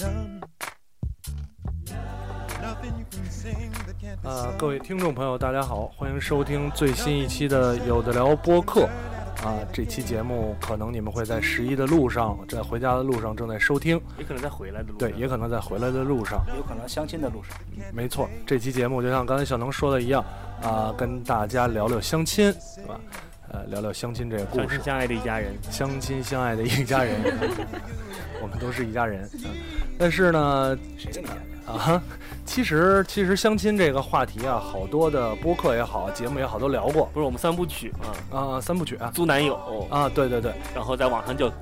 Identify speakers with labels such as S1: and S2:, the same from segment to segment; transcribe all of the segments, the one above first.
S1: 嗯
S2: 呃，各位听众朋友，大家好，欢迎收听最新一期的《有的聊》播客。啊、这期节目可能你们会在十一的路上，在回家的路上正在收听，
S3: 也可能在回来的路
S2: 对，也可能在回来的路上。
S1: 有可能相亲的路上。
S2: 没错，这期节目就像刚才小能说的一样，啊、跟大家聊聊相亲，对吧？呃，聊聊相亲这个故
S3: 相
S2: 事
S3: 亲。相爱的一家人，
S2: 相亲相爱的一家人， 我们都是一家人。嗯但是呢，
S1: 谁跟你讲的？
S2: 啊，其实其实相亲这个话题啊，好多的播客也好，节目也好，都聊过
S3: 不是我们三部曲嘛？
S2: 啊、三部曲啊，
S3: 租男友，
S2: 啊，对对对，
S3: 然后在网上交，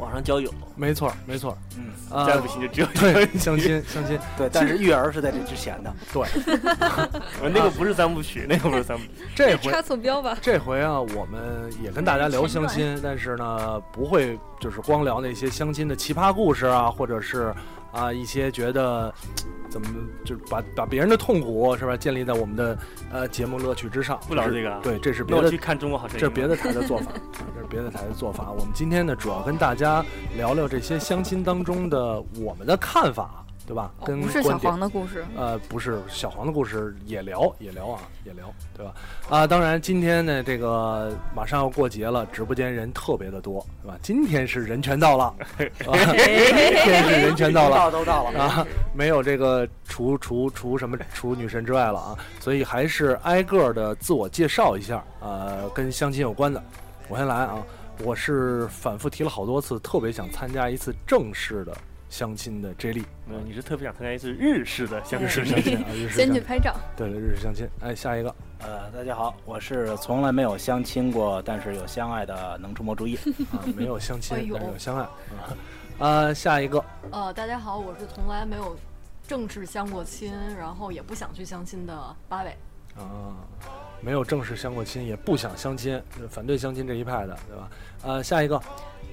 S3: 网上交友，
S2: 没错儿没错儿，
S1: 嗯，
S2: 啊、
S3: 再不行就只有
S2: 对相亲 相亲，
S1: 对，但是育儿是在这之前的。
S3: 呃
S2: 啊
S3: 那个不是三部曲，那个不是三部曲，
S2: 这 回
S4: 插错标吧。
S2: 这回啊，我们也跟大家聊相亲，但是呢，不会就是光聊那些相亲的奇葩故事啊，或者是啊一些觉得嘖怎么就是把把别人的痛苦是吧，建立在我们的呃节目乐趣之上。
S3: 不聊
S2: 是
S3: 这个啊
S2: 对，这是别
S3: 那我
S2: 的
S3: 去看《中国好声音》
S2: 这是别
S3: 的，
S2: 的台的 做法，啊这是别的台的做法。我们今天呢，主要跟大家聊聊这些相亲当中的我们的看法，对吧？
S4: 哦
S2: 跟
S4: 不是小
S2: 观点。
S4: 黄的故事，
S2: 呃，不是小黄的故事也聊也聊啊也聊，对吧？啊、当然今天呢，这个马上要过节了，直播间人特别的多，对吧？今天是人全到了， 是吧今天是人全到了，
S1: 都到了。
S2: 啊，没有这个除除除什么除女神之外了啊，所以还是挨个的自我介绍一下，呃，跟相亲有关的，我先来啊，我是反复提了好多次，特别想参加一次正式的相亲的 J 莉，
S3: 没有，你是特别想参加一次日式的相
S2: 日式
S3: 亲，
S2: 相 亲啊，日式
S4: 先
S2: 相
S4: 去
S2: 亲，
S4: 拍照。
S2: 对对，日式相亲，哎，下一个，
S1: 呃，大家好，我是从来没有相亲过，但是有相爱的能出没注意。
S2: 啊，没有相亲
S5: 哎，呦
S2: 但是有相爱，啊，呃，下一个，
S5: 呃，大家好，我是从来没有正式相过亲，然后也不想去相亲的八尾。
S2: 啊，没有正式相过亲，也不想相亲，反对相亲这一派的，对吧？呃，下一个，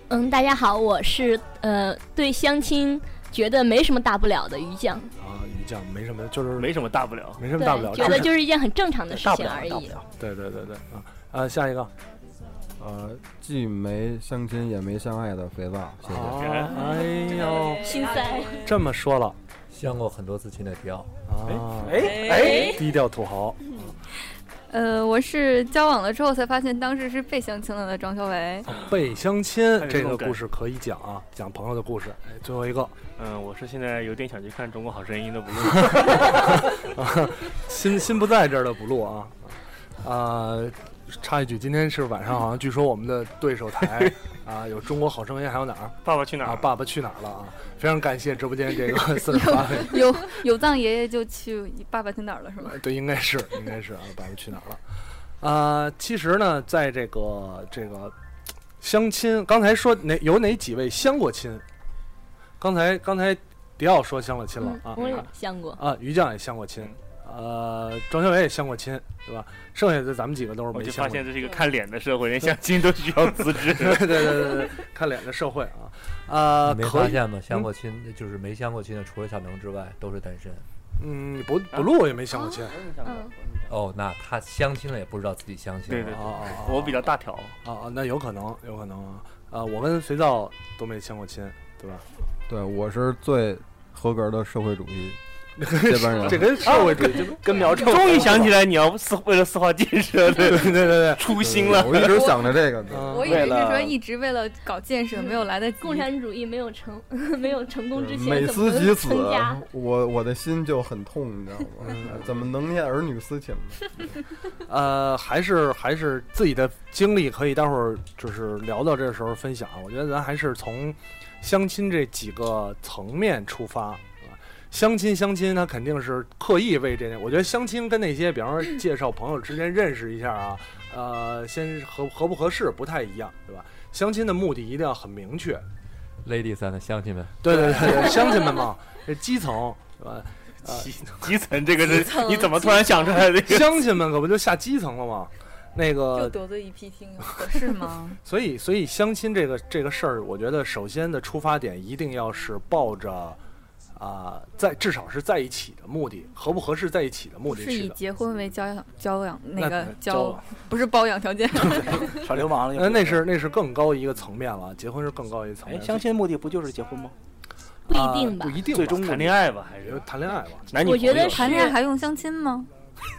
S6: 嗯，大家好，我是呃对相亲觉得没什么大不了的于酱，
S2: 啊，于酱没什么，就是
S3: 没什么大不了。
S2: 没什么
S6: 对
S2: 大不了，，
S6: 觉
S2: 就是
S6: 得就是一件很正常的事
S1: 大不
S6: 情
S1: 了
S6: 而，
S1: 大不
S6: 已。
S1: 了。
S2: 对对对对啊啊，下一个
S7: 呃，既没相亲也没相爱的肥皂，谢谢。
S2: 啊，哎
S8: 哦
S2: 呦，
S6: 心塞，
S2: 这么说了
S8: 相过很多次亲的迪奥。
S2: 啊，
S1: 哎，
S4: 哎，
S2: 低调土豪
S4: 呃，我是交往了之后才发现，当时是被相亲了的庄小伟。
S2: 被相亲
S3: 有
S2: 这
S3: 这
S2: 个
S3: 种感
S2: 故事可以讲啊，讲朋友的故事。哎，最后一个
S3: 嗯，我是现在有点想去看《中国好声音》的，不录。
S2: 心心不在这儿的不录啊啊，插一句，今天是晚上，好像据说我们的对手 台啊有中国好声音，还有哪儿
S3: 爸爸去哪
S2: 啊？
S3: 儿？
S2: 爸爸去哪儿了啊？非常感谢直播间这 个四十八 位
S4: 有有藏爷爷就去爸爸去哪儿了是吗？
S2: 对，应该是，应该是啊，百度去哪儿了？啊、其实呢，在这个这个相亲，刚才说哪有哪几位相过亲？刚才刚才迪奥说相了亲了、
S6: 嗯
S2: 啊，
S6: 我也相过。
S2: 啊，于酱也相过亲，呃，庄小伟也相过亲，对吧？剩下的咱们几个都是
S3: 我
S2: 没
S3: 就
S2: 相
S3: 发
S2: 过
S3: 现
S2: 亲。
S3: 这是一个看脸的社会，连相亲都需要资质。
S2: 对对对对对，看脸的社会啊，啊，
S8: 你没
S2: 可
S8: 发
S2: 以，
S8: 现吗？相过亲、就是没相过亲的，除了小能之外，都是单身。
S2: 嗯，你不
S3: 啊
S2: 不录也没相过亲，啊
S4: 嗯，
S8: 哦，那他相亲了也不知道自己相亲
S3: 对
S8: 了。
S3: 对
S9: 哦
S2: 啊啊！
S3: 我比较大条，
S2: 啊啊，那有可能，有可能啊，啊，我跟肥皂都没相过亲，对吧？
S7: 对，我是最合格的社会主义。这帮人
S2: 这跟社会主
S6: 哦
S3: 啊
S2: 义
S1: 跟苗臭
S3: 终于想起来你要四为了四化建设
S2: 对
S3: 对
S2: 对对对，
S3: 出心了。
S7: 我一直想着这个呢。
S3: 啊
S2: 嗯
S4: 我以为
S1: 为
S4: 是
S1: 了
S4: 说一直为了搞建设没有来得及。
S6: 共产主义没有成 没有成功之前，
S7: 每
S6: 怎
S7: 思
S6: 么
S7: 及
S6: 能
S7: 此
S6: 成家？，
S7: 我我的心就很痛，你知道 吗？怎么能念儿女私情呢？
S2: 呃，还是还是自己的经历可以待会儿就是聊到这时候分享。我觉得咱还是从相亲这几个层面出发啊。相亲，相亲，他肯定是刻意为这件。我觉得相亲跟那些，比方说介绍朋友之间认识一下啊，呃，先合合不合适不太一样，对吧？相亲的目的一定要很明确，
S8: ，Lady 三的乡亲们，
S2: 对对对对，乡亲们嘛， 这基层对吧？
S3: 基基层这个
S4: 基
S3: 是
S4: 层
S3: 你怎么突然想出来这 个？
S2: 乡亲们可不就下基层了吗？那
S4: 就
S2: 个，
S4: 得罪一批听友，合适吗？
S2: 所以所以相亲这个这个事儿，我觉得首先的出发点一定要是抱着啊、在至少是在一起的目的，合不合适在一起的目的
S4: 是以
S2: 去的。
S4: 结婚为交养交养那个
S1: 交
S4: 交不是包养条件，
S1: 耍流氓了就
S2: 呃那那是那是更高一个层面了，结婚是更高一个层
S1: 哎，
S2: 面。
S1: 相亲目的不就是结婚吗？
S6: 不
S2: 啊
S6: 一定吧
S2: 不？一定吧，
S1: 最终
S3: 谈恋爱吧，还是
S2: 谈恋爱吧。
S3: 男女
S6: 我觉
S3: 朋
S6: 得
S3: 友
S6: 是
S4: 谈恋爱还用相亲吗？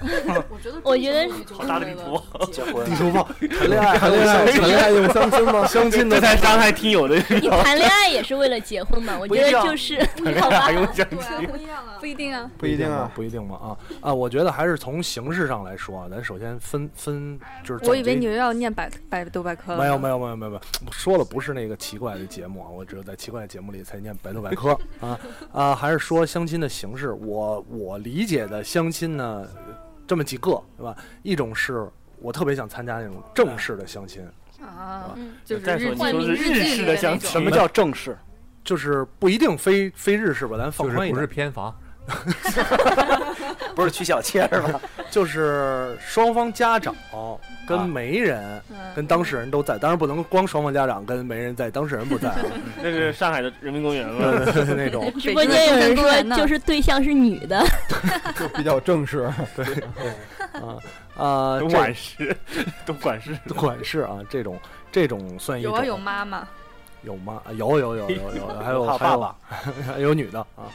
S5: 我觉 得
S6: 我觉得
S5: 中国
S3: 好大的
S5: 语
S3: 地
S5: 就
S3: 图，
S1: 结婚
S2: 地图炮， 谈恋爱，谈恋
S7: 谈
S2: 爱，
S7: 恋爱谈恋爱用相亲吗？
S2: 相亲的
S3: 这才伤害听友的，
S6: 你谈恋爱也是为了结婚嘛？我觉得
S3: 不一样
S6: 就是好吧
S3: 还，用相
S5: 对啊
S3: 亲？
S5: 不一样啊
S4: 不。一定啊，
S7: 不一定啊，
S2: 不一定嘛啊啊！我觉得还是从形式上来说啊，咱首先分分就是
S4: 我
S2: 总
S4: 以
S2: 结
S4: 为你又要念百百度百科了。
S2: 没有没有没有没有没有，我说了不是那个奇怪的节目啊，我只有在奇怪的节目里才念百度百科啊 啊，还是说相亲的形式，我我理解的相亲呢，这么几个对吧？一种是我特别想参加那种正式的相亲，
S4: 啊
S6: 嗯，
S4: 就是
S3: 再说
S4: 日
S3: 你
S4: 剧
S3: 说是
S4: 日
S3: 日
S4: 剧
S3: 式
S4: 里
S3: 的
S4: 的
S3: 相
S4: 那种，
S3: 亲
S1: 什么叫正式？
S2: 就是不一定非非日式吧，咱放
S8: 就是
S2: 宽一
S8: 不是
S2: 点，
S8: 偏 房，
S1: 不是娶小妾是吧？
S2: 就是双方家长跟媒人。
S4: 嗯
S2: 跟当事人都在，当然不能光双方家长跟媒人在，当事人不在啊，
S3: 那是上海的人民公园吗？
S2: 那种
S6: 啊直播间有人说就是对象是女的，
S7: 就比较正式。
S2: 啊啊，
S3: 东
S2: 这
S3: 莞 市，东莞市，
S2: 管事啊，这种这种算一
S4: 有
S2: 种
S4: 啊有妈妈，
S2: 有吗？啊有有有有 有，还有
S1: 怕
S2: 还
S1: 爸
S2: 有
S1: 爸
S2: 还有女的啊，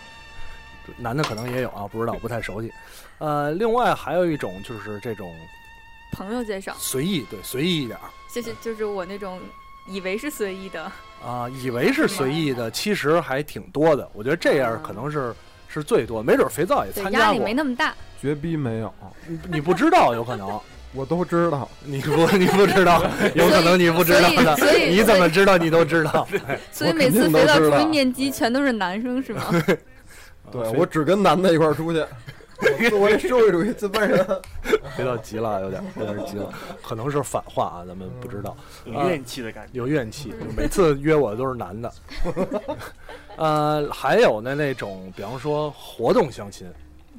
S2: 男的可能也有啊，不知道不太熟悉。呃，另外还有一种就是这种
S4: 朋友介绍，
S2: 随意，对随意一点儿
S4: 就是就是我那种以为是随意的，
S2: 啊，以为是随意的，其实还挺多的。我觉得这样可能是是最多，没准儿肥皂也
S4: 对
S2: 哎参
S4: 压
S2: 加
S4: 力
S2: 过
S4: 没，那么大。
S7: 绝逼没有，
S2: 你你不知道有可能，
S7: 我都知道。
S2: 你不你不 知道，有可能你不知道的，
S4: 所以所以
S2: 你怎么知道你都知道？
S4: 所以
S7: 我
S4: 每
S7: 肯
S4: 次
S7: 定
S4: 肥
S7: 都
S4: 皂
S7: 知
S4: 出去
S7: 道
S4: 面基全都是男生是吗？
S7: 对
S2: 啊
S7: 我只跟男的一块儿出去，我我这社会主义资本人。
S2: 肥皂急了，有点有点急了，可能是反话啊，咱们不知道。
S3: 嗯
S2: 啊
S3: 有怨气的感觉。
S2: 有怨气，每次约我的都是男的。 呃，还有呢，那种，比方说活动相亲，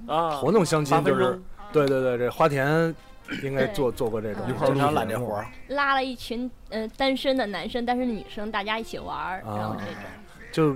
S3: 啊，
S2: 活动相亲
S3: 八分
S2: 就是
S3: 钟，
S2: 对对对，这花田应该做做过这种
S7: 一
S6: 嗯
S7: 块儿
S1: 经
S7: 录
S1: 常揽
S7: 节
S1: 这
S7: 目
S1: 活
S2: 啊
S1: 儿，
S6: 拉了一群呃单身的男生，但是女生大家一起玩儿，
S2: 啊
S6: 然后这种。
S2: 就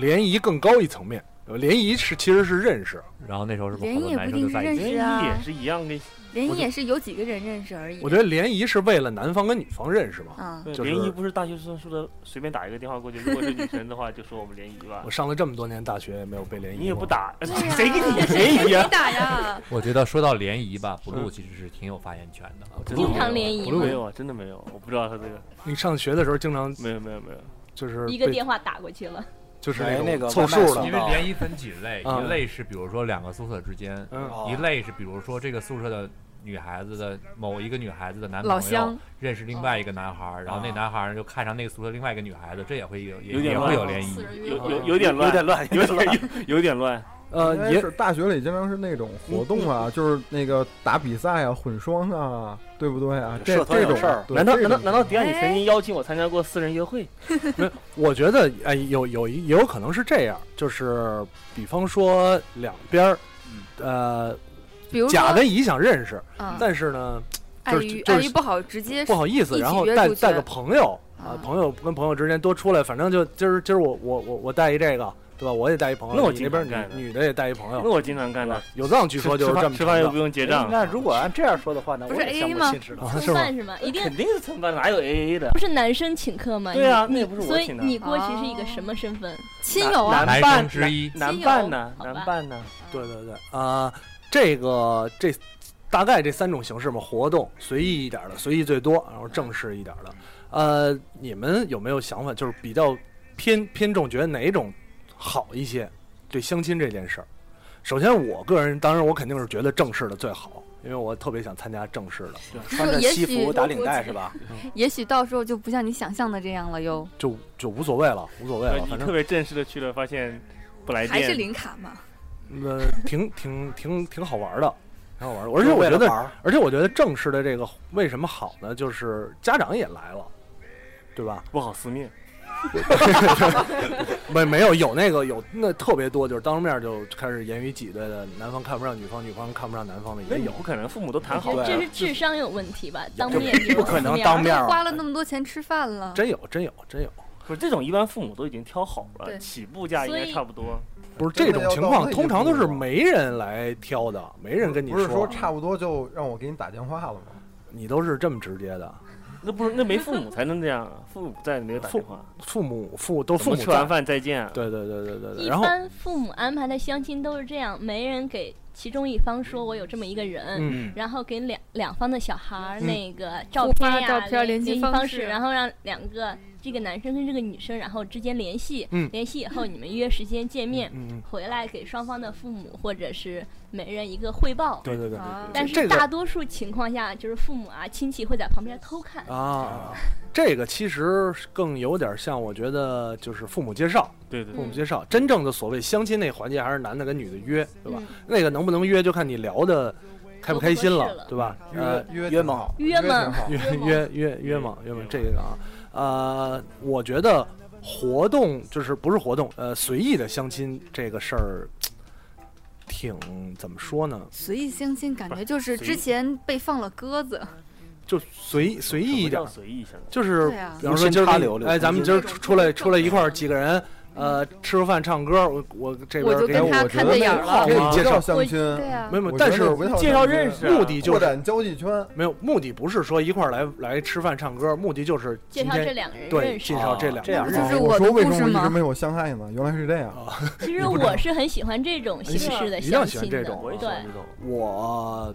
S2: 联谊更高一层面。联谊是其实是认识，
S8: 然后那时候是不是
S4: 联
S8: 好
S4: 谊
S8: 多
S4: 也不
S8: 男
S4: 一
S8: 生就
S4: 定是
S8: 在
S4: 认
S8: 一起？
S4: 识
S3: 也
S4: 啊，
S3: 是一样的，
S4: 联谊也是有几个人认识而已。
S2: 我觉得联谊是为了男方跟女方认识嘛。
S4: 啊，
S3: 对
S2: 就是
S3: 联谊不是大学生说的，随便打一个电话过去，如果是女生的话，就说我们联谊吧
S2: 我。上了这么多年大学也没有被联谊，
S3: 你也不，打，
S4: 对啊呀
S3: 谁跟你联谊啊
S4: 你？打呀？
S8: 我觉得说到联谊吧，不露其实是挺有发言权的。
S3: 嗯
S8: 啊
S3: 真的
S6: 经
S3: 没有
S6: 常联谊
S2: 不录
S6: 嘛
S3: 没，有啊，真的没有，我不知道他这个
S2: 你上学的时候经常
S3: 没有没有没有。
S2: 就是
S6: 一个
S2: 被
S6: 电话打过去了，
S2: 就是
S1: 哎那
S2: 那
S1: 个
S2: 种凑
S1: 外卖
S2: 数的
S1: 送
S8: 因为联谊分几类，
S3: 嗯
S2: 啊
S8: 一类是比如说两个宿舍之间，
S2: 嗯
S1: 哦
S8: 一类是比如说这个宿舍的女孩子的某一个女孩子的男
S4: 老
S8: 朋友
S4: 乡
S8: 认识另外一个男孩儿，然后那男孩儿就看上那个宿舍另外一个女孩子，这也会有也
S3: 哦有点
S8: 也
S3: 乱啊
S8: 会有联谊
S5: 四。人约
S3: 有
S5: 会
S3: 有有点乱，
S1: 有点乱，
S3: 有点有有点乱。
S2: 呃
S7: 应该
S2: 也
S7: 是大学里经常是那种
S3: 嗯
S7: 活动啊，就是那个打比赛啊、混双啊，对不对啊？这
S1: 社团
S7: 这
S1: 有
S7: 种
S1: 事儿
S7: 对
S3: 难道
S7: 这
S3: 难道
S7: 种
S3: 难道
S4: 哎
S3: 迪亚你
S6: 哎
S3: 曾经邀请我参加过私人约会？
S2: 我觉得，哎，有有一也有可能是这样，就是比方说两边儿，
S3: 嗯
S2: 呃，
S4: 比如说
S2: 甲跟乙想认识，
S4: 啊，
S2: 但是呢
S4: 碍
S2: 就是
S4: 于
S2: 就
S4: 碍
S2: 是
S4: 于不好直接
S2: 不好意思，
S4: 一起
S2: 然后
S4: 约
S2: 带
S4: 出去
S2: 带个朋友啊
S4: 啊，
S2: 朋友跟朋友之间多出来，反正就今儿今儿我我我我带一这个，对吧？我也带一朋友，
S3: 那我
S2: 哦你
S3: 经
S2: 那边
S3: 常干的
S2: 女女的也带一朋友
S3: 那，我经常干
S2: 对吧
S3: 的，
S2: 有藏据说
S3: 吃
S2: 就
S3: 吃
S2: 是这
S3: 饭
S2: 么
S3: 吃饭又不
S2: 成
S3: 用结
S1: 哎
S3: 账，
S1: 那如果按这样说的话呢，
S4: 不
S1: 我
S4: 是哎
S1: 也
S4: AA
S1: 相不
S4: 吗
S1: 亲知道
S2: 的。啊，是
S6: 蹭
S2: 吗？
S6: 饭是吗？一定
S3: 肯定是蹭饭，哪有 AA 的？
S6: 不是男生请客吗？
S3: 对啊
S6: 你
S3: 那也不是我
S6: 所以
S3: 请的
S6: 你过去是一个什么身份？
S4: 亲友啊，
S8: 男生之一，
S3: 男
S4: 亲友
S3: 伴呢？
S6: 好吧
S3: 男伴呢？
S2: 对对对，啊，这个这大概这三种形式嘛，活动随意一点的，随意最多，然后正式一点的。呃，你们有没有想法，就是比较偏偏重，觉得哪种好一些？对相亲这件事儿，首先我个人，当然我肯定是觉得正式的最好，因为我特别想参加正式的。
S1: 穿着
S4: 也
S1: 西
S4: 许
S1: 服打领带是吧？
S4: 也许到时候就不像你想象的这样了哟，
S2: 就就无所谓了，无所谓了，
S3: 呃你
S2: 反
S3: 特
S2: 正
S3: 别哦正式的去了，发现不来
S4: 还是
S3: 电，
S4: 零卡嘛？
S2: 呃，挺挺挺挺好玩的，挺好玩的。而
S1: 而
S2: 且我觉得
S1: 玩儿
S2: 而且我觉得正式的这个为什么好呢？就是家长也来了，对吧？
S3: 不好思密。
S2: 没没有有那个有那特别多，就是当面就开始言语挤兑的，男方看不上女方，女方看不上男方的
S3: 那
S2: 也
S3: 你
S2: 有
S3: 不。可能，父母都谈好
S1: 对
S3: 了。
S6: 这是
S2: 啊
S6: 智商有问题吧？当
S1: 就
S6: 面就
S1: 不可能
S6: 面
S1: 当面
S4: 花
S1: 儿
S4: 了那么多钱吃饭了，
S2: 真有，真有，真有，
S3: 不是这种，一般父母都已经挑好了，
S4: 对
S3: 起步价应该
S6: 所以
S3: 差不多。
S2: 不是
S7: 真
S2: 这
S7: 的
S2: 种
S7: 要
S2: 情
S7: 到
S2: 况，
S7: 那一
S2: 通常都
S7: 步
S2: 是
S7: 吗
S2: 没人来挑的，没人跟你
S7: 不是说差不多就让我给你打电话了吗？
S2: 你都是这么直接的。
S3: 那不是那没父母才能这样啊，父母不在没有打
S2: 父
S3: 电话。
S2: 父母父都
S3: 怎
S2: 父
S3: 么
S2: 母
S3: 吃完
S2: 在，
S3: 饭再见啊。
S2: 对对对对对对。
S6: 一
S2: 呃然后
S6: 般父母安排的相亲都是这样，没人给其中一方说我有这么一个人，
S2: 嗯，
S6: 然后给两两方的小孩儿
S2: 嗯
S6: 那个照
S4: 互
S6: 片
S4: 发
S6: 呀、
S4: 照片
S6: 联
S4: 联系
S6: 系
S4: 方
S6: 式，
S4: 式
S6: 然后让两个这个男生跟这个女生，然后之间联系，
S2: 嗯
S6: 联系以后你们约时间见面，
S2: 嗯嗯，
S6: 回来给双方的父母或者是每人一个汇报。
S2: 对对对
S4: 啊
S6: 但
S2: 这
S6: 是
S2: 个
S6: 大多数情况下，就是父母啊亲戚会在旁边偷看。
S2: 啊， 这个其实更有点像，我觉得就是父母介绍，
S3: 对对
S2: 父
S3: 对
S2: 母介绍，真正的所谓相亲那环节，还是男的跟女的约，对吧？
S4: 嗯
S2: 那个能不能约，就看你聊的开不开心
S6: 合不合适
S2: 了，
S6: 了嗯
S2: 对吧？呃
S7: 约，约
S1: 约
S7: 约
S1: 吗
S6: 约吗
S7: 挺好
S2: 约
S6: 约吗
S2: 约约约嘛，约嘛，这个啊，呃，我觉得活动就是不是活动，呃，随意的相亲这个事儿，挺怎么说呢？
S4: 随意相亲，感觉就是
S2: 随
S4: 之前被放了鸽子，
S2: 就随随意一
S3: 什
S2: 点
S3: 么叫，随意相亲。
S2: 就是
S4: 对啊嗯
S2: 比方说今儿
S1: 插柳柳
S2: 哎，咱们今儿
S5: 就是那种
S2: 出来出来一块儿几个人，呃，吃个饭唱歌，我我这边
S4: 我就
S2: 给
S4: 跟
S2: 我
S4: 他
S7: 我觉
S4: 看
S7: 得
S4: 对
S7: 那
S4: 眼儿了
S7: 给你介绍
S6: 我
S7: 相亲，
S4: 对啊
S2: 没，有没有，
S7: 我觉
S2: 但
S7: 得
S2: 是
S7: 不太
S3: 介绍
S7: 相亲
S3: 认识啊
S2: 目的就
S7: 扩
S2: 是
S7: 展交际圈。
S2: 没有目的不是说一块儿来来吃饭唱歌，目的就是
S6: 介
S2: 今
S6: 绍这
S2: 天
S6: 两个人
S2: 对
S6: 认识
S2: 介。绍这两
S3: 哦
S1: 这
S2: 个
S1: 样
S2: 人
S4: 这
S7: 啊
S4: 是
S7: 我
S4: 我的
S7: 说为
S4: 故
S7: 什
S4: 事
S7: 么我一直
S4: 吗
S7: 没有相爱呢？原来是这样。
S3: 啊
S6: 其实
S2: 你不知道
S6: 我是很喜欢这种形式的
S2: 一定
S6: 相
S2: 要喜欢
S6: 亲
S2: 这
S6: 的，
S2: 种
S3: 我也喜欢
S6: 对
S3: 这，种。
S2: 我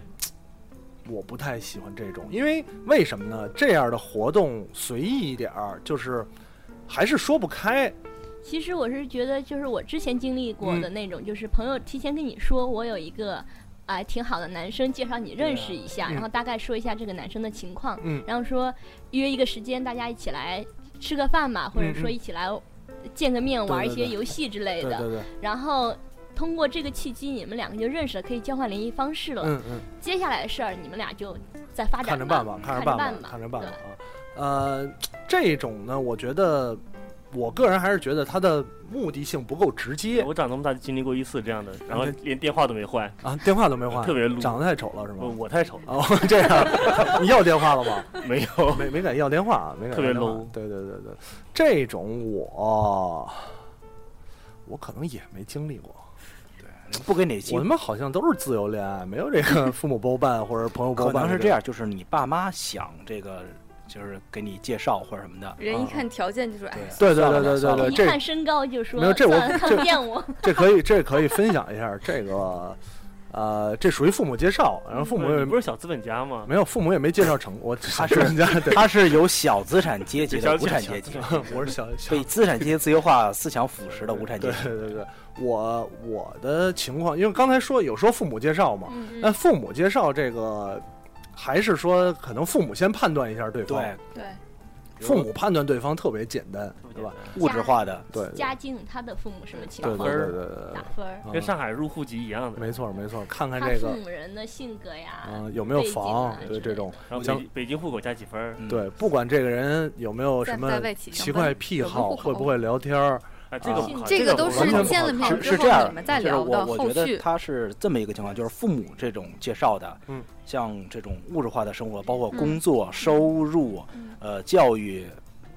S2: 我不太喜欢这种，因为为什么呢？这样的活动随意一点儿，就是还是说不开。
S6: 其实我是觉得，就是我之前经历过
S2: 嗯
S6: 的那种，就是朋友提前跟你说，我有一个啊、挺好的男生，介绍你认识一下，
S2: 嗯
S6: 然后大概说一下这个男生的情况，
S2: 嗯
S6: 然后说约一个时间，大家一起来吃个饭吧，或者说
S2: 嗯
S6: 一起来见个面，
S2: 对
S6: 玩一
S2: 对
S6: 些
S2: 对
S6: 游戏之类
S2: 对
S6: 的，
S2: 对对，
S6: 然后。通过这个契机，你们两个就认识了，可以交换联系方式了。
S2: 嗯嗯。
S6: 接下来的事儿，你们俩就再发展
S2: 看着办吧，看
S6: 看
S2: 着
S6: 着
S2: 办吧，
S6: 吧，
S2: 看着
S6: 对
S2: 办吧啊。呃，这种呢，我觉得，我个人还是觉得它的目的性不够直接
S3: 我长这么大就经历过一次这样的，然后
S2: 对
S3: 连电话都没换，
S2: 啊，电话都没换，
S3: 特别撸。
S2: 长得太丑了是
S3: 我
S2: 吗？
S3: 我太丑了，
S2: 哦，这样，你要电话了吗？
S3: 没有。
S2: 没没敢要电话啊，没敢
S3: 特别
S2: 要电话
S3: low
S2: 对对对对，这种我，我可能也没经历过。
S1: 不给你机
S2: 我他
S1: 会。
S2: 妈好像都是自由恋爱，没有这个父母包办或者朋友包
S1: 可
S2: 办。
S1: 能是这。样，就是你爸妈想这个，就是给你介绍或者什么的。啊
S4: 人一看条件就说，哎，
S2: 对对
S1: 算
S2: 对
S1: 了
S2: 对对
S1: 算了
S2: 对，
S6: 一
S2: 这
S6: 看身高就说
S2: 没有这我
S6: 算了看不见我。
S2: 这可以，这可以分享一下这个，呃，这属于父母介绍，然后父母
S3: 不是你
S2: 也
S3: 不是哦小资本家吗？
S2: 没有，父母也没介绍成，我
S1: 他
S2: 是
S1: 是
S2: 人家，对，
S1: 他是有小资产阶级
S3: 小
S1: 的
S3: 小
S1: 无产
S3: 小
S1: 阶
S3: 资
S1: 级，
S3: 本
S2: 我是小小
S1: 被资产阶级自由化思想腐蚀的无产阶
S2: 对
S1: 级。
S2: 对对对，我我的情况，因为刚才说有说父母介绍嘛，
S4: 嗯
S2: 那父母介绍这个，还是说可能父母先判断一下对方，
S1: 对，
S4: 对，
S2: 父母判断对方特别简单，对吧？？
S1: 物质化的，
S2: 对，对
S6: 家境，他的父母什么情
S2: 对
S6: 况，
S2: 对对对对
S6: 打分儿，
S2: 对，
S3: 跟
S2: 嗯
S3: 上海入户籍一样的。
S2: 没错没错，看看
S6: 他
S2: 这
S6: 父
S2: 个，
S6: 母人的性格呀，
S2: 嗯，有没有
S6: 背景
S2: 房
S6: 啊，之
S2: 对
S6: 类
S2: 这
S6: 的
S2: 种，
S3: 然后
S2: 像
S3: 北北京户口加几分儿？
S1: 嗯
S2: 对，不管这个人有没有
S4: 在
S2: 什
S4: 不
S2: 么
S4: 在外企上
S2: 奇
S4: 班
S2: 怪癖
S4: 有没有
S2: 好，
S4: 户
S2: 会
S4: 口
S2: 不会聊天儿，
S3: 啊，这个
S1: 啊
S3: 不考
S4: 这个都
S2: 完全
S4: 是
S2: 不
S4: 见
S2: 好
S4: 了面
S1: 是
S4: 之
S1: 是
S4: 后
S1: 这样
S4: 你们再
S1: 就是
S4: 聊
S1: 我
S4: 的
S1: 我
S4: 后
S1: 觉得
S4: 续，
S1: 他是这么一个情况，就是父母这种介绍的，
S2: 嗯，
S1: 像这种物质化的生活，包括
S4: 嗯
S1: 工作、收入、呃教育、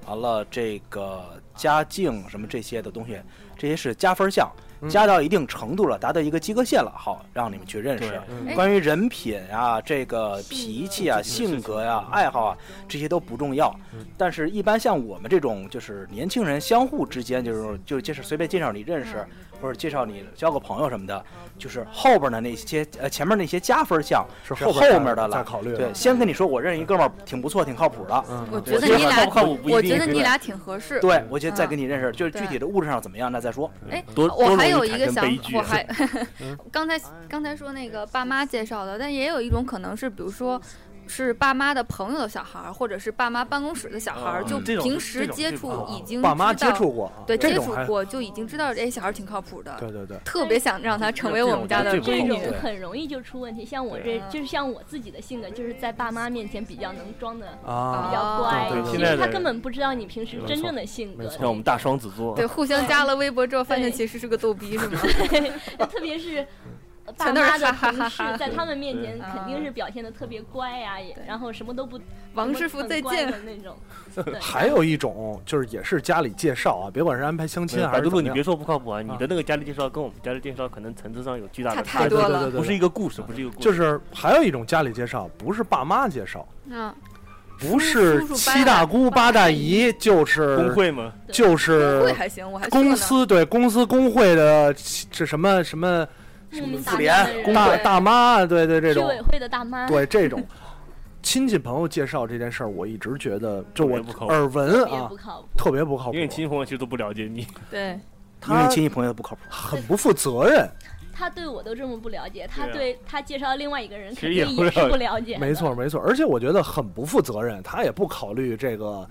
S1: 完了这个家境什么这些的东西，这些是加分项，
S2: 嗯
S1: 加到一定程度了，达到一个及格线了，好让你们去认识
S3: 对。
S7: 嗯
S4: 哎
S1: 关于人品啊、这个脾气啊、性格呀、爱好啊，这些都不重要。
S2: 嗯
S1: 但是，一般像我们这种就是年轻人相互之间，就是就介绍随便介绍你认识，或者介绍你交个朋友什么的，就是后边的那些呃前面那些加分项
S2: 是
S1: 后
S2: 后边
S1: 面的
S2: 再
S1: 了。
S2: 考虑
S1: 对，先跟你说，我认识一哥们儿挺不错，挺靠谱的。
S2: 嗯，
S4: 我觉
S1: 我
S4: 得
S1: 觉
S4: 你
S1: 得
S4: 俩
S3: 靠不靠谱不，一
S4: 我
S3: 定
S4: 觉得你俩挺合适。
S1: 对，我觉得再
S4: 嗯
S1: 跟你认识，就是具
S4: 对
S1: 体的物质上怎么样，那再说。嗯
S4: 哎，
S3: 多
S4: 我
S3: 多
S4: 还
S3: 容易
S4: 有一
S3: 产
S4: 个
S3: 生
S4: 想
S3: 悲，剧
S4: 我
S3: 啊
S4: 还 刚才刚才说那个爸妈介绍的，但也有一种可能是，比如说是爸妈的朋友的小孩儿，或者是爸妈办公室的小孩儿，
S3: 嗯
S4: 就
S3: 这种
S4: 平
S3: 这
S4: 时
S3: 种
S4: 接
S3: 这
S4: 触
S3: 种
S4: 已经
S2: 爸妈
S4: 知
S2: 接
S4: 道
S2: 触过啊，
S4: 对
S2: 这
S4: 接
S2: 种
S4: 触
S2: 还
S4: 过就已经知道这小孩儿挺靠谱的，
S2: 对对对，
S4: 特别想让他成为我们家的
S3: 这
S4: 妇
S3: 种
S6: 这种
S4: 女。
S6: 很容易就出问题。像我这
S4: 对，
S6: 就是像我自己的性格，就是在爸妈面前比较能装的比
S2: 啊，
S6: 较乖
S2: 对对，
S6: 其
S3: 现在
S6: 实他
S3: 的
S6: 根本不知道你平时
S2: 没
S6: 真
S2: 错
S6: 正的性
S2: 没
S6: 格
S2: 错。
S3: 像我们大双子座
S4: 对，，互相加了微博之后，发现
S6: 对
S4: 其实是个逗逼， 是吗？
S6: 特别是爸
S4: 全都是
S6: 妈的
S4: 哈哈哈
S6: 同
S4: 哈
S6: 事，在他们面前
S4: 对
S6: 肯定是表现的特别乖呀、也
S4: 对
S6: 然后什么都不
S4: 王师傅再
S6: 很乖
S4: 见。
S6: 的那种。
S2: 还有一种就是也是家里介绍啊，别管是安排相
S3: 没
S2: 亲
S3: 有
S2: 还
S3: 白
S2: 是
S3: 嘟
S2: 怎
S3: 嘟，
S2: 么
S3: 你
S2: 样
S3: 别，说不靠谱啊，你
S2: 啊
S3: 的那个家里介绍跟我们家里介绍可能层次上有巨大
S4: 差
S3: 的
S4: 太
S3: 差
S2: 对
S3: 距
S4: 多，
S2: 对
S4: 了
S2: 对对，
S3: 不是一
S2: 对
S3: 个故事，不是一个故事，
S2: 就是还有一种家里介绍，不是爸妈介绍，
S4: 嗯，
S2: 不是
S4: 叔叔伯
S2: 七大姑
S4: 伯
S2: 八大姨，就是
S3: 工会吗？
S2: 就
S4: 会
S2: 是
S4: 还行，我还说呢
S2: 公司对公司工会的这什么什么
S4: 嗯
S6: 莫名
S1: 妇
S6: 其
S1: 联
S6: 妙的人，
S4: 工
S2: 大
S4: 会
S2: 大妈，对对
S6: 居
S2: 这种，
S6: 委会的大妈，
S2: 对这种 亲戚朋友介绍这件事儿，我一直觉得就我
S3: 特别不靠谱
S2: 耳闻
S6: 特别
S2: 啊
S6: 不，靠谱。
S2: 特别不靠谱
S3: 因为，你亲戚朋友其实都不了解你，
S4: 对，
S1: 因为
S2: 他
S1: 亲戚朋友不靠谱。
S2: 很不负责任，
S6: 他对我都这么不了解，他
S3: 对啊
S6: 对他介绍另外一个人
S3: 其
S6: 肯
S3: 实
S6: 定
S3: 也不
S6: 也
S3: 了
S6: 是不了解。
S2: 没错，没错，而且我觉得很不负责任，他也不考虑这个，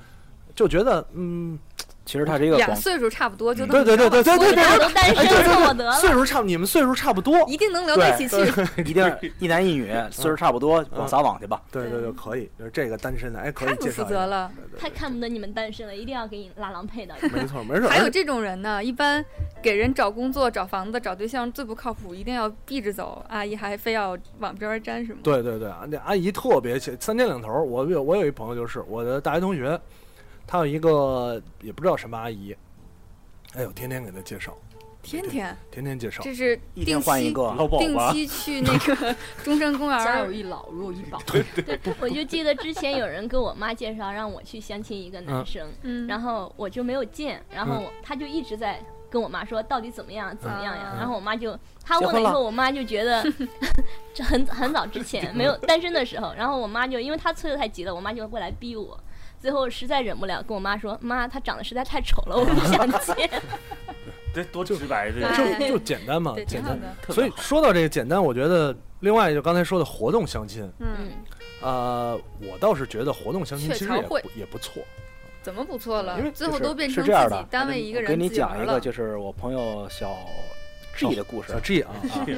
S2: 就觉得嗯，
S1: 其实他是一个
S4: 俩
S1: 广
S4: 岁数差不多就
S2: 对嗯对对对对对
S6: 我
S2: 对
S6: 俩都单身
S2: 哎对对对
S6: 了，我得
S2: 岁
S6: 了。
S2: 数差不你们岁数差不多，
S4: 一定 能聊到一起去。
S1: 一定是一男一女，岁数差不多，往撒网去吧。
S2: 对对对，可以，就是这个单身的，哎，可
S4: 太
S2: 以
S4: 不
S2: 介
S4: 负
S2: 绍一
S4: 责
S2: 下，
S4: 了，
S6: 太看不得你们单身了，一定要给你拉郎配到。
S2: 没 错，没事，哎
S4: 还有
S2: 而
S4: 这种人呢，一般给人找工作、找房子、找对象最不靠谱，一定要避着走。阿姨还非要往边儿粘，是吗？
S2: 对对对，啊那阿姨特别切，三天两头儿。我有我有一朋友就是我的大学同学，她有一个也不知道什么阿姨，哎呦，天天给她介绍，
S4: 天天，
S2: 天天介绍，
S4: 这是
S1: 一天
S4: 定
S1: 换一
S4: 期
S1: 个，
S3: 淘宝
S4: 定
S3: 吧，
S4: 期去那 个中山公园
S5: 家有
S4: 儿。
S5: 一老，如有一宝。
S6: 我就记得之前有人跟我妈介绍让我去相亲一个男
S2: 嗯
S6: 生，
S4: 嗯，
S6: 然后我就没有见，然后我他就一直在跟我妈说到底怎么样怎么样呀，
S4: 嗯
S6: 然后我妈就他
S1: 结
S6: 问了以
S1: 婚了
S6: 后，我妈就觉 得这很很早之前没有单身的时候，然后我妈就因为他催的太急了，我妈就过来逼我。最后实在忍不了，跟我妈说：“妈，他长得实在太丑了，我不想 见。
S3: 这多直白的，
S4: 对
S2: 就就简单嘛
S4: 对，，挺
S2: 简
S4: 好
S2: 单。
S4: 的。
S2: 所以说到这个简单，我觉得另外就刚才说的活动相亲，
S4: 嗯，
S6: 嗯，
S2: 呃，我倒是觉得活动相亲
S4: 鹊
S2: 其实
S4: 桥
S2: 也
S4: 会
S2: 不也不错，
S4: 怎么不错了
S2: 因为？
S4: 最后
S1: 就是
S4: 都变成
S1: 是
S4: 自
S1: 这样
S4: 己
S1: 的
S4: 单位一个人
S1: 给你
S4: 自己玩
S1: 讲一
S4: 了
S1: 个，就是我朋友小 G 的故事啊
S2: 小。G 啊，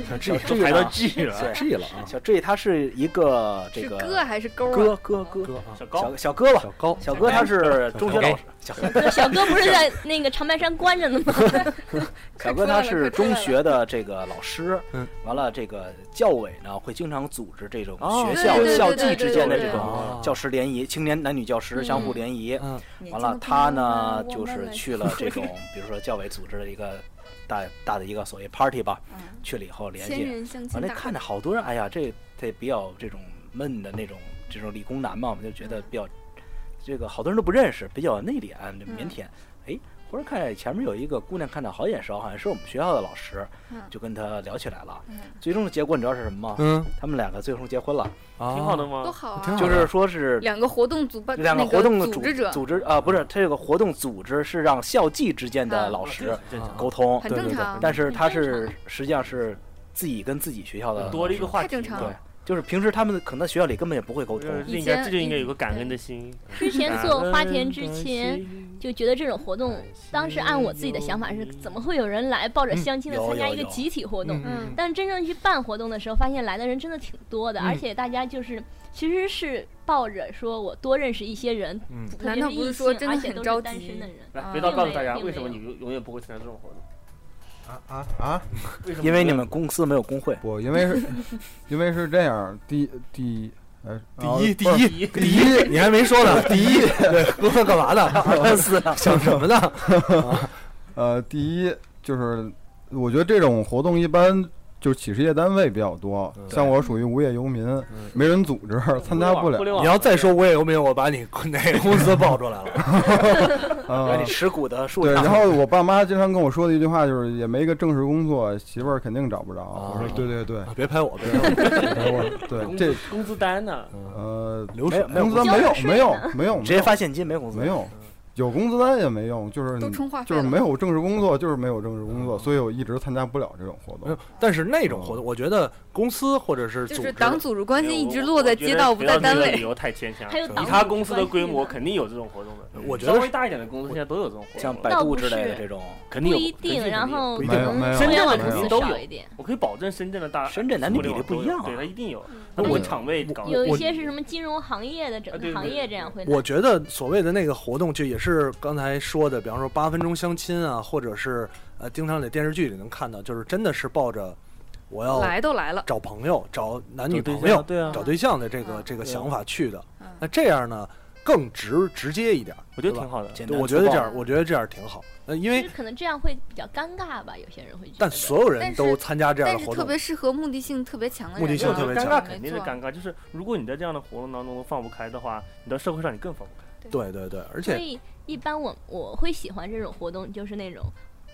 S2: 小 G
S3: 都排到 G 了，
S1: 对
S2: 小 G 了啊，
S1: 小 G 他是一个这
S4: 是
S1: 个
S4: 哥还是勾啊？
S1: 哥哥哥
S2: 哥啊，
S3: 小高
S1: 小小哥吧，
S2: 小高，
S1: 小哥他是中学老师，小
S6: 小哥不是在那个长白山关着呢吗？
S1: 小哥他是中学的这个老师
S2: 嗯，
S1: 完了这个教委呢会经常组织这种
S2: 哦
S1: 学校
S4: 对对对
S1: 校
S4: 对
S1: 际
S4: 对
S1: 之间的
S4: 对
S1: 这种
S2: 啊
S1: 教师联谊，青年男女教师相互
S6: 嗯
S1: 联谊。
S2: 嗯，
S4: 年轻
S1: 完了
S4: 的，朋
S1: 他
S4: 友
S1: 呢
S4: 们
S1: 就
S4: 我们
S1: 是
S4: 来
S1: 去了 这种，比如说教委组织的一个大大的一个所谓 party 吧，
S4: 嗯
S1: 去了以后联
S4: 千
S1: 系，
S4: 人相亲
S1: 完了
S4: 大
S1: 看
S4: 会。
S1: 着好多人，哎呀，这这比较这种闷的那种这种理工男嘛，我们就
S4: 嗯
S1: 觉得比较这个好多人都不认识，比较内敛腼腆。哎，忽然看见前面有一个姑娘看着好眼熟，好像是我们学校的老师
S4: 嗯，
S1: 就跟她聊起来了
S4: 嗯。
S1: 最终的结果你知道是什么吗？
S2: 嗯，
S1: 他们两个最终结婚了，
S2: 挺
S3: 挺好的
S4: 多
S3: 吗？
S4: 好
S2: 挺
S4: 啊！
S2: 好
S1: 就是说是
S4: 两个活动组办，
S1: 两
S4: 那
S1: 个活动的
S4: 组织者
S1: 组织啊，不是他这个活动组织是让校际之间的
S4: 嗯
S1: 老师
S3: 这
S2: 啊
S1: 沟通，
S4: 很
S2: 对
S4: 正
S2: 对对
S4: 常。
S1: 但是他
S6: 很正
S1: 是实际上是自己跟自己学校的
S3: 多了一个话
S4: 太
S3: 题，
S4: 正常
S1: 对
S4: 了，
S1: 就是平时他们可能学校里根本也不会沟
S3: 我觉
S1: 通
S3: 得，这
S4: 以
S3: 应该
S4: 前
S3: 这就应该有个感恩的心。
S6: 之前做花田之前，
S3: 前
S6: 就觉得这种活动，当时按我自己的想法是，怎么会有人来抱着相亲的
S1: 嗯有
S6: 参加
S1: 有
S6: 一个
S1: 有
S6: 集体活动？
S4: 嗯
S6: 但真正去办活动的时候，发现来的人真的挺多的，
S2: 嗯
S6: 而且大家就是其实是抱着说我多认识一些人，
S2: 嗯
S6: 特别
S4: 难道不
S6: 异性
S4: 是说真的
S6: 而且
S4: 很
S6: 都
S4: 着
S6: 是单
S4: 急
S6: 身的人？
S3: 来，
S4: 啊
S3: 别到告诉大
S6: 并
S3: 家
S6: 没有
S3: 为什么你永永远不会参加这种活动，
S7: 啊啊啊！
S3: 为什么
S1: 因为你们公司没有工会，
S7: 不，因为是，因为是这样，第第呃，
S2: 第
S7: 然后
S2: 一，
S7: 不
S2: 第
S7: 是
S2: 一，第一，你还没说 呢。第一，对，哥哥干嘛呢？
S3: 啊
S2: 想什么呢？
S7: 呃，第一就是我觉得这种活动一般就是企事业单位比较多，
S3: 嗯
S7: 像我属于无业游民，没人组织，参加不了
S3: 互。联网
S2: 你要再说无业游民，我把你 哪个公司爆出来了。
S1: 让
S7: 呃
S1: 你持股的数
S7: 对，
S1: 量。
S7: 然后我爸妈经常跟我说的一句话就是，也没一个正式工作，媳妇儿肯定找不着。
S2: 啊
S7: 我说对对对，
S2: 别拍我，别 拍我。
S7: 对 我对
S3: 工
S7: 这
S3: 资工资单呢？
S1: 嗯
S7: 呃，
S2: 流水
S1: 没有
S7: 工资单没有没有没有
S1: 直接发现金没工资，
S7: 没
S2: 嗯
S7: 有，有工资单也没用，就是
S4: 都充话费
S7: 就是
S4: 了
S7: 没有正式工作，就是没有正式工作，所以我一直参加不了这种活
S2: 嗯
S7: 动
S2: 没
S7: 嗯
S2: 有。，但是那种活动，我觉得公司或者是
S4: 就
S2: 组
S4: 是
S2: 织，
S4: 党组织关系一直落在街
S3: 我
S4: 道，
S3: 觉
S4: 不
S3: 得
S4: 在单
S3: 不要这个理
S4: 位。
S3: 由太牵强。
S6: 还有
S3: 以
S6: 党
S3: 他
S6: 组
S3: 公司的
S6: 关系
S3: 规模，
S6: 呢
S3: 肯定有这种活动的。
S2: 我觉
S3: 稍
S2: 得
S3: 微大一点的公司现在都有这种活动，
S1: 像百度之类的这种，
S3: 肯
S6: 不
S3: 定有
S6: 一
S3: 肯定
S6: 定，
S3: 有
S6: 然后
S2: 不一
S6: 可
S2: 定
S7: 没有没
S6: 能
S7: 有
S6: 深圳的
S7: 没有
S6: 公司
S3: 都
S6: 少
S3: 有
S6: 一点，
S3: 我可以保证深圳的大
S1: 深圳男女比例不一样啊
S3: 互联网都有对，它一定有。
S6: 嗯
S2: 那
S3: 那
S2: 我
S3: 我场位搞
S6: 有
S3: 的
S6: 一些是什么金融行业的整
S3: 啊对
S6: 个
S3: 对
S6: 行业
S3: 对
S6: 这样会
S2: 我觉得所谓的那个活动，就也是刚才说的，比方说八分钟相亲啊，或者是呃，经常在电视剧里能看到，就是真的是抱着我要
S4: 来都来了，
S2: 找朋友、找男女
S3: 有对
S2: 朋
S3: 象
S2: 友
S3: 啊、对啊，
S2: 找对象的这个
S4: 嗯
S2: 这个
S3: 对啊
S2: 想法去的
S4: 嗯。
S2: 那这样呢，更直直接一点儿，
S3: 我觉得
S2: 对吧
S3: 挺好的。
S1: 简
S2: 对
S1: 单
S2: 我
S1: 粗
S2: 觉得
S1: 暴
S2: 这样，我觉得这样挺好。呃，因
S6: 其实
S2: 为
S6: 可能这样会比较尴尬吧，有些人会觉得。
S2: 但所有人
S4: 但
S2: 都
S4: 是
S2: 参加这样
S4: 但
S2: 的
S4: 是
S2: 活
S4: 特
S2: 动，
S4: 别适合目的性特别强的人。
S2: 目的性
S3: 对啊
S2: 特别
S3: 尴
S2: 强
S3: 尬肯定是尴
S4: 尬。
S3: 尬，就是如果你在这样的活动当中放不开的话，你到社会上你更放不开。
S2: 对对对，而
S6: 所
S2: 且
S6: 以一般我我会喜欢这种活动，就是那种。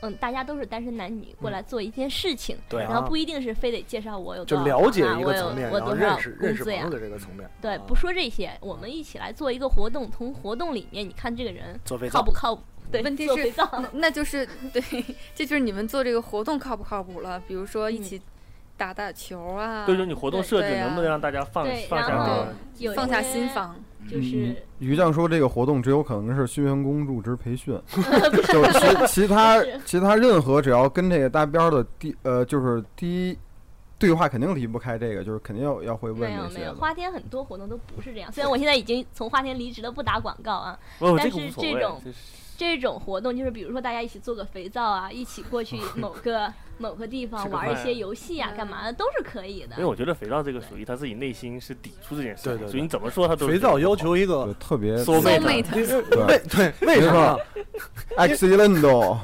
S6: 嗯，大家都是单身男女过来做一件事情，
S2: 嗯对
S6: 然
S2: 啊
S6: 后不一定是非得介绍我有
S2: 就
S6: 多少
S2: 了解
S6: 啊
S2: 一
S6: 我
S2: 个
S6: 有
S2: 层面，
S6: 我
S2: 然后
S6: 多
S2: 认
S6: 少
S2: 识
S6: 工
S2: 认识
S6: 资
S2: 朋
S6: 呀
S2: 友，的这个层面。
S6: 对，
S2: 啊
S6: 不说这些，我们一起来做一个活动，从活动里面你看这个人
S1: 做肥
S6: 靠
S1: 皂
S6: 不，靠谱？对，
S4: 问题
S6: 做
S4: 是
S6: 肥皂
S4: 那 那就是对，这就是你们做这个活动靠不靠谱了？比如说
S6: 嗯
S4: 一起打打球啊
S3: 所，以说你活动设置
S4: 对啊
S3: 能不能让大家放
S6: 对
S3: 放
S6: 然
S3: 下
S6: 后
S3: 这
S7: 啊
S3: 个？
S6: 有
S4: 放下
S6: 些
S4: 心防。
S6: 就是
S7: 于酱说这个活动只有可能是新员工入职 培训，就是其其他其他任何只要跟这个搭边儿的第呃就是第一对话肯定离不开这个，就是肯定要要会问
S6: 没有
S7: 这
S6: 没
S7: 些
S6: 有，
S7: 的。
S6: 花田很多活动都不是这样。虽然我现在已经从花田离职了，不打广告啊，
S3: 哦，
S6: 但
S3: 这个无
S6: 是
S3: 所
S6: 这
S3: 谓
S6: 种。
S3: 这是
S6: 这种活动就是比如说大家一起做个肥皂啊，一起 过去某个某个地
S3: 吃
S6: 方
S3: 个
S6: 玩一
S3: 饭
S6: 些
S3: 啊
S6: 游戏啊，
S4: 嗯
S6: 干嘛的都是可以的
S3: 因为。我觉得肥皂这个属于他自己内心是抵触这件事
S2: 对
S3: 情，
S2: 对对
S3: 所以你怎么说他都是
S2: 肥皂
S3: 觉得
S2: 要
S3: 不好
S2: 求一个
S7: 对，特别
S3: 搜妹的
S4: Soulmate
S2: 为对为什么？
S7: 哎 excellent，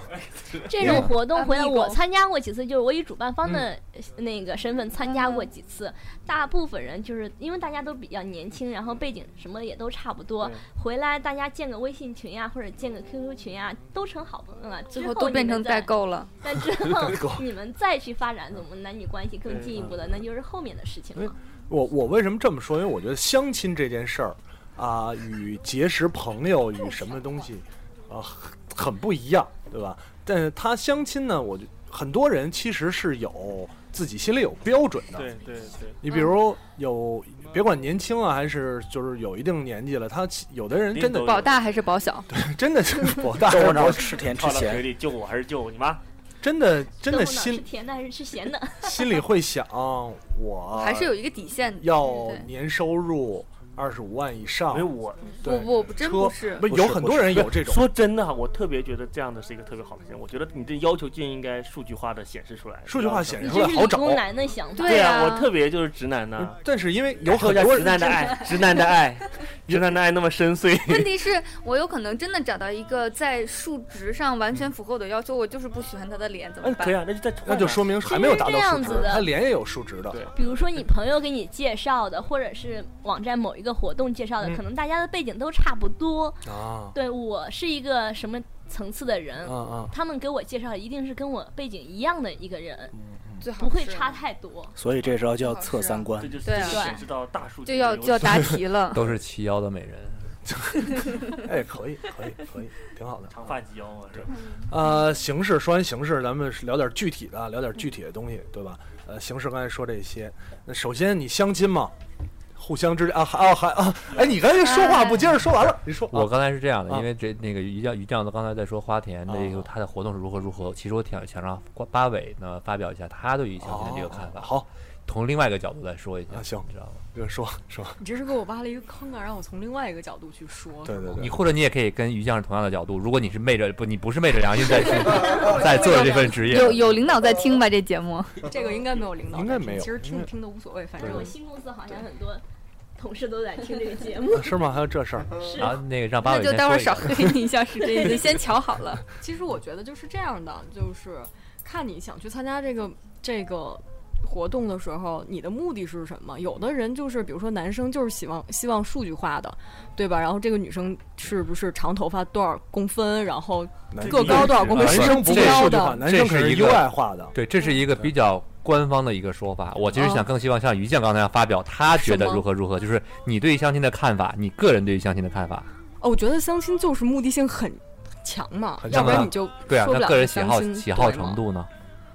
S6: 这种活动回来
S4: 嗯
S6: 我参加过几次，就是我以主办方的
S3: 嗯
S6: 呃那个身份参加过几
S4: 嗯
S6: 次。大部分人就是因为大家都比较年轻，然后背景什么也都差不多
S3: 对，
S6: 回来大家建个微信群呀、啊或者建个 QQ 群呀、都成好朋友了。
S4: 最
S6: 之
S4: 后都
S6: 你
S4: 变
S6: 们
S4: 成
S6: 再
S4: 代购了，
S6: 但之 后你们再去发展怎么男女关系更进一步
S3: 嗯
S6: 的，那就是后面的事情了。
S2: 我我为什么这么说？因为我觉得相亲这件事儿啊，与结识朋友与什么东西啊很很不一样，对吧？但是他相亲呢，我就很多人其实是有自己心里有标准的。
S3: 对对对，
S2: 你比如有，别管年轻啊，还是就是有一定年纪了，他其有的人真的
S3: 都有
S4: 嗯保大还是保 小？
S2: 真的是我大
S1: 周
S2: 我
S1: 不着吃甜吃
S3: 泡到
S1: 咸
S3: 水，里救我还是救你妈？
S2: 真的真的
S6: 最后呢 是
S2: 心
S6: 甜的还是吃咸的？
S2: 心里会想，我
S4: 还是有一个底线的。
S2: 嗯要
S4: 对嗯
S2: 年收入二十五万以上
S3: 没，有我
S2: 对
S4: 不不不，真不
S2: 车
S4: 是。
S2: 不
S1: 不
S2: 有
S1: 是
S2: 很
S1: 不
S2: 多
S1: 是
S2: 人有这种。
S3: 说真的哈，我特别觉得这样的是一个特别好的事情。我觉得你这要求就应该数据化的显示出来，
S2: 数据化显
S6: 你
S2: 示
S6: 这
S2: 出来
S6: 是
S2: 好
S6: 理
S2: 找。嗯
S6: 工男的想法。
S3: 对
S4: 对
S3: 啊，
S4: 啊
S3: 我特别就是直男呐，
S2: 但是 因为有
S3: 受
S2: 很
S3: 哎一下
S2: 多
S3: 直男
S2: 人，
S3: 的 爱，直男的爱，直男的爱那么深邃。
S4: 问题是我有可能真的找到一个在数值上完全符合我的要求，我就是不喜欢他的脸，怎么
S3: 嗯，可以
S4: 办？
S3: 啊，那 就再
S2: 那就说明还没有达到数值
S6: 其实是这样子，的
S2: 他脸也有数值的
S3: 对。
S6: 比如说你朋友给你介绍的，或者是网站某一个活动介绍的，
S2: 嗯
S6: 可能大家的背景都差不多。
S2: 啊，
S6: 对我是一个什么层次的人，
S2: 嗯嗯，
S6: 他们给我介绍的一定是跟我背景一样的一个人，
S2: 嗯
S4: 最好
S6: 不会
S4: 是
S6: 差太多。
S1: 所以这时候就要测三观
S3: 这。就是
S4: 对哦啊
S3: 显示到大数据
S4: 就
S3: 的
S4: 要
S3: 优
S4: 就要
S3: 势
S4: 答题了。
S8: 都是齐腰的美人，
S2: 哎，可以，可以，可以，挺好的。
S3: 长发及腰啊嘛，是吧？
S4: 嗯
S2: 呃，形式说完形式，咱们是聊点具体的，聊点具体的东西，对吧？呃，形式刚才说这些，那首先你相亲嘛，互相之间啊，还啊还啊，哎，你刚才说话不接着说完了，你说
S8: 哎我
S2: 啊
S8: 刚才是这样的，
S2: 啊
S8: 因为这那个于酱于酱刚才在说花田的一个
S2: 啊
S8: 他的活动是如何如何，其实我挺想让八尾呢发表一下他对于相亲的这个看法，
S2: 哦好，
S8: 从另外一个角度再说一下，
S2: 啊行
S8: 你知道吗？
S2: 这个说说，
S5: 你这是给我挖了一个坑啊，让我从另外一个角度去说。
S2: 对对
S8: 你
S2: 对，
S8: 或者你也可以跟于酱是同样的角度，如果你是昧着不你不是昧着良心在 去在做这份职业，
S4: 有有领导在听吧？这节目
S5: 这个应该没有领导在
S2: 应
S5: 听，
S2: 该没有
S5: 其实
S2: 应
S5: 听
S2: 该
S5: 听的无所谓，反
S6: 反正我
S5: 正
S6: 新公司好像很多同事都在听这个节目。
S2: 啊是吗？还有这事儿？
S6: 是
S8: 然后那个让八
S4: 那
S8: 尾
S4: 就
S8: 先
S4: 待会
S8: 说
S4: 儿
S8: 一
S4: 少
S8: 下。
S4: 黑你一下时间，已经先瞧好了。
S5: 其实我觉得就是这样的，就是看你想去参加这个这个活动的时候，你的目的是什么？有的人就是，比如说男生就是希望希望数据化的，对吧？然后这个女生是不是长头发多少公分，然后
S2: 男
S5: 个高多少公分，
S2: 啊男
S5: 是
S2: 生不
S5: 极
S2: 会
S5: 高
S2: 数据化，
S5: 的。
S2: 男生可
S8: 这是一个
S2: 优爱化的。嗯
S8: 对，这是一个比较官方的一个说法。我其实想更希望像于酱刚才发表，他觉得
S5: 什么
S8: 如何如何，就是你对于相亲的看法，你个人对于相亲的看法。
S5: 哦，我觉得相亲就是目的性很强嘛，
S2: 很
S5: 要不然
S8: 强
S5: 你就
S8: 对啊，
S5: 说不
S8: 那
S5: 了
S8: 个人喜
S5: 相
S8: 好
S5: 亲
S8: 喜好
S5: 对吗
S8: 程度呢？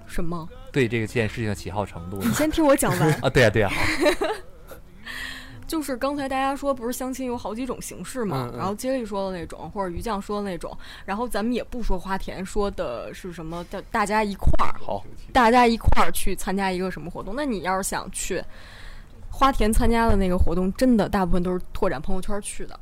S5: 什么？
S8: 对这个件事情的喜好程度
S5: 你
S8: 呢？
S5: 先听我讲完。
S8: 啊，对啊，对啊，
S5: 就是刚才大家说，不是相亲有好几种形式嘛？
S2: 嗯嗯
S5: 然后接力说的那种，或者于酱说的那种，然后咱们也不说花田说的是什么，大大家一块儿，
S2: 好，
S5: 大家一块儿去参加一个什么活动。那你要是想去花田参加的那个活动，真的大部分都是拓展朋友圈去的。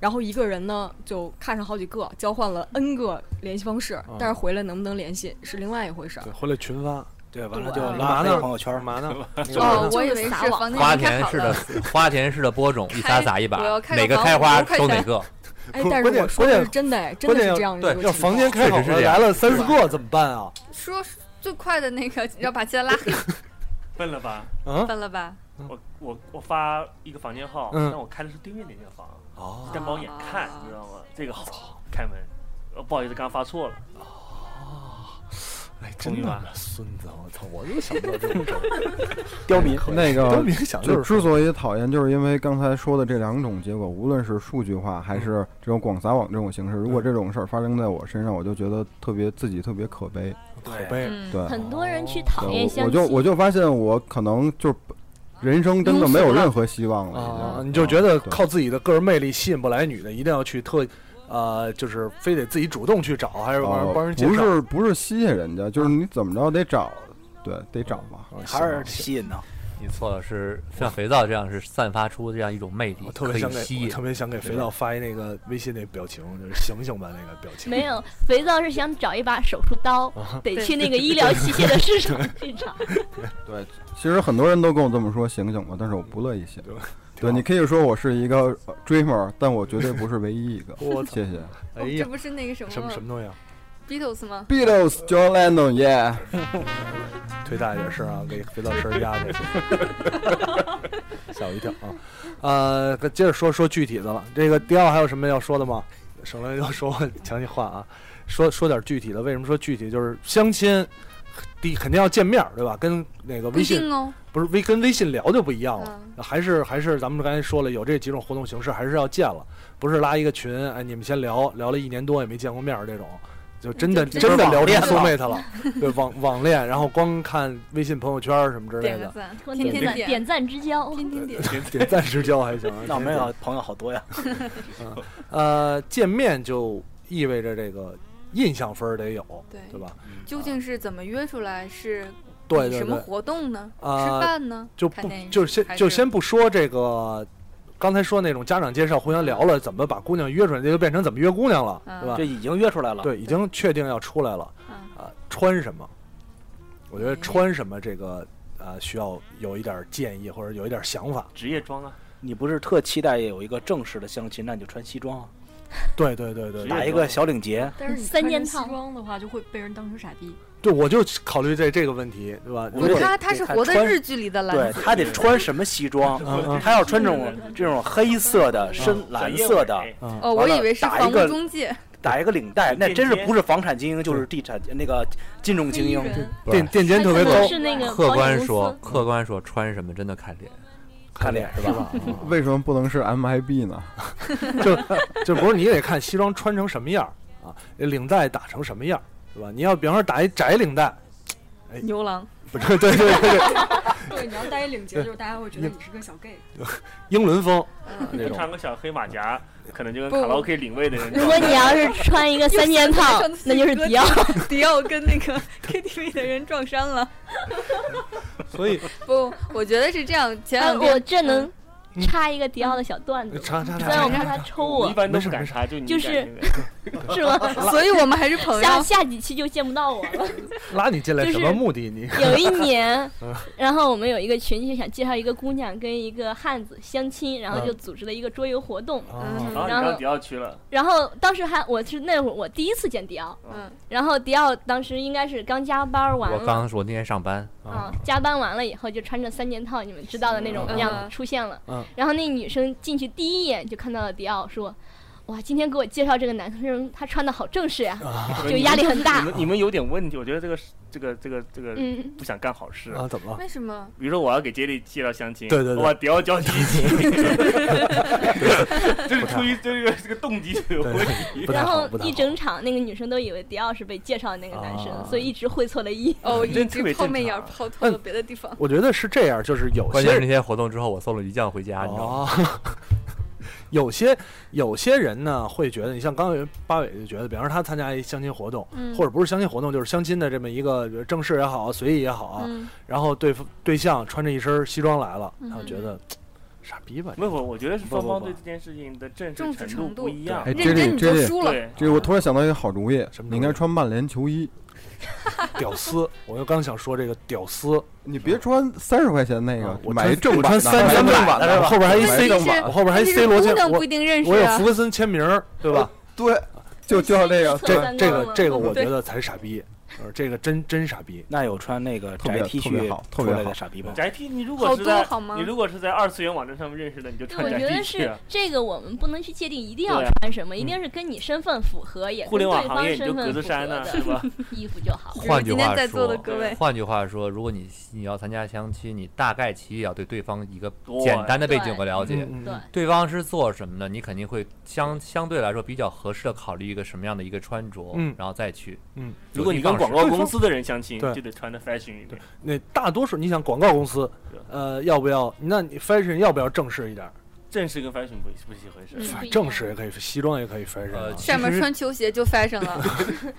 S5: 然后一个人呢，就看上好几个，交换了 N 个联系方式
S2: 嗯，
S5: 但是回来能不能联系是另外一回事儿
S2: 对，。 回来群发
S1: 对，完了
S5: 对
S1: 就
S5: 啊
S1: 拉
S2: 干嘛
S1: 黑
S2: 呢
S1: 朋友圈
S2: 干
S1: 嘛。
S2: 嘛呢？
S4: 哦，
S5: 就是
S4: 我以为是
S5: 撒网
S4: 房间
S8: 花
S4: 已经看
S8: 田
S4: 好
S8: 式
S4: 了
S8: 的。 花田式的播种，一撒
S4: 开
S8: 撒一把
S4: 我要，开个
S8: 哪个
S4: 房
S8: 开
S4: 五
S8: 花
S4: 十块
S8: 收哪
S4: 钱
S8: 个。
S5: 哎
S2: 不，是
S5: 但
S2: 关
S5: 是
S2: 键
S5: 我说
S2: 关
S5: 的
S2: 键
S5: 是真的，哎，真的
S2: 关键
S5: 是这样一
S8: 对
S5: 个情况。
S2: 要房间开好
S8: 确实是
S2: 了，
S8: 这样
S2: 来了三四个怎么办啊？
S4: 说最快的那个要把其他拉黑
S3: 笨了吧？
S2: 啊？
S4: 分了吧？
S3: 我我我发一个房间号，
S2: 嗯
S3: 但我开的是对面那间房，
S2: 哦，
S3: 单猫眼看，你知道吗？这个好开门，呃，不好意思，刚刚发错了。
S2: 哦哎，
S3: 同意
S2: 真
S3: 吧
S2: 的孙子，我操，我就想不到这种事儿，
S1: 刁民，
S7: 那
S2: 都
S7: 个
S2: 没想
S7: 就
S2: 就是
S7: 之所以讨厌，就是因为刚才说的这两种结果，无论是数据化还是这种广撒网这种形式，如果这种事儿发生在我身上，我就觉得特别自己特别可悲。
S2: 口碑，
S4: 嗯，
S7: 对，
S6: 很多人
S2: 哦
S6: 去讨厌
S7: 对我
S6: 相
S7: 我
S6: 亲，
S7: 就我就发现我可能就是人生真的没有任何希望了，已
S2: 啊，
S7: 经。
S2: 你就觉得
S7: 对
S2: 靠自己的个人魅力吸引不来女的，一定要去特，呃，就是非得自己主动去找，还是帮
S7: 哦
S2: 人帮人介
S7: 不
S2: 绍？
S7: 是不是吸引人家，就是你怎么着得找，对，得找吧。
S2: 啊
S1: 还是吸引呢。
S8: 你错了，是像肥皂这样是散发出这样一种魅力
S2: 我，特
S8: 可
S2: 别
S8: 以
S2: 想
S8: 吸
S2: 给，我
S8: 引
S2: 特。别想给肥皂发一那个微信那表情，就是醒醒吧那个 表情。
S6: 没有肥皂是想找一把手术刀，
S2: 啊
S6: 得去那个医疗器械的市场去找。
S7: 对，其实很多人都跟我这么说，醒醒吧，但是我不乐意醒
S2: 对。
S7: 对，你可以说我是一个呃 dreamer，但我绝对不是唯一一个。
S2: 我操
S7: 谢谢。
S2: 哎
S4: 这
S2: 呀，
S4: 不是那个什
S2: 什
S4: 么
S2: 么
S4: 吗
S2: 什么东西啊？
S4: Beatles 吗？
S7: Beatles John Lennon，yeah。
S2: 推大也是啊，给肥皂身儿压下去，吓我一跳啊！呃，接着说说具体的了。这个迪奥还有什么要说的吗？省略要说强行话啊，说说点具体的。为什么说具体？就是相亲，第一肯定要见面儿，对吧？跟那个
S4: 不
S2: 微
S4: 一
S2: 信
S4: 定哦，
S2: 不是微跟微信聊就不一样了，
S4: 嗯
S2: 还是还是咱们刚才说了，有这几种活动形式，还是要见了，不是拉一个群，哎，你们先聊聊了一年多也没见过面儿这种，就真的
S4: 就
S2: 真的聊
S1: 网
S2: 成
S1: 恋了
S2: soul mate 了， 对网网恋，然后光看微信朋友圈儿什么之类
S4: 点个
S2: 的，
S4: 赞，
S6: 我
S4: 天
S6: 点
S4: 天
S6: 赞
S4: 点
S6: 点赞之交，
S4: 天天点，
S2: 点赞之交还行啊，
S1: 那我们有朋友好 多呀，
S2: 呃见面就意味着这个印象分儿得有，
S4: 对
S2: 对吧？
S1: 嗯
S4: 究竟是怎么约出来？是
S2: 对
S4: 以
S2: 对
S4: 什么
S2: 对，
S4: 活动呢？
S2: 啊
S4: 吃饭呢？
S2: 就
S4: 看
S2: 不
S4: 电影
S2: 就是
S4: 还
S2: 先就是先不说这个。刚才说那种家长介绍，互相聊了怎么把姑娘约出来，这就变成怎么约姑娘了，对吧？
S1: 这已经约出来了。
S2: 对，已经确定要出来了
S4: 嗯
S2: 啊、穿什么？我觉得
S4: 哎
S2: 穿什么这个啊、需要有一点建议或者有一点想法。
S3: 职业装啊，
S1: 你不是特期待有一个正式的相亲，那你就穿西装啊，
S2: 对对对对
S3: 职业
S1: 打一
S3: 装
S1: 个小领结。
S5: 但是你
S6: 三
S5: 穿
S6: 件
S5: 成西
S6: 套
S5: 装的话，就会被人当成傻逼。
S2: 对，我就考虑这这个问题，对吧？
S1: 我觉
S2: 如果
S1: 得
S4: 他
S1: 得
S4: 他是
S1: 看
S4: 活在
S1: 穿
S4: 日剧里的
S1: 对
S4: 蓝色，
S1: 他得穿什么西 装？
S2: 嗯嗯
S1: 他要穿这种这种黑色的、深蓝色的，
S2: 嗯
S4: 哦，我
S1: 完了
S4: 以为是
S1: 打
S4: 房
S1: 一
S4: 屋
S1: 个
S4: 中介，
S1: 打一个领带，那真是不是房产精英就是地产那个金融精英
S5: 黑衣。人
S8: 不
S2: 垫
S8: 是
S2: 垫肩特别
S6: 可
S2: 高，
S6: 能是那个
S8: 客
S6: 保险
S8: 观
S6: 公
S8: 说
S6: 司，嗯
S8: 客观说穿什么真的看脸。
S1: 看脸
S2: 是吧？
S7: 为什么不能是 MIB 呢？
S2: 就就不是你得看西装穿成什么样儿啊，领带打成什么样儿，对吧？你要比方说打一窄领带，哎
S4: 牛 郎，
S2: 不是对对对对，
S5: 对，你要戴一领结，
S2: 对
S5: 就是大家会觉得你是个小 gay。
S2: 英伦风啊
S4: 嗯
S2: 那种。
S3: 穿个小黑马甲，可能就跟
S4: 不
S3: 卡拉 OK 领位的人。
S6: 如果你要是穿一个三件套
S4: 又，
S6: 那就是迪奥。
S4: 迪奥跟那个 KTV 的人撞衫了。
S2: 所以
S4: 不，我觉得是这样。前
S6: 啊
S4: 两
S6: 我这
S4: 天嗯
S6: 能插一个迪奥的小段子，
S2: 嗯 插插插
S6: 虽然我怕他抽
S3: 我
S6: 我
S3: 一，般都
S2: 没事
S3: 不敢
S2: 没事
S3: 查，就你
S6: 就是
S3: 敢那个
S6: 是 吗？
S4: 所以我们还是朋友。
S6: 下下几期就见不到我了。
S2: 拉你进来
S6: 就是
S2: 什么目的？你
S6: 有一年，
S2: 嗯
S6: 然后我们有一个群就想介绍一个姑娘跟一个汉子相亲，
S2: 嗯
S6: 然后就组织了一个桌游活动。
S2: 啊，
S6: 然
S3: 然后你
S6: 后
S3: 到迪奥去了，
S6: 然后当时还我是那会儿我第一次见迪奥，
S4: 嗯，
S6: 然后迪奥当时应该是刚加班完
S8: 我
S6: 了，
S8: 刚我那天上班，
S6: 啊，加班完了以后就穿着三件套，你们知道的那种
S4: 嗯
S6: 样
S4: 嗯
S6: 子出现了。
S2: 嗯
S6: 然后那女生进去第一眼就看到了迪奥，说：“哇，今天给我介绍这个男生，他穿的好正式呀、
S2: 啊
S6: 就压力很
S3: 啊你
S6: 大。
S3: 们你们有点问题，我觉得这个是这个这个这个
S6: 嗯，
S3: 不想干好事。
S2: 啊，怎么了？
S4: 为什么？
S3: 比如说我要给杰里介绍相亲，
S2: 对对对
S3: 我把迪奥 叫进去，这是出于这个这个动机有问题。
S2: 不太
S6: 然
S2: 好
S6: 后
S2: 不太
S6: 一
S2: 好
S6: 整场那个女生都以为迪奥是被介绍的那个男生，
S2: 啊
S6: 所以一直会错了意。
S4: 哦，
S3: 这特别
S4: 后面
S3: 正
S4: 眼
S3: 常
S4: 儿抛到了别的地方。
S2: 我觉得是这样，就是有
S8: 关键
S2: 些
S8: 是那天活动之后，我送了鱼酱回家，你知道吗？
S2: 哦， 有些有些人呢会觉得，你像刚才八尾就觉得，比方说他参加一相亲活动，
S4: 嗯
S2: 或者不是相亲活动，就是相亲的这么一个正式也好，随意也好啊，
S4: 嗯
S2: 然后对方对象穿着一身西装来了，
S4: 嗯
S2: 他觉得嘖傻逼吧，
S3: 没有，我觉得是
S2: 不
S3: 双
S2: 不不
S3: 方对这件事情的正
S4: 重
S3: 视
S4: 视
S3: 程
S4: 程
S3: 不
S4: 度
S3: 一样
S7: 哎。
S4: 认真你就
S7: Jelly，Jelly，
S4: 输了。
S3: 对，
S7: 这个我突然想到一个好主意
S2: 什，么主意
S7: 你应该穿曼联球衣，
S2: 屌丝！我就刚想说这个屌丝，
S7: 你别穿三十块钱那个
S2: 啊，我
S7: 买一
S2: 穿
S7: 正
S2: 我
S7: 版
S2: 穿
S7: 的，
S2: 三
S7: 买一
S2: 三
S7: 正版
S2: 的，
S7: 的
S2: 我后边还一
S4: 问
S2: C
S4: 题
S2: 正
S4: 是
S2: 版，我后边还一 C 罗
S4: 问题
S2: 签
S4: 是姑，娘不
S2: 我
S4: 一定认识
S2: 我有
S4: 啊
S2: 福。格森签名儿，对吧？
S7: 对，就就要这个，
S6: 这
S2: 这这
S6: 三张
S2: 个
S6: 了
S2: 这个我
S4: 对
S2: 觉得才是傻逼，呃这个真真傻逼。
S1: 那有穿那个
S7: 特
S1: 宅
S7: 别
S1: T
S7: 特别
S1: 恤
S7: 好特
S1: 出
S7: 别
S1: 来
S7: 好
S1: 的傻逼吗？
S3: 宅 T，你如
S4: 好
S3: 果是
S4: 多
S3: 在
S4: 好吗
S3: 你如果是在二次元网站上面认识的，你就
S6: 对
S3: 穿
S6: 我
S3: 宅
S6: 觉得
S3: T 去
S6: 是
S3: 啊。
S6: 这个，我们不能去界定一定要
S3: 对啊
S6: 穿什么，一定是跟你身份符合，也
S3: 互
S6: 跟
S3: 联
S6: 对
S3: 网行
S6: 方
S3: 业你就
S6: 身
S3: 格
S6: 份符
S3: 子
S6: 合
S3: 衫呢，
S6: 的
S3: 是吧？
S6: 衣服就好。
S8: 换句
S4: 今天
S8: 话
S4: 在座的
S8: 说，啊
S4: 各位，
S8: 换句话说，如果你你要参加相亲，你大概其也要对对方一个简单的背景和了解。
S2: 嗯
S6: 对，
S8: 对方是做什么的，你肯定会相相对来说比较合适的考虑一个什么样的一个穿着，
S2: 嗯
S8: 然后再去。
S2: 嗯，
S3: 如果你跟广告公司的人相亲，就
S4: 嗯
S3: 得穿的 fashion 一点。
S2: 那大多数你想广告公司
S3: 对，
S2: 呃，要不要？那你 fashion 要不要正式一点？哎
S3: 正式跟 fashion 不不是一回事。
S6: 嗯不一样
S2: 正式也可以，西装也可以 fashion 啊。
S8: 呃
S4: 上面
S8: 其实
S4: 穿球鞋就 fashion 了。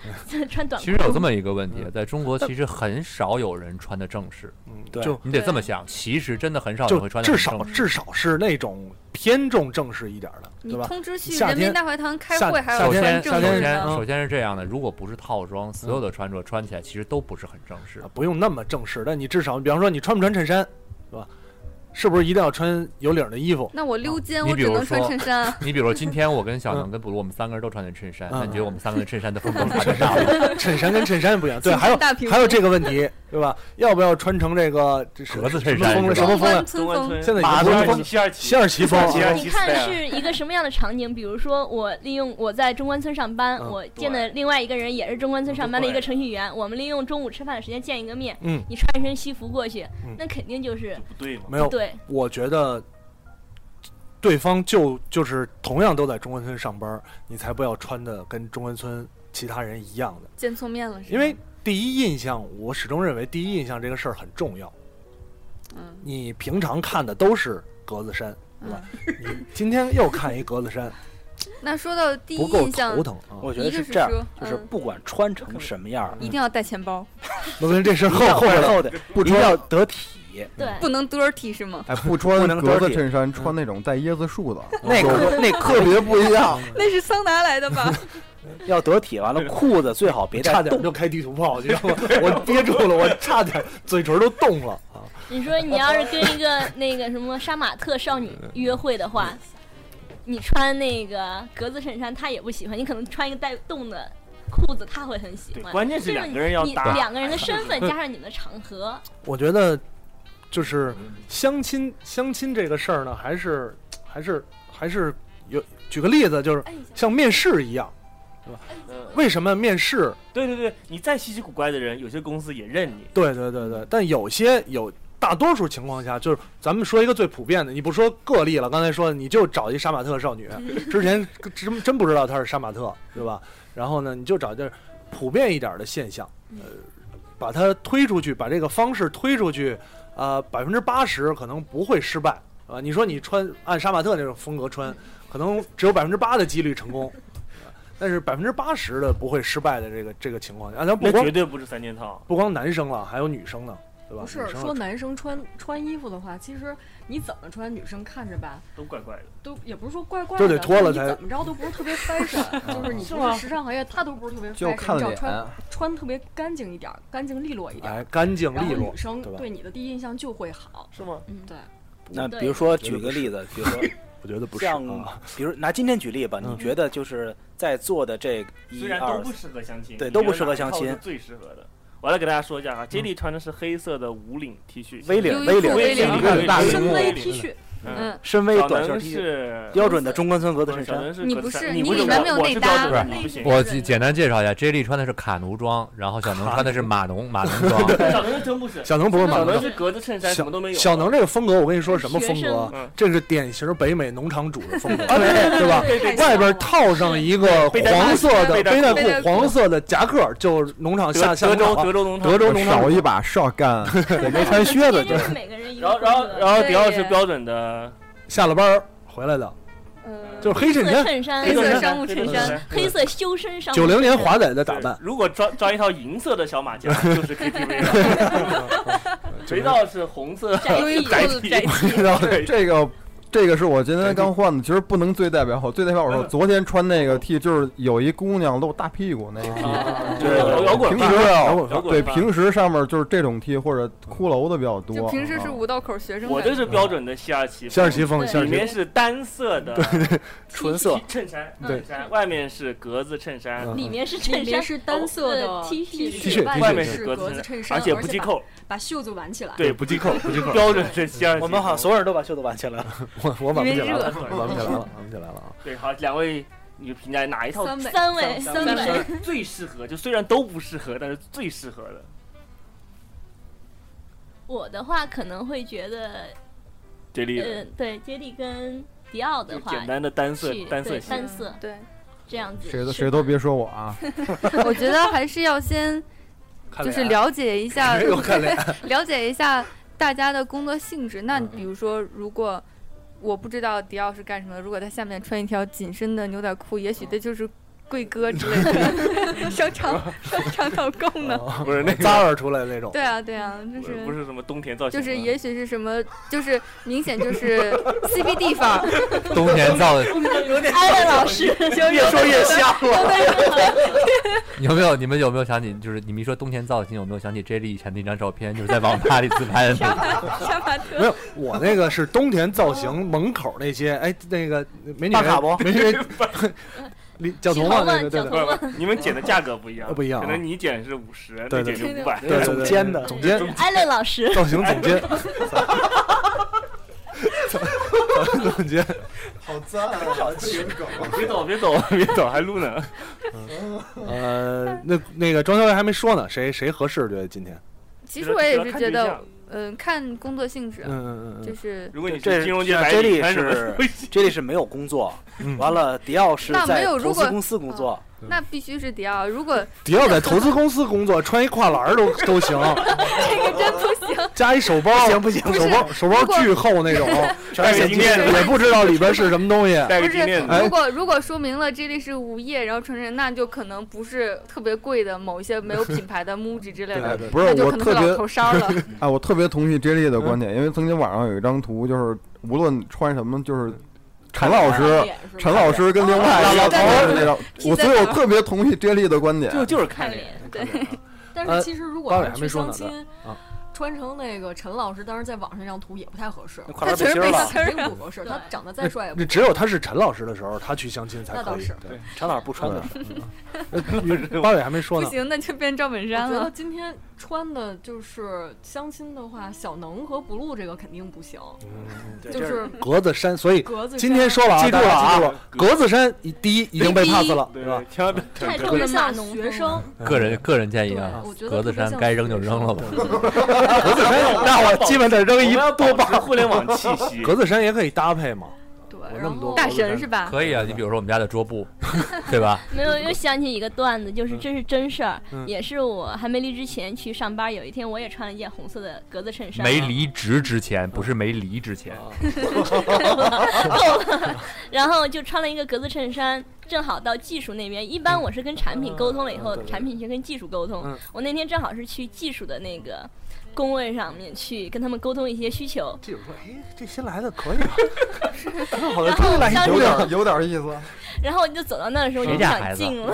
S6: 穿短裤。
S8: 其实有这么一个问题，
S3: 嗯
S8: 在中国其实很少有人穿的正式，
S2: 嗯
S1: 对
S2: 就
S8: 你得这么想，其实真的很少人会
S2: 就
S8: 穿的正
S2: 至少
S8: 式。
S2: 至少是那种偏重正式一点的，
S4: 你
S2: 对吧？
S4: 通知去
S2: 夏
S4: 人
S2: 天
S4: 民大会堂开
S2: 夏
S4: 会，还要
S2: 夏
S8: 首
S2: 天
S8: 先，
S4: 穿
S8: 首
S4: 正
S2: 夏
S4: 式嗯
S2: 天
S8: 先，
S4: 呢。
S8: 首先是这样的，如果不是套装，所有的穿着穿起来其实都不是很正式
S3: 嗯
S2: 啊。不用那么正式，但你至少，比方说你穿不穿衬衫，对吧？是不是一定要穿有领儿的衣服？
S4: 那我溜肩，
S8: 你
S4: 我
S8: 比
S4: 只
S8: 如
S4: 能穿
S8: 说
S4: 衬衫啊。
S8: 你比如说，今天我跟 小
S2: 嗯
S8: 能跟布鲁，我们三个人都穿的衬衫，那
S2: 嗯
S8: 你觉得我们三个人衬衫的风格差多大
S3: 嗯
S8: 吗？
S2: 衬衫跟衬衫不一样，对，还有
S4: 大屏幕
S2: 还有这个问题，对吧？要不要穿成这个这是
S8: 格子
S2: 什
S8: 衬衫是
S2: 么风了？什
S8: 吧
S2: 么
S4: 中
S2: 风了啊
S4: 关？村
S3: 中关
S4: 风
S3: 村
S2: 现在
S3: 马
S2: 已经
S3: 二
S2: 不是
S3: 旗、西二
S2: 西
S3: 旗，
S2: 二旗风啊，
S3: 西二
S6: 你
S3: 旗
S6: 看
S3: style
S6: 是一个什么样的场景？比如说，我利用我在中关村上班，
S2: 嗯
S6: 我见的另外一个人也是中关村上班的一个程序员，我们利用中午吃饭的时间见一个面。
S2: 嗯，
S6: 你穿一身西服过去，
S2: 嗯
S6: 那肯定就是
S3: 就不对嘛。
S2: 没有，
S6: 对，
S2: 我觉得对方就就是同样都在中关村上班儿，你才不要穿的跟中关村其他人一样的，
S4: 见错面了是吧？
S2: 因为第一印象，我始终认为第一印象这个事儿很重要。
S4: 嗯
S2: 你平常看的都是格子衫，对吧
S4: 嗯，
S2: 你今天又看一格子衫，
S4: 那说到第一
S2: 不够
S4: 印象
S2: 头，疼啊！
S1: 我觉
S4: 一个
S1: 得是
S4: 是
S1: 这样
S4: 说，
S1: 就是嗯
S4: 嗯
S1: 不管穿成什么样儿，
S4: 一定要带钱包，
S2: 那不是嗯这事儿后后
S1: 后
S2: 来
S1: 后的一定要得体。
S6: 对，
S4: 不能 dirty 是吗？
S7: 哎，不
S1: 不
S7: 穿
S1: 能
S7: 格子
S1: dirty
S7: 衬衫，穿那种带椰子树的，
S1: 那可那
S7: 特
S1: 可
S7: 别不一样。
S4: 那是桑拿来的吧？
S1: 要得体，完了裤子最好别带
S2: 差点
S1: 洞。
S2: 就开地图炮，你知道 吗？我憋住了，我差点嘴唇都冻了啊！
S6: 你说你要是跟一个那个什么杀马特少女约会的话，你穿那个格子衬衫，她也不喜欢，你可能穿一个带洞的裤子，她会很喜
S3: 对，
S6: 欢。
S3: 关键
S6: 这
S3: 是
S6: 种
S3: 两个人要
S6: 你
S3: 搭。
S6: 两个人的身份加上你们的场合，
S2: 我觉得就是相亲，相亲这个事儿呢，还是还是还是有举个例子，就是
S6: 摁一下。
S2: 像面试一样，
S4: 哎
S3: 嗯
S2: 为什么面试？
S3: 对对对，你再稀奇古怪的人，有些公司也认你。
S2: 对对对对，但有些有。大多数情况下，就是咱们说一个最普遍的，你不说个例了。刚才说的，你就找一杀马特少女，
S6: 嗯
S2: 之前 真真不知道她是杀马特，对吧？然后呢，你就找就是普遍一点的现象，呃，把它推出去，把这个方式推出去，啊，百分之八十可能不会失败，啊、你说你穿按杀马特那种风格穿，可能只有百分之八的几率成功，啊但是百分之八十的不会失败的这个这个情况下，啊，咱不
S3: 那
S2: 光
S3: 绝对不是三件套，
S2: 不光男生了，还有女生呢，对吧？
S5: 不
S2: 女
S5: 是
S2: 生啊要
S5: 说男生穿穿衣服的话，其实你怎么穿，女生看着吧，
S3: 都怪怪的。
S5: 都也不是说怪怪
S2: 就
S5: 的，
S2: 得脱了
S5: 你
S2: 才
S5: 怎么着都不是特 别 fashion，就是你
S3: 是
S5: 不
S3: 吗
S5: 是时尚行业，他都不是特别 fashion，
S7: 就看
S5: 你只要
S7: 脸，
S5: 穿穿特别干净一点儿，干净利落一点儿，
S2: 哎干净
S5: 然
S2: 利
S5: 后
S2: 落
S5: 女，生
S2: 对吧
S5: 对你的第一印象就会好。
S3: 是吗？
S5: 嗯，对，
S1: 那
S6: 对
S1: 比如说举个例子，比如 说
S2: 我觉得不是
S1: 像
S2: 啊。，
S1: 比如拿今天举例吧，你
S2: 嗯
S1: 觉得就是在座的这一
S3: 虽然都
S1: 二
S3: 不适合相亲，
S1: 对
S3: 你
S1: 都
S3: 觉得
S1: 不适合
S3: 哪一
S1: 相
S3: 套是
S1: 亲
S3: 最适合的。我来给大家说一下啊，J D 穿的是黑色的无领 T 恤，
S1: 微领
S4: 优衣
S1: 微
S4: 库
S1: 领
S4: 微领
S3: 微领
S7: 大
S3: 微
S7: 屏
S5: 深
S7: 幕
S5: 微 T 恤，
S3: 嗯，
S4: 嗯，
S1: 深 V
S3: 小
S1: 短袖
S3: 能
S1: T 恤，
S3: 是
S1: 标准的中关村格子衬
S3: 小
S1: 衫，
S3: 能是
S4: 你
S3: 格
S4: 不
S3: 子
S4: 是
S3: 衫
S4: 你
S3: 不
S4: 里
S3: 是
S4: 面
S3: 我
S4: 没有
S3: 我
S4: 内
S3: 是标
S4: 搭
S3: 准的，
S8: 内
S3: 你不行。
S8: 我简简单介绍一下，J 莉穿的是卡奴装，然后小能穿的是码农码农装。
S3: 小能是真不是，
S2: 小能不是马
S3: 小
S2: 龙
S3: 能，是格子衬衫，什么都没有。
S2: 小能这个风格，我跟你说什么
S6: 学
S2: 风格
S6: 生
S2: 啊
S3: 嗯？
S2: 这是典型北美农场主的风格，
S1: 对
S2: 对吧？
S5: 太像
S2: 外边
S5: 了
S2: 套上一个
S3: 背带裤
S2: 黄色的
S3: 背带
S2: 背
S3: 裤
S2: 带
S4: 背带
S2: 裤、
S4: 裤
S2: 黄色的夹克，就是农场
S3: 德
S2: 下下
S3: 德
S2: 农
S3: 州
S2: 场
S3: 德
S2: 啊
S3: 州农场
S2: 德州农场
S7: 少
S2: 主
S7: 一把哨 干，
S2: 我没穿靴子，就
S6: 就是是每个人一个
S3: 然后，然后，
S6: 风格
S3: 然后迪奥
S4: 对
S3: 是标准的
S2: 下了班儿回来的，
S4: 呃
S2: 就是黑衬
S6: 黑色衬
S2: 衫，
S6: 衫、
S3: 黑色
S4: 色
S3: 衬
S4: 商务
S3: 黑
S4: 衬
S3: 色
S4: 衫
S3: 衫，
S6: 黑色修身商务
S2: 九零年
S6: 衬衫
S2: 华仔的打扮
S3: 对。如果抓抓一套银色的小马甲，就是 KTV 了。肥皂是红色
S6: 窄
S4: 优衣
S6: 体
S4: 库
S3: 窄
S4: 的
S3: 体
S4: 窄 体，
S3: 对，
S7: 这个这个是我今天刚换的，其实不能最代表我，最代表我是我昨天穿那个 T，就是有一姑娘露大屁股那个 T，
S3: 就是摇摇滚
S7: 平时
S3: 范儿
S7: 啊
S2: 摇滚
S3: 摇滚
S7: 对
S3: 范儿
S7: 平时上面就是这种 T 或者骷髅的比较多
S4: 就
S7: 啊，
S4: 平时是五道口学生
S3: 我
S4: 感
S3: 这
S4: 觉。
S3: 是标准的西二旗，
S2: 夏尔奇风，
S6: 对
S2: 夏尔
S3: 里
S2: 奇
S3: 面是单色的
S1: 纯色
S3: 皮衬衫，
S6: 嗯
S2: 对
S3: 衬衫外面是格子衬衫，
S2: 嗯
S6: 里面是
S5: 里
S6: 衬
S5: 面
S6: 衫，
S5: 是单色的
S6: 哦呃 T 恤
S2: T 恤
S5: 外
S3: 外
S5: 面
S3: 面
S5: 是
S3: 是
S5: 格
S3: 格
S5: 子衬衫，
S3: 而且不系
S5: 把，
S3: 扣，
S5: 把袖子挽起来。
S3: 对，
S2: 不 系扣，不系 扣，
S3: 标准的西二旗。
S1: 我们好像所有人都把袖子挽起 来了，
S2: 我我挽不起
S3: 因
S2: 来了，
S3: 为热
S2: 挽不起来了，挽不起来了啊！
S3: 对，好，两位你评价哪一套
S4: 三美
S6: 三位
S4: 三
S6: 位
S4: 美
S3: 三美最适合？就虽然都不适合，但是最适合的。
S6: 我的话可能会觉得，
S3: 这里
S6: 嗯、对，接力跟迪奥的
S3: 就
S6: 话，
S3: 简单的单色
S6: 去
S3: 单
S6: 对
S3: 色系，
S6: 单色
S4: 对，
S6: 这样子，
S7: 谁都谁都别说我 啊，
S4: 我觉得还是要先
S2: 看
S4: 就是
S2: 脸
S4: 了解一下
S2: 又看脸，
S4: 了解一下大家的工作性质。那比如说，如果我不知道迪奥是干什么的，如果他下面穿一条紧身的牛仔裤，也许这就是贵哥之类的 商场商场导购呢。
S3: 不是那个
S2: 哦扎耳出来那种，
S4: 对啊，对啊，就
S3: 不是不
S4: 是。
S3: 是什么冬田造型
S4: 就
S3: 吗，
S4: 是，也许是什么，就是明显就是 CBD 范儿，
S8: 冬天造的，
S3: 有点
S6: 艾文老师，
S3: 越说越像了。
S8: 有没有？你们有没有想起？就是你们一说冬天造型，有没有想起 J 莉以前那张照片？就是在网吧里自拍的那
S4: 杀
S8: 个。
S4: 马杀马
S2: 没
S4: 特，
S2: 有，我那个是冬天造型，门口那些，哎，那个美女
S1: 办卡不？
S2: 美 女 李小童嘛，那个对
S6: 小童
S2: 对
S3: 不是不 是你们减的价格不一样，
S2: 不一样啊
S3: 可能你减是五十，
S2: 对
S3: 那
S2: 对
S3: 减是五百。
S2: 对
S1: 总监的
S2: 总监
S6: 艾伦哎老师，
S2: 造型总监， 总监，
S7: 好赞啊，好情梗，
S3: 别走别走别走，还录呢。
S2: 呃，那那个庄小薇还没说呢，谁谁合适？觉得今天，
S4: 其实我也是
S3: 看
S4: 觉
S3: 对
S4: 得
S3: 象，
S4: 嗯，看工作性质啊
S2: 嗯，嗯嗯
S4: 就
S2: 嗯，
S4: 是
S3: 如果你
S1: 这
S3: 是金融界
S1: 啊这
S3: 白
S1: 这
S3: 领，
S1: 里
S3: 穿什么
S1: 是
S3: 都行
S1: 这里是没有工作
S2: 嗯，
S1: 完了迪奥是
S4: 那
S1: 在
S4: 没有
S1: 投
S4: 如
S1: 资
S4: 果啊
S1: 公司工作，
S4: 那必须是迪奥。如果
S2: 迪奥在投资公司工作，穿一跨栏儿都都行，
S4: 这个真不行，
S2: 加一手包，
S1: 不行不行，
S4: 不是
S2: 手包手包巨厚那种，
S1: 全是现
S3: 带个金
S1: 金
S3: 链子
S2: 也不知道里边是什么东西。
S3: 戴
S4: 不
S3: 个
S4: 是
S3: 金链子，
S2: 哎
S4: 如果如果说明了这里是午夜，然后纯人，那就可能不是特别贵的某一些没有品牌的 MUJI 之类的，
S2: 对
S7: 不是
S4: 那就
S7: 我
S4: 可能
S7: 特
S4: 是老
S7: 别
S4: 头烧 了。嗯
S7: 啊，我特别同意 J 莉的观点，因为曾经网上有一张图，就是无论穿什么，就是陈老师，
S5: 脸是吧
S7: 陈老师跟另外一个就是那张，我所以我特别同意 J 莉的观点，
S3: 就就是
S6: 看
S3: 看
S6: 脸，
S4: 对，
S5: 但
S2: 呃
S5: 是其实如果
S2: 八尾
S5: 要
S2: 还
S5: 去
S2: 没说
S5: 相
S2: 呢
S5: 亲
S2: 啊，
S5: 穿成那个陈老师当时在网上那张图也不太合适
S1: 那，跨
S4: 他
S1: 栏
S4: 确实
S1: 背
S4: 没
S1: 心儿
S4: 啥
S1: 了
S4: 词，
S5: 谁
S4: 儿
S5: 也。 不合适，他长得再帅也不
S2: 那只有他是陈老师的时候，他去相亲才
S5: 那倒
S2: 可以
S5: 是。
S2: 对
S1: 陈老师不穿
S2: 嗯
S1: 的，
S2: 八尾还没说
S4: 不
S2: 呢，
S4: 行， 那就变赵本
S5: 我
S4: 山
S5: 觉得
S4: 了。
S5: 今天穿的就是相亲的话，小能和不露这个肯定不行，
S1: 对
S5: 就
S1: 这
S5: 是
S2: 嗯格子衫，所以
S5: 格子衫。
S2: 今天说了啊，
S1: 记住
S2: 大家
S1: 了啊
S2: 记住了，格子衫一第一已经被
S4: 第一
S2: pass 了，
S3: 对
S2: 是吧？？
S3: 千万别
S6: 太
S5: 特
S6: 重
S5: 别
S6: 的码
S5: 像
S6: 农
S5: 学生，
S8: 个人个人建
S5: 对
S8: 议啊，，
S5: 我觉得
S8: 格子
S5: 特别
S8: 衫
S5: 像
S8: 该扔就
S5: 学
S8: 扔
S5: 生
S8: 了吧。
S2: 格子衫，那我基本得扔一
S3: 我们要
S2: 多
S3: 保持
S2: 半。
S3: 互联网气息。
S2: 格 子衫也可以搭配嘛，
S5: 对
S2: 我，那
S5: 然
S2: 么多
S5: 后
S4: 大神是吧？
S8: 可以啊，你比如说我们家的 桌布，对吧？
S6: 没有，又想起一个段子，就是这是真事儿，
S2: 嗯
S6: 也是我还没离职前去上班，有一天我也穿了一件红色的格子衬衫，
S8: 没离职之前，不是没
S2: 啊
S8: 离之前，
S6: 然后就穿了一个格子衬衫，正好到技术那边，一般我是跟产品沟通了以后
S2: 嗯嗯对，对
S6: 产品去跟技术沟通
S2: 嗯。
S6: 我那天正好是去技术的那个工位上面去跟他们沟通一些需求，
S2: 这有说，哎，这新来的可以 啊， 挺好的
S6: 然，后当时
S7: 有点有点意思。
S6: 然后我就走到那儿的时候，我就
S8: 谁
S6: 不
S8: 家
S6: 想
S8: 孩子
S6: 进 了，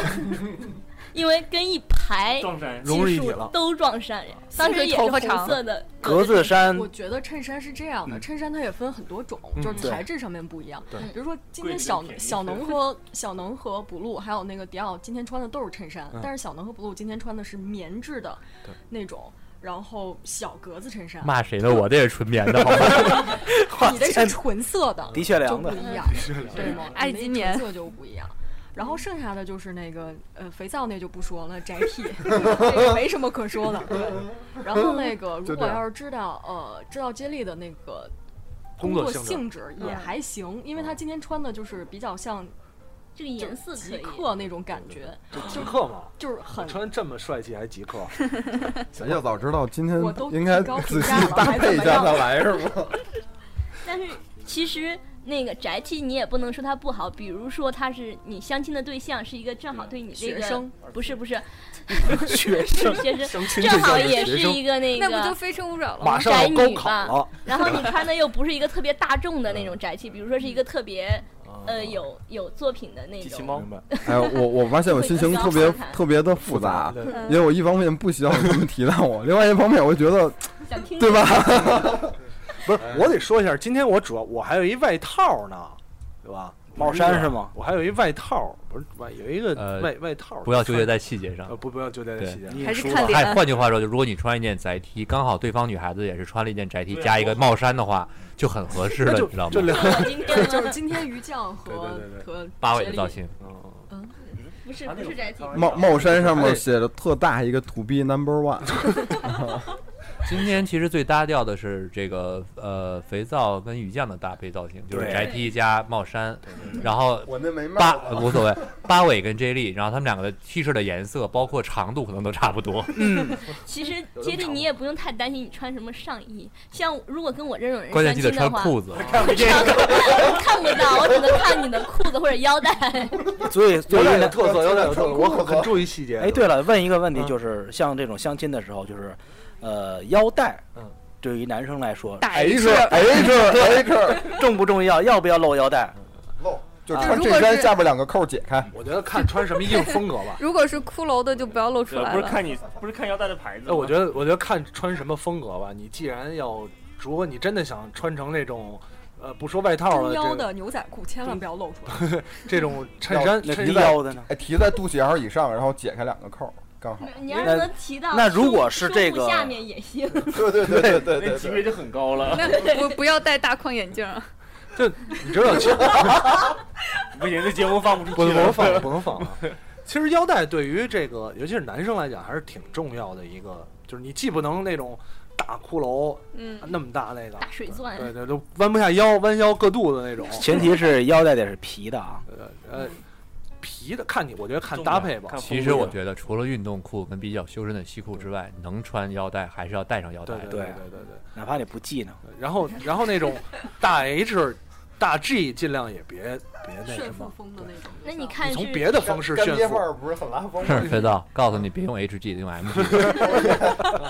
S6: 因为跟一排
S3: 撞衫
S2: 融入一
S6: 技
S2: 体
S6: 术
S2: 了
S6: 都撞衫，
S2: 啊
S6: 当时也是
S4: 头发
S6: 红
S4: 长
S6: 色的
S1: 格子衫
S5: 我觉得衬衫是这样的，
S1: 嗯
S5: 衬衫它也分很多种，
S2: 嗯
S5: 就是
S1: 对
S5: 材质上面不一样。
S2: 对
S5: 比如说今
S3: 贵
S5: 天
S3: 的
S5: 小
S3: 便宜
S5: 小
S3: 的
S5: 能和小能和 blue 还有那个迪奥今天穿的都是衬衫
S2: 嗯，
S5: 但是小能和 blue 今天穿的是棉质的
S2: 对
S5: 那种，然后小格子衬衫，
S8: 骂谁呢？我这是纯棉的，好 吗？
S5: 你那是纯色的，
S1: 的确
S5: 就
S1: 凉
S5: 不
S1: 的，
S5: 一样，对吗？
S4: 埃及棉
S5: 你那纯色就不一样。然后剩下的就是那个呃肥皂那就不说了，宅 T 这个没什么可说的。 对然后那个
S7: 就
S5: 如
S7: 这
S5: 果
S7: 样
S5: 要是知道呃知道接力的那个
S2: 工
S5: 作
S2: 作性质
S5: 性质也
S6: 嗯
S5: 还行，因为他今天穿的就是比较像
S6: 这个颜色可
S5: 极
S6: 以。
S5: 客那种感觉，
S2: 就极客嘛，
S5: 就是很
S2: 穿这么帅气还极客，
S7: 哎呀，早知道今天
S5: 我都
S7: 应该
S5: 提高
S7: 仔
S5: 评
S7: 细
S5: 价了
S7: 搭
S5: 还怎
S7: 配一
S5: 么
S7: 下
S5: 样
S7: 再来，是吗？
S6: 但是其实那个宅 T 你也不能说它不好，比如说他是你相亲的对象是一个正好对你这
S5: 学
S6: 个
S5: 生，
S6: 不是不是
S2: 学生
S6: 学生，
S2: 相亲
S6: 正好
S2: 对象
S6: 也是
S2: 学生，
S6: 一个那
S4: 那不就
S6: 个，
S4: 非诚勿扰了
S2: 马
S4: 吗？
S2: 上要
S6: 宅
S2: 高
S6: 女
S2: 考
S6: 吧
S2: 了，
S6: 然后你穿的又不是一个特别大众 的那种宅 T，比如说是一个特别
S2: 嗯
S6: 呃有有作品的那
S3: 机器
S6: 种。
S3: 猫
S2: 明白？
S7: 哎，我我发现我心情特别特别的复杂，
S2: 对
S7: 因为我一方面不希望他们提到我，另外一方面我觉得
S6: 想听
S7: 对吧？
S2: 不是，我得说一下，今天我主要 我还有一外套呢，对吧？
S1: 帽衫是吗？
S2: 我还有一外套，不是外有一个
S8: 呃
S2: 外外套，
S8: 不要纠结在细节上
S2: 呃。不不要纠结在
S8: 对哎
S2: 细节上。
S1: 你
S4: 还是
S1: 说
S4: 看
S1: 吧
S4: 脸
S8: 还换句话说，就如果你穿一件宅 T，刚好对方女孩子也是穿了一件宅 T
S3: 对啊
S8: 加一个帽衫的话，就很合适了，你
S2: 那就
S8: 知道
S2: 就
S8: 吗？
S2: 两
S6: 我今天
S5: 就
S6: 了
S5: 是今天于酱和
S2: 对对对对
S5: 和
S8: 八尾
S5: 杰
S8: 的
S5: 里
S8: 造型，
S2: 嗯
S6: 不是不是宅 T，
S7: 帽帽衫上
S1: 哎
S7: 面写着特大一个 to be number one，
S8: 今天其实最搭调的是这个呃肥皂跟鱼酱的搭配造型，就是
S2: 对
S8: 宅 T 加帽衫，然后
S7: 我那没
S8: 八呃无所谓，八尾跟 J 莉，然后他们两个的 T 恤的颜色，包括长度可能都差不多。嗯
S6: 其实接力你也不用太担心你穿什么上衣，像如果跟我这种人
S8: 关键
S6: 相
S8: 记得
S6: 亲
S8: 穿
S6: 的话，
S8: 裤子，
S6: 看不到，我只能看你的裤子或者腰带。
S1: 最最
S2: 有点
S1: 应该
S2: 有特色，有点有特色，我很很注意细节。
S1: 哎，对了，问一个问题，
S2: 嗯
S1: 就是像这种相亲的时候，就是呃腰带，
S2: 嗯，
S1: 对于男生来说
S4: 打一
S7: ，H H H，
S1: 重不重要？要不要露腰带？
S2: 嗯
S7: 露，就
S1: 啊
S7: 穿
S4: 如
S7: 这
S4: 果
S7: 衫
S4: 是。
S7: 下边两个扣解开，
S2: 我觉得看穿什么衣服风格吧
S4: 如果是骷髅的就不要露出
S3: 对，
S4: 来
S3: 不是
S4: 了。
S3: 看你，不是看腰带的牌子
S2: 哎，
S3: 吗。
S2: 我觉得我觉得看穿什么风格吧。你既然要，如果你真的想穿成那种，呃，不说外套
S5: 中
S2: 了，
S5: 腰
S2: 这
S5: 的牛仔裤千万不要露出来。
S2: 这种衬衫
S1: 那
S2: 衬
S1: 提
S2: 衫，
S1: 腰的呢？
S7: 哎，提在肚脐眼儿以上，然后解开两个扣，刚好。
S6: 你要是能提到
S1: 那如果
S6: 胸
S1: 是这
S6: 胸部
S1: 个
S6: 下面也行，
S7: 对对对对对
S3: 那级别就很高了，
S4: 那不不要戴大框眼镜啊，
S2: 就你知道，其实
S3: 不行，这节目放不出
S2: 不
S3: 去
S2: 能
S3: 了。
S2: 放了，不能放啊了。 其实腰带对于这个，尤其是男生来讲，还是挺重要的一个，就是你既不能那种大骷髅
S4: 嗯，
S2: 那么大那个，
S6: 打水钻。
S2: 对对，都弯不下腰，弯腰过肚子那种。
S1: 前提是腰带得是皮的啊。
S2: 呃呃，皮的看你，我觉得看
S3: 重
S2: 搭
S3: 量
S2: 配吧
S3: 看。
S8: 其实我觉得除了运动裤跟比较修身的西裤之外，能穿腰带还是要带上腰带
S2: 对
S8: 的。
S1: 对
S2: 对对对对
S1: 哪怕你不系呢，
S2: 对。然后然后那种大 H、大 G 尽量也别别那
S5: 炫
S2: 什
S5: 富
S2: 么，
S5: 风的那种。
S6: 那你看
S2: 你
S6: 是
S2: 从别的方式
S7: 干
S2: 炫
S7: 爹
S2: 富
S7: 范，儿不是很拉风吗？
S8: 是 肥皂，告诉你别用 HG，用 MG。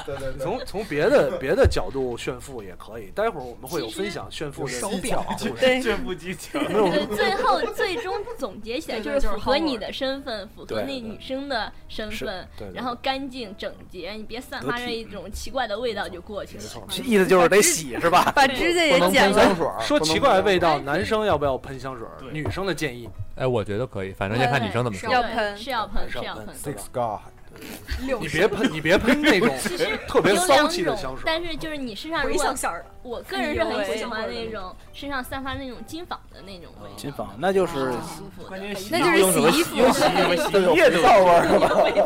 S7: 对对对。
S2: 从从别的别的角度炫富也可以。待会儿我们会有分享炫富的
S7: 手
S2: 技
S7: 表
S2: 巧啊故事
S4: 对，
S3: 这不技巧，
S6: 对，最后最终总结起来就
S5: 对
S6: 是
S5: 对就是
S6: 符合
S5: Howard
S6: 你的身份，符合
S2: 对
S6: 那
S2: 对
S6: 女生的身
S2: 是
S6: 份
S2: 对对，
S6: 然后干净整洁，你别散发
S1: 得
S6: 着
S1: 体
S6: 一种奇怪的味道就过去了。
S1: 意思就是得洗是吧？
S4: 把指甲
S7: 不
S4: 也
S7: 能
S4: 剪
S7: 喷
S4: 了。
S7: 香水儿，
S2: 说
S7: 不能
S2: 奇
S7: 喷
S2: 怪的
S7: 香水
S2: 味
S7: 儿
S2: 道，男生要不要喷香水儿？
S3: 对
S2: 女生的建议，
S8: 哎，我觉得可以，反正就看女生怎么
S5: 是
S6: 嗯
S8: 说
S6: 对。
S4: 要喷
S6: 是要喷，
S2: 是
S6: 是
S2: 要
S6: 要
S2: 喷
S6: 喷。
S2: 对吧
S7: Six God，
S5: 六
S2: 嗯你别喷，你别喷那 种特别
S6: 嗯有
S2: 骚
S6: 两
S2: 气的香
S6: 种，
S2: 水儿。
S6: 但是就是你身上如
S5: 回
S6: 果
S5: 想色儿，哎
S6: 我个人是很喜欢那种身上散发那种金纺的那种味道，
S1: 金纺那就是
S6: 很舒服的。
S4: 那就是洗衣服，
S7: 有肥皂味儿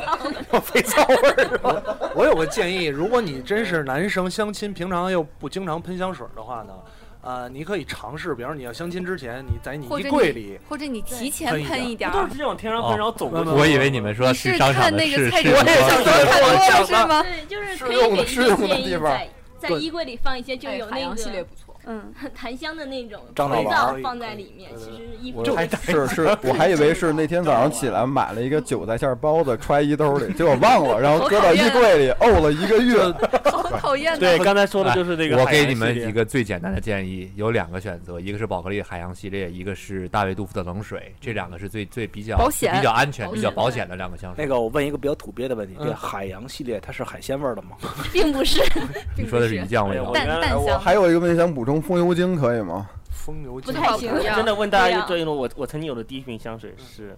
S7: 吧？
S1: 肥皂味儿。
S2: 我有个建议，如果你真是男生相亲，平常又不经常喷香水儿的话呢，呃，你可以尝试，比方说你要相亲之前，你在你
S4: 或
S2: 衣
S4: 者
S2: 柜
S4: 你
S2: 里，
S4: 或者你提前
S2: 喷一
S4: 喷
S2: 点
S4: 一点
S3: 都
S4: 儿
S3: 是。这种天然喷，然后走过去。
S8: 我以为你们说要
S4: 你
S8: 去
S4: 是
S8: 商场
S4: 看
S8: 的
S4: 那
S8: 试
S4: 个菜
S8: 试什
S4: 市场
S8: 么
S4: 多了是吗？
S6: 对，就是
S7: 适
S6: 可以
S7: 用
S6: 给
S7: 的
S6: 一
S7: 适用
S6: 些
S7: 的
S6: 建
S7: 地
S6: 议
S7: 方
S6: 在在衣柜里放一些就有
S5: 哎海
S6: 那
S5: 洋系列
S6: 个
S5: 不错，
S4: 嗯，
S6: 檀香的那种
S1: 樟脑
S6: 肥
S1: 丸
S6: 皂
S1: 儿
S6: 放在里面，其实衣服
S7: 我哎 是是，我
S6: 我
S7: 还以 为是那天早上起来买了一个韭菜馅儿包子，揣衣兜里，结果忘了，然后搁到衣柜里沤了一个月。
S4: 好讨厌的。
S3: 对，刚才说的就是那个。
S8: 啊我给你们一，个最简单的建议，有两个选择，一个是宝格丽的海洋系列，一个是大卫杜夫的冷水，这两个是最最比较
S4: 保险
S8: 比较安全、
S6: 保
S8: 比较
S6: 险
S8: 保险的两个香水。
S1: 那个我问一个比较土鳖的问题，
S2: 嗯
S1: 这海洋系列它是海鲜味儿的吗？
S6: 并不是
S8: 你说的是鱼酱味
S3: 哎
S8: 道
S3: 我，
S4: 淡
S3: 原来
S4: 淡
S7: 我
S4: 香，
S7: 还有一个问题想补充，风油精可 以吗？
S2: 风牛
S6: 不
S2: 精
S6: 太行啊
S4: 不。要
S3: 真的问大
S6: 不
S3: 家
S6: 要
S3: 一这一轮，我我曾经有的第一瓶香
S2: 嗯
S3: 水是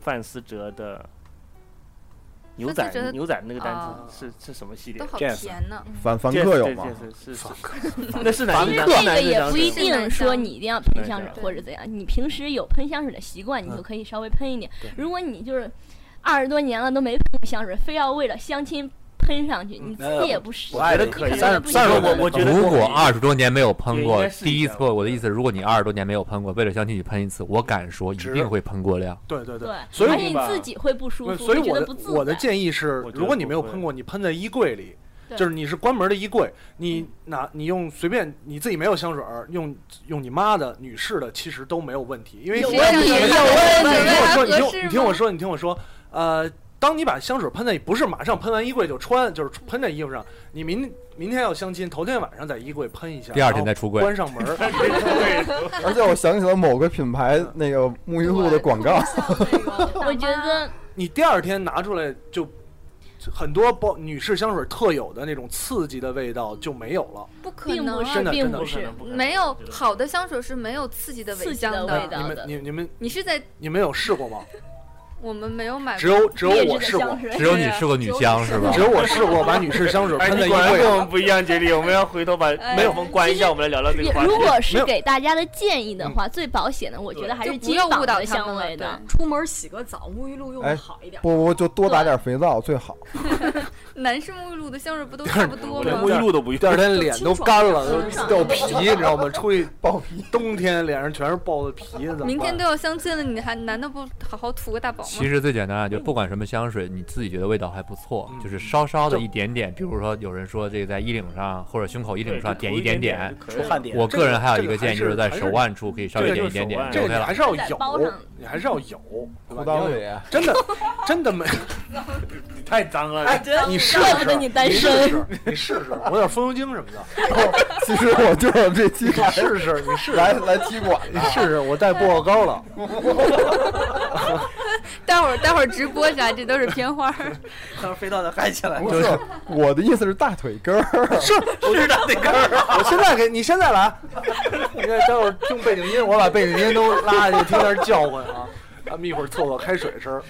S3: 范思哲的牛
S4: 范思哲
S3: 仔
S4: 的
S3: 牛仔那个单
S4: 哦
S3: 词是是什么系列
S4: 都？好
S1: Jazz
S4: 甜
S6: 嗯
S4: 呢。
S7: 凡凡
S3: 这
S7: 客有
S3: 这
S7: 吗？
S3: 这是是是， 那是男
S6: 其
S3: 的
S6: 实这个
S3: 是男的
S6: 也
S3: 香
S6: 不一
S3: 水。
S6: 定说你一定要喷香水
S4: 对
S6: 或者怎样，你平时有喷香水的习惯，你就可以稍微喷一点
S2: 对。
S6: 如果你就是二十多年了都没喷过香水，非要为了相亲喷上去，你自己也不是，
S1: 我爱
S3: 觉
S1: 这
S3: 得
S1: 个
S3: 可以，
S6: 你
S3: 但
S6: 可能不
S3: 是但是
S6: 喜欢
S3: 我我觉得
S8: 如果二十多年没有喷
S3: 也
S8: 过
S3: 应该，是
S8: 第
S3: 一
S8: 一
S3: 下
S8: 次我的意思是，如果你二十多年没有喷过，为了相亲你喷一次，我敢说一
S2: 值
S8: 定会喷过量。
S2: 对对
S6: 对
S2: 对，，所以
S6: 而且你
S2: 我
S6: 自己会不舒服，
S2: 所以
S6: 会觉
S2: 我
S6: 得不
S2: 的
S6: 自在。
S2: 我的建议是
S3: 我，觉得
S2: 如果你没有
S3: 不会
S2: 喷过，你喷在衣柜里，
S6: 对
S2: 就是你是关门的衣柜，你拿你用随便你自己没有香水儿，用用你妈的、女士的，其实都没有问题，因为
S6: 有
S2: 实际
S6: 问
S2: 上
S6: 题
S2: 你
S6: 有
S2: 听我
S4: 问题
S2: 说，你听我
S4: 合适
S2: 说，
S4: 吗
S2: 你听我说，你听我说，呃。当你把香水喷在，不是马上喷完衣柜就穿，就是喷在衣服上。你明明天要相亲，头天晚上在衣柜喷一下，
S8: 第二天
S2: 然后
S8: 再出柜
S2: 关上门儿。
S7: 而且我想起了某个品牌那个沐浴露 的广告，
S6: 我觉得
S2: 你第二天拿出来就很多包女士香水特有的那种刺激的味道就没有了。
S4: 不可
S6: 并
S4: 能
S6: 不
S4: 啊，
S6: 是，
S2: 真的
S6: 并
S2: 真的
S6: 不
S3: 可
S6: 是
S3: 能，不可能
S4: 没有
S3: 我觉得
S4: 好的香水是没有刺激的
S6: 刺
S4: 尾
S6: 激的
S4: 香
S6: 味道
S2: 你
S6: 的
S2: 们你你们
S4: 你是在
S2: 你们有试过吗？
S4: 我们没有买
S2: 只有只有
S6: 劣
S2: 我
S6: 质
S2: 试
S6: 的
S2: 过
S6: 香，水。
S8: 只有
S2: 啊
S8: 你试过女香是吧
S2: 只？有我试过把女士香水
S3: 哎，
S2: 喷在
S3: 你
S2: 衣
S3: 果然跟我
S2: 柜。
S3: 们不一样，杰里，我们要回头把
S6: 哎
S3: 麦克风关一
S6: 其实
S3: 下，我们来聊聊这
S6: 也
S3: 个话题。
S6: 如果
S2: 没
S6: 是
S2: 有
S6: 给大家的建议的话，最保险的，我觉得还
S4: 就是不
S6: 金
S4: 要
S6: 榜
S4: 误导
S6: 的
S4: 他
S6: 香
S4: 们了。
S6: 味道。
S4: 对，
S5: 出门洗个澡，沐浴露用
S7: 哎
S5: 的好一点。
S7: 不不就多打点肥皂最好。
S4: 男士沐浴露的香水 不都差不多
S3: 对
S8: 啊
S4: 吗
S3: 沐？浴露都不用
S2: 第，二天脸都干了，
S5: 清爽
S2: 都掉皮，你知道吗？出去爆皮，冬天脸上全是爆的皮，
S8: 啊
S2: 怎么办
S4: 明天都要相亲了，你还难道不好好涂个大宝
S8: 其
S4: 吗？
S8: 实最简单啊，就不管什么香水，你自己觉得味道还不错，
S2: 嗯
S8: 就是稍稍的
S2: 就
S8: 一点点，比如说有人说这个在衣领上或者胸口衣领上点
S3: 一
S8: 点
S3: 点就可以
S1: 出
S3: 了，
S1: 汗点，
S8: 我个人还有一
S2: 这
S8: 个
S2: 个
S8: 建议，
S2: 还是
S8: 就是在
S2: 还是
S8: 手腕处可以稍
S2: 这
S8: 微点
S2: 个就
S8: 一点点
S3: 手腕
S8: 就
S2: 这
S8: OK
S2: 个你
S8: 了
S2: 还。是要
S6: 在包
S2: 有
S6: 上，
S2: 你还是要有，对吧
S7: 裤裆里
S2: 真的真的没，哎
S3: 你太脏了。
S2: 你试
S6: 怪不得
S2: 试，
S6: 你单
S2: 试
S6: 身
S2: 试，你试试，抹点风油精什么的，
S7: 其实我就是这期
S2: 你试试，你试试。
S7: 来来踢馆
S2: 你试试，我带薄荷膏了。
S4: 待会儿待会儿直播啥，这都是片花儿。
S1: 当飞到那嗨起来。
S7: 不是我的意思是大腿根儿，
S3: 啊
S2: 我现在给你现在来， 你看待会儿听背景音，我把背景音都拉下去，听点叫唤 啊。咱们一会儿厕所开水声。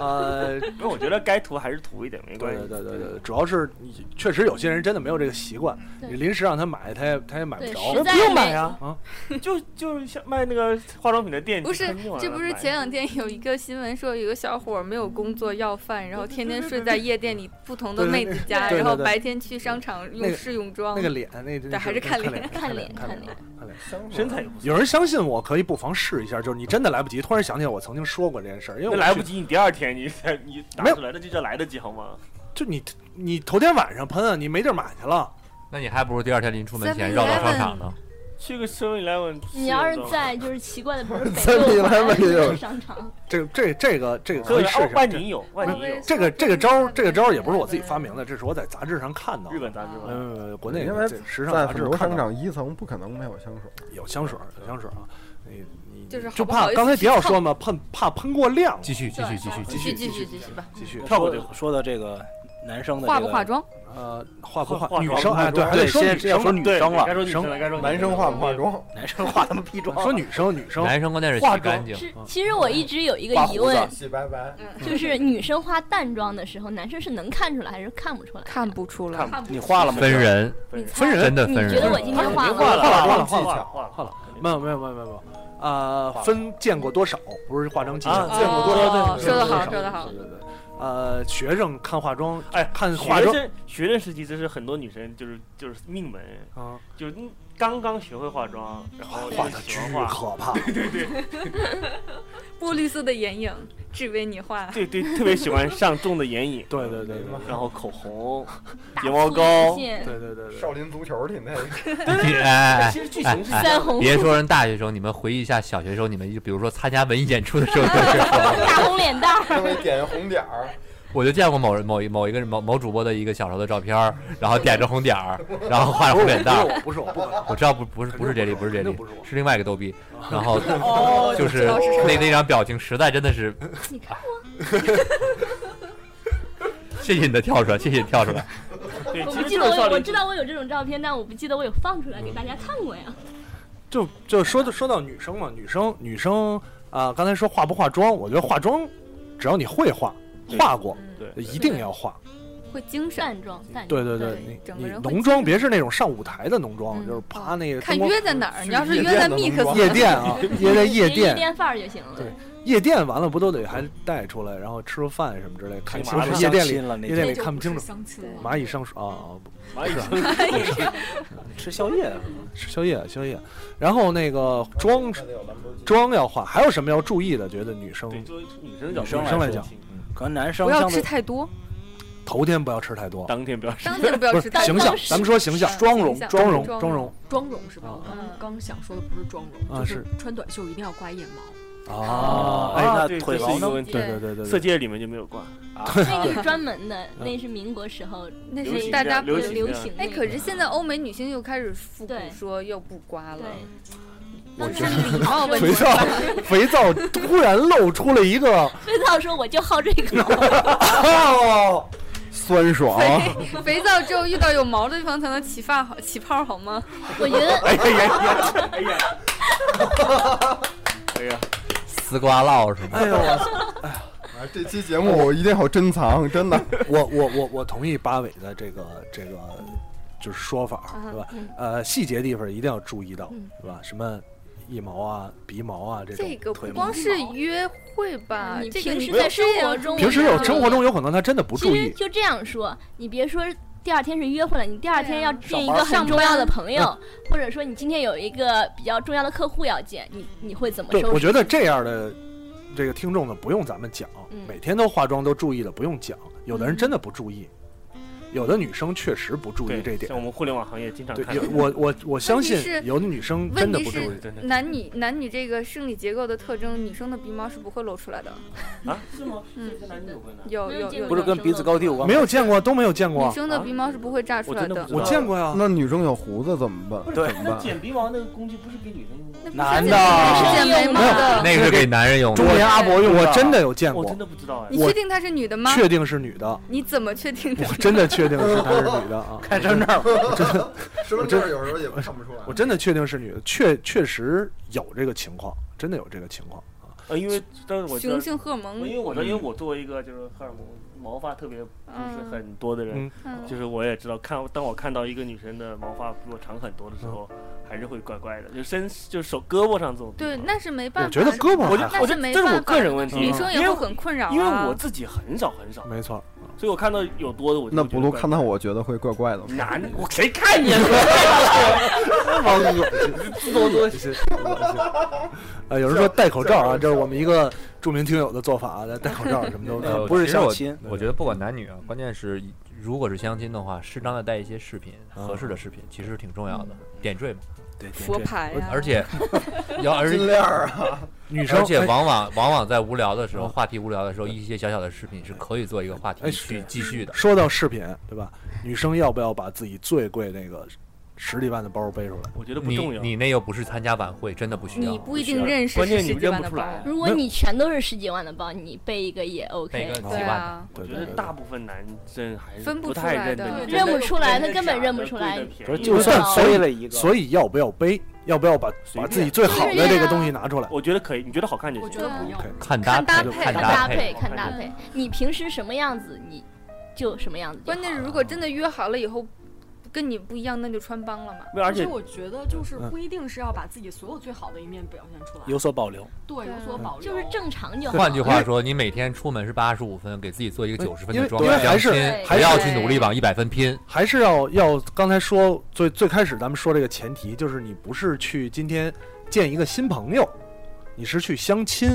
S2: 呃，
S3: 因为我觉得该涂还是涂一点，没关
S2: 对
S3: 系。
S2: 对对对对，主要是你确实有些人真的没有这个习惯，
S6: 对
S2: 你临时让他买，他也他也买不
S6: 对
S2: 着。
S6: 实在没
S2: 啊啊！
S3: 就就是像卖那个化妆品的店，
S4: 不是
S3: 你就往，那
S4: 这不是
S3: 买
S4: 前两天有一个新闻说，有个小伙儿没有工作要饭，然后天天睡在夜店里不同的妹子家，
S2: 对对对对
S4: 然后白天去商场
S2: 那
S4: 用
S2: 个
S4: 试用装
S2: 那。个脸，那真
S4: 对还是
S2: 看
S4: 看脸
S2: 脸，
S6: 看
S2: 脸，
S6: 脸
S2: 看
S6: 看
S2: 脸
S6: 脸，
S2: 看脸。
S3: 身材也不错，
S2: 有人相信我，可以不妨试一下。就是你真的来不及，突然想起来我曾经说过这件事儿，因
S3: 那
S2: 为我
S3: 来
S2: 去
S3: 不及，你第二天你才你打
S2: 没有
S3: 出来的就叫来得及好吗？
S2: 就你你头天晚上喷啊，你没地儿买去了。
S8: 那你还不如第二天临出门前绕到商场呢。
S3: 去个 Seven Eleven，
S6: 你要是在就是奇怪的，比如
S7: 在
S6: 北
S7: 米兰没有
S6: 京商场，
S2: 这这这个这个可以试
S3: 哦
S2: 一，下。
S3: 万宁有，万宁有
S2: 这个这个招儿这个招儿也不是我自己发明的，这是我在杂志上看到
S3: 日
S2: 的。
S3: 本杂志吗？
S2: 嗯，国内
S7: 因为
S2: 这时尚
S7: 在
S2: 杂
S7: 很
S2: 志
S7: 多
S2: 看
S7: 商
S2: 到
S7: 场一层不可能没有香水。
S2: 有香水儿，有香水儿啊。你你
S4: 就是好
S2: 就
S4: 不
S2: 怕
S4: 好意思
S2: 刚才迪
S4: 去
S2: 奥
S4: 蹭
S2: 说嘛，喷怕喷过量，
S8: 继续继续继续
S6: 对
S4: 继
S8: 继
S4: 续
S8: 续
S2: 继
S4: 继
S2: 续
S4: 续继续吧，
S2: 继续
S3: 跳过这个
S1: 嗯说说到这个男生的
S4: 化
S1: 这
S4: 不
S1: 个
S4: 化妆？
S2: 呃，化不
S3: 化
S2: 化
S3: 化
S2: 女
S3: 妆
S2: 生
S3: 化
S2: 哎，对，
S3: 妆
S2: 还得
S1: 对
S2: 说
S1: 先
S2: 女
S1: 要
S2: 生
S1: 说女
S3: 对，
S1: 生了
S3: 该，说女生了，
S2: 生
S3: 该说女
S7: 男生化不化？ 妆？
S1: 男生化他妈逼妆，
S2: 说女生女生
S8: 男生关键是洗
S2: 化妆嗯
S8: 干净，
S6: 是其实我一直有一个
S1: 刮
S6: 疑
S1: 胡子
S6: 问，
S7: 洗白白，
S6: 就是女生化淡妆的时候，男生是能看出来还是看不出来？
S4: 看不出来
S3: 看。
S1: 你化了吗？
S8: 分人，
S4: 你猜
S8: 分人
S2: 嗯
S8: 真的
S6: 你
S8: 分
S6: 觉得
S8: 人。啊
S6: 我今天化
S3: 化
S6: 了？
S3: 了，化
S2: 化哎了
S3: 化
S2: 化了
S3: 了，化
S2: 化了
S3: 了，
S2: 没有没有没有没有没有，呃
S1: 化，了
S2: 分见过多少，不是化妆技巧
S3: 啊，
S2: 见过多少，
S4: 哦
S2: 对
S4: 说得
S2: 多
S4: 好
S2: 少
S4: 说得好
S2: 对对对，呃，学生看化妆，
S3: 哎
S2: 看化
S3: 学
S2: 妆
S3: 生学生时期，这是很多女生就是就是命门，
S2: 啊，
S3: 就是刚刚学会化妆，然后
S2: 化的
S3: 就
S2: 巨
S3: 喜欢化，
S2: 可怕，
S4: 墨绿色的眼影，只为你画。
S3: 对对，特别喜欢上重的眼影，
S2: 对对对对
S3: 然后口红、
S6: 打
S3: 睫毛
S6: 粗
S3: 膏，
S6: 线
S2: 对对对对，
S7: 少林足球挺那个，
S8: 哎哎
S3: 其实剧
S8: 哎
S3: 情是
S8: 哎
S6: 腮红、
S8: 别说 人大学时候，你们回忆一下小学时候，你们就比如说参加文艺演出的时候，都 是
S6: 大红脸蛋儿，
S7: 上面点红点儿，
S8: 我就见过某人某一某一个人某某主播的一个小时候的照片儿，然后点着红点儿， 然后画着红脸蛋儿。
S2: 不是我，不是我，不可能。
S8: 我知道不不是不是这里，不是这
S2: 肯
S8: 里
S2: 定不是我，
S8: 是另外一个逗 逼。然后
S1: 哦
S8: 就
S4: 我
S8: 是
S4: 知道是谁
S8: 那那张表情，实在真的是。啊
S6: 你看
S8: 谢谢你的跳出来，谢谢你跳出来。
S3: 对，
S6: 我
S3: 其
S6: 不
S3: 实
S6: 记
S3: 就
S6: 得
S3: 是
S6: 我
S3: 少
S6: 有我
S3: 林
S6: 知道我有这种照片，但我不记得我有放出来给大家看过呀。
S2: 就就说的说到女生嘛，女生女生啊、刚才说化不化妆，我觉得化妆，只要你会化，化过
S4: 嗯，
S3: 对
S2: 一定要化。
S4: 会精神。
S6: 淡妆，淡妆
S2: 对对
S4: 对哎
S2: 你
S4: 整个
S2: 你
S4: 人会
S2: 浓妆别是那种上舞台的浓妆，
S4: 嗯
S2: 就是啪那个
S4: 看
S2: 灯光
S4: 约在哪儿，你要是
S7: 夜
S4: 约
S7: 店
S4: 在
S7: 的
S4: Mix，
S7: 风
S2: 夜店啊，约 在夜
S6: 夜
S2: 店，
S6: 店范儿就行了。
S2: 对夜店完了不都得还带出来，然后吃个饭什么之类，看清楚夜店里
S1: 了那
S2: 夜店
S1: 天
S2: 里看不清楚。
S5: 相亲了。
S2: 蚂蚁上树啊啊，不啊
S3: 蚂蚁上
S1: 哎 吃宵夜啊，
S2: 吃宵夜宵夜，然后那个妆
S7: 那得有兰博基尼
S2: 妆要化，还有什么要注意的？觉得女生
S3: 对，作为女生的角
S1: 女
S3: 度
S1: 生
S2: 来
S3: 来
S2: 讲嗯
S3: 说
S1: 可能男生
S4: 不要
S1: 相
S4: 吃
S1: 对
S4: 太多，
S2: 头天不要吃太多，
S3: 当天不要吃，
S4: 当天不要
S2: 不
S4: 吃
S2: 是
S4: 太
S2: 形
S4: 多。
S2: 象，咱们说形象，
S4: 妆容
S2: 妆容
S4: 妆容
S2: 妆容
S5: 妆容是吧？我刚
S4: 嗯
S5: 刚想说的不是妆容，
S2: 啊
S5: 就是穿短袖一定要挂腋毛。
S2: 啊，哎，
S1: 哎
S3: 啊
S1: 那
S3: 对
S1: 腿
S3: 这
S1: 毛
S3: 是一个
S1: 呢
S3: 问题。啊
S2: 对对对对，
S3: 色戒里面就没有挂，
S6: 那个专门 的，那是民国时候
S4: 那
S3: 流
S4: 是
S3: 行
S4: 大
S3: 这
S4: 家
S3: 样
S4: 不
S3: 流
S6: 流
S3: 行
S6: 流行那
S4: 哎，
S6: 个。
S4: 可是现在欧美女性又开始复古
S6: 对，
S4: 说又不刮了，
S6: 对，
S2: 我
S4: 但
S2: 觉
S4: 是礼貌问题
S2: 肥。皂，肥皂突然露出了一个，
S6: 肥皂说我就好这 个，
S2: 哦，
S7: 酸爽，
S4: 肥肥皂只有遇到有毛的地方才能起发好起泡好吗？
S6: 我觉得
S2: 哎呀，
S3: 哎呀， 哎呀，
S8: 丝瓜烙什么
S2: 哎呦，
S7: 啊这期节
S2: 哎
S7: 目我一定好珍藏，真的。
S2: 我我我我同意八尾的这个这个就是说法
S4: 啊
S2: 儿，是吧？
S4: 嗯
S2: 呃，细节地方一定要注意到，是吧？什么腋毛啊、鼻毛啊这
S4: 这
S2: 种。
S4: 个
S1: 腿
S4: 不
S1: 毛
S4: 光是约会吧，
S6: 嗯你
S4: 这个
S6: 平时
S4: 不要
S6: 在生活中，
S2: 平时有生活
S6: 中。
S2: 中有可能他真的不
S6: 其
S2: 注
S6: 实
S2: 意，
S6: 就这样说，你别说第二天是约会了，你第二天
S4: 对啊
S6: 要见一个很重要的朋友，
S2: 嗯
S6: 或者说你今天有一个比较重要的客户要见，你你会怎么
S2: 对，
S6: 收
S2: 我
S6: 拾？
S2: 觉得这样的这个听众呢，不用咱们讲，
S6: 嗯
S2: 每天都化妆都注意的，不用讲。有的人真的不注意，有的女生确实不注意
S3: 对，
S2: 这一点
S3: 像。我们互联网行业经常
S2: 对，
S3: 看
S2: 有
S3: 到，
S2: 我我我相信
S4: 问题是
S2: 有的女生真的不注
S4: 问
S2: 意
S4: 题。
S3: 真的
S4: 男女男女这个生理结构的特征，女生的鼻毛是不会露出来的。
S3: 啊，是吗？
S4: 嗯
S3: 这跟男女有关的。
S4: 有
S6: 没有
S4: 有
S6: 见
S4: 有，
S1: 不是跟鼻子高低有关
S2: 没
S1: 吗？
S2: 有见过，都没有见
S4: 女
S2: 过。啊
S4: 生的鼻毛是不会炸出来
S1: 我真的不
S2: 我见过啊呀，
S7: 那女生有胡子怎么办？
S1: 对
S7: 怎么 办？
S3: 鼻毛那个工具不是给女生用的，
S1: 男的
S4: 是剪眉毛的。
S8: 那个是给男人用的
S2: 中。年阿伯用的，啊
S1: 对
S2: 我真的有见
S3: 我
S2: 过
S3: 真，的不知道哎
S4: 你。确定她是女的吗？
S2: 确定是女的，
S4: 你怎么确定的
S2: 我？真的确定是她是 女的啊。
S1: 看身份证儿，
S7: 身份
S2: 证
S7: 有时候也看不出来
S2: 我真的确定是女的，确确实有这个情况，真的有这个情况啊。
S3: 呃，因为但是我知道
S4: 雄，性荷尔蒙
S3: 因。为我知道，因为我作为一个就是荷尔蒙毛发特别不是
S4: 嗯
S3: 很多的人，
S4: 嗯
S3: 就是我也知道，看当我看到一个女生的毛发比我长很多的时候，还是会怪怪的，就身就是手胳膊上这种地
S4: 对，
S3: 方。
S4: 那是没办法。
S2: 我觉得胳膊
S3: 我就
S2: 还
S4: 那
S3: 我
S4: 是
S3: 就
S4: 没
S3: 这是我
S4: 办法
S3: 个人问题，嗯
S4: 女生也
S3: 因为
S4: 会很困扰啊。
S3: 因为我自己很少很少，
S2: 没错儿，
S3: 所以我看到有多的我就
S7: 那
S3: 觉得
S7: 不露
S3: 怪
S7: 看到我觉得会怪怪的吗？
S3: 男的，我谁看你 啊？
S2: 好恶心，多恶心，呃，有人说戴口罩啊，这是我们一个著名听友的做法啊，戴口罩什么都
S8: 呃
S2: 戴。
S1: 不是
S8: 其实我
S1: 相亲
S8: 我觉得不管男女啊，关键是如果是相亲的话，适当的带一些饰品，合适的饰品其实挺重要的，点缀嘛。
S1: 对，
S4: 佛牌啊呀，
S8: 而且要而
S7: 金链儿啊，
S2: 女生
S8: 而且
S2: 哎
S8: 往往往往在无聊的时候，
S2: 嗯
S8: 话题无聊的时候，一些小小的饰品是可以做一个话
S2: 哎
S8: 题去
S2: 是
S8: 继续的。
S2: 说到饰品，对吧？女生要不要把自己最贵那个十几万的包背出来？
S3: 我觉得不
S8: 你
S3: 重要。
S8: 你那又不是参加晚会，真的不需要。
S4: 你不一定认识
S3: 关键
S4: 是
S3: 你
S4: 十几
S3: 认
S4: 万
S3: 不
S4: 的
S3: 出
S4: 包。
S3: 来啊
S6: 如果你全都是十几万的包，你背一个也
S8: 那
S6: OK
S8: 个。几
S4: 对
S8: 万的，
S4: 啊，
S3: 我
S2: 对
S3: 觉
S2: 对
S3: 得
S2: 对
S3: 大部分男生还是
S4: 分不
S3: 不
S4: 出
S3: 太
S4: 来
S3: 认
S4: 的
S3: 得
S4: 对
S3: 你，
S6: 认不出来他根本认不出来
S1: 不是
S3: 就
S1: 就
S3: 算
S1: 算
S2: 所以
S1: 飞了一个，
S2: 所以要不要背？要不要把
S3: 随便
S2: 把自己最好的这个东西拿出来？
S3: 我觉得可以，你觉得好看就
S5: 我
S3: 行
S5: 觉。得不用
S2: 对。
S8: 看搭
S4: 看搭
S8: 配，
S4: 配
S8: 看
S6: 看
S8: 搭
S6: 搭
S8: 配
S6: 配，。看搭配，你平时什么样子，你就什么样子就好。
S4: 关键是如果真的约好了以后，跟你不一样，那就穿帮了嘛。
S3: 没有，而
S5: 其
S3: 且
S5: 实我觉得就是
S2: 嗯
S5: 不一定是要把自己所有最好的一面表现出来，
S1: 有所保留。
S5: 对有所
S4: 嗯
S5: 保留，
S6: 就是正常就好。
S8: 换句
S2: 哎
S8: 话说，你每天出门是八十五分，给自己做一个
S2: 对
S8: 九十分
S2: 因
S8: 的
S2: 为
S8: 妆
S2: 因
S8: 容，
S2: 为还是
S8: 相亲不
S2: 还是
S8: 要去努力往一百分拼。
S2: 还是要要刚才说最最开始咱们说这个前提，就是你不是去今天见一个新朋友，你是去相亲，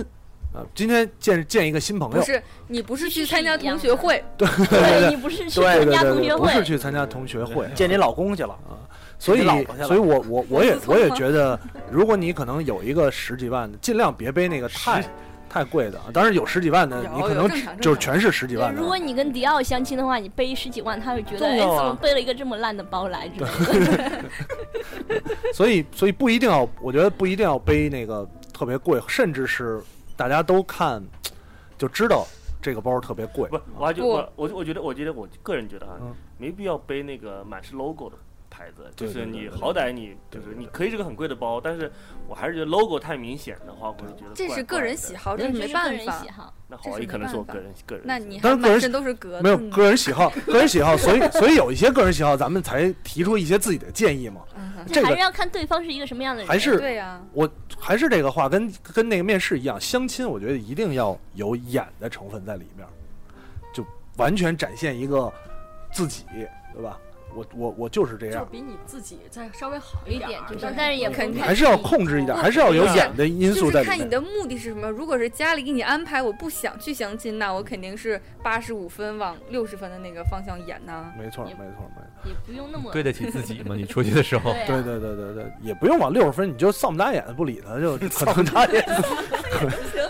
S2: 呃，今天见见一个新朋
S4: 不
S2: 友，
S4: 是你不是
S6: 其实
S4: 去
S6: 是
S4: 参
S6: 一
S4: 加
S6: 样
S4: 同学
S6: 的
S4: 会，
S6: 对你不是去
S2: 对
S6: 参
S2: 对
S6: 加同
S2: 对
S6: 学
S2: 对，不是
S6: 会，
S2: 去参加同学会，啊
S1: 见你老公去了，
S2: 所以
S1: 你老婆去了
S2: 所以我 我我也
S4: 自从
S2: 我也
S4: 吗
S2: 觉得，如果你可能有一个十几万的，尽量别背那个太太贵的，当然有十几万的，
S4: 有
S2: 你可
S4: 哦有
S2: 能
S4: 正常
S2: 就是
S4: 正
S2: 全是十几
S6: 对
S2: 万，的
S6: 如。果你跟迪奥相亲的话，你背十几万，他会觉得，
S3: 重
S6: 哎，怎
S3: 要啊
S6: 么背了一个这么烂的包来？之类的
S2: 所以所以不一定要，我觉得不一定要背那个特别贵，甚至是大家都看就知道这个包特别贵。
S3: 不，我还觉
S4: 不
S3: 我我我觉得我觉得我个人觉得啊
S2: 嗯，
S3: 没必要背那个满是 logo 的牌子，就
S2: 对
S3: 是
S2: 对对
S3: 你
S2: 对对
S3: 好歹你就
S2: 对对
S3: 是
S2: 对
S3: 你可以是个很贵的包，但是我还是觉得 logo 太明显的话，我会觉得
S4: 这
S3: 怪
S4: 是
S3: 怪
S4: 个人
S3: 的
S4: 喜好，这
S6: 这
S4: 是
S6: 是
S4: 没
S6: 个
S4: 办
S6: 人
S4: 法
S6: 喜。好，
S3: 那
S4: 这
S3: 好，
S4: 是
S3: 也可
S4: 没
S3: 能是我
S4: 办
S3: 个
S4: 法
S3: 人个人。
S4: 那你
S2: 但
S4: 还
S2: 是个人
S4: 满身都是格子呢，
S2: 没有个人喜好，个人喜好，所以所以有一些个人喜好，咱们才提出一些自己的建议嘛。
S4: 嗯哼
S2: 这
S6: 这
S2: 个
S6: 还是要看对方是一个什么样的人。
S2: 还是
S4: 对呀，
S2: 还是这个话，跟跟那个面试一样，相亲我觉得一定要有演的成分在里面，就完全展现一个自己，对吧？我我我就是这
S5: 就是
S2: 样，
S5: 比你自己再稍微好
S6: 一
S5: 点
S6: 点
S5: 儿，
S6: 就是
S5: 但
S6: 但是也不
S4: 肯定
S6: 太
S2: 还是要
S6: 低
S2: 控制一点，还是要有演的因
S4: 就
S2: 素在
S4: 是
S2: 里
S4: 看你
S2: 面。
S4: 的目的是什么。如果是家里给你安排我不想去相亲，那我肯定是八十五分往六十分的那个方向演呐。
S2: 没错，没错，没错。
S6: 也不用那么
S8: 对得起自己吗？你出去的时候，
S6: 啊
S2: 对对对对对，也不用往六十分，你就丧不打眼的不理 他，就可能他也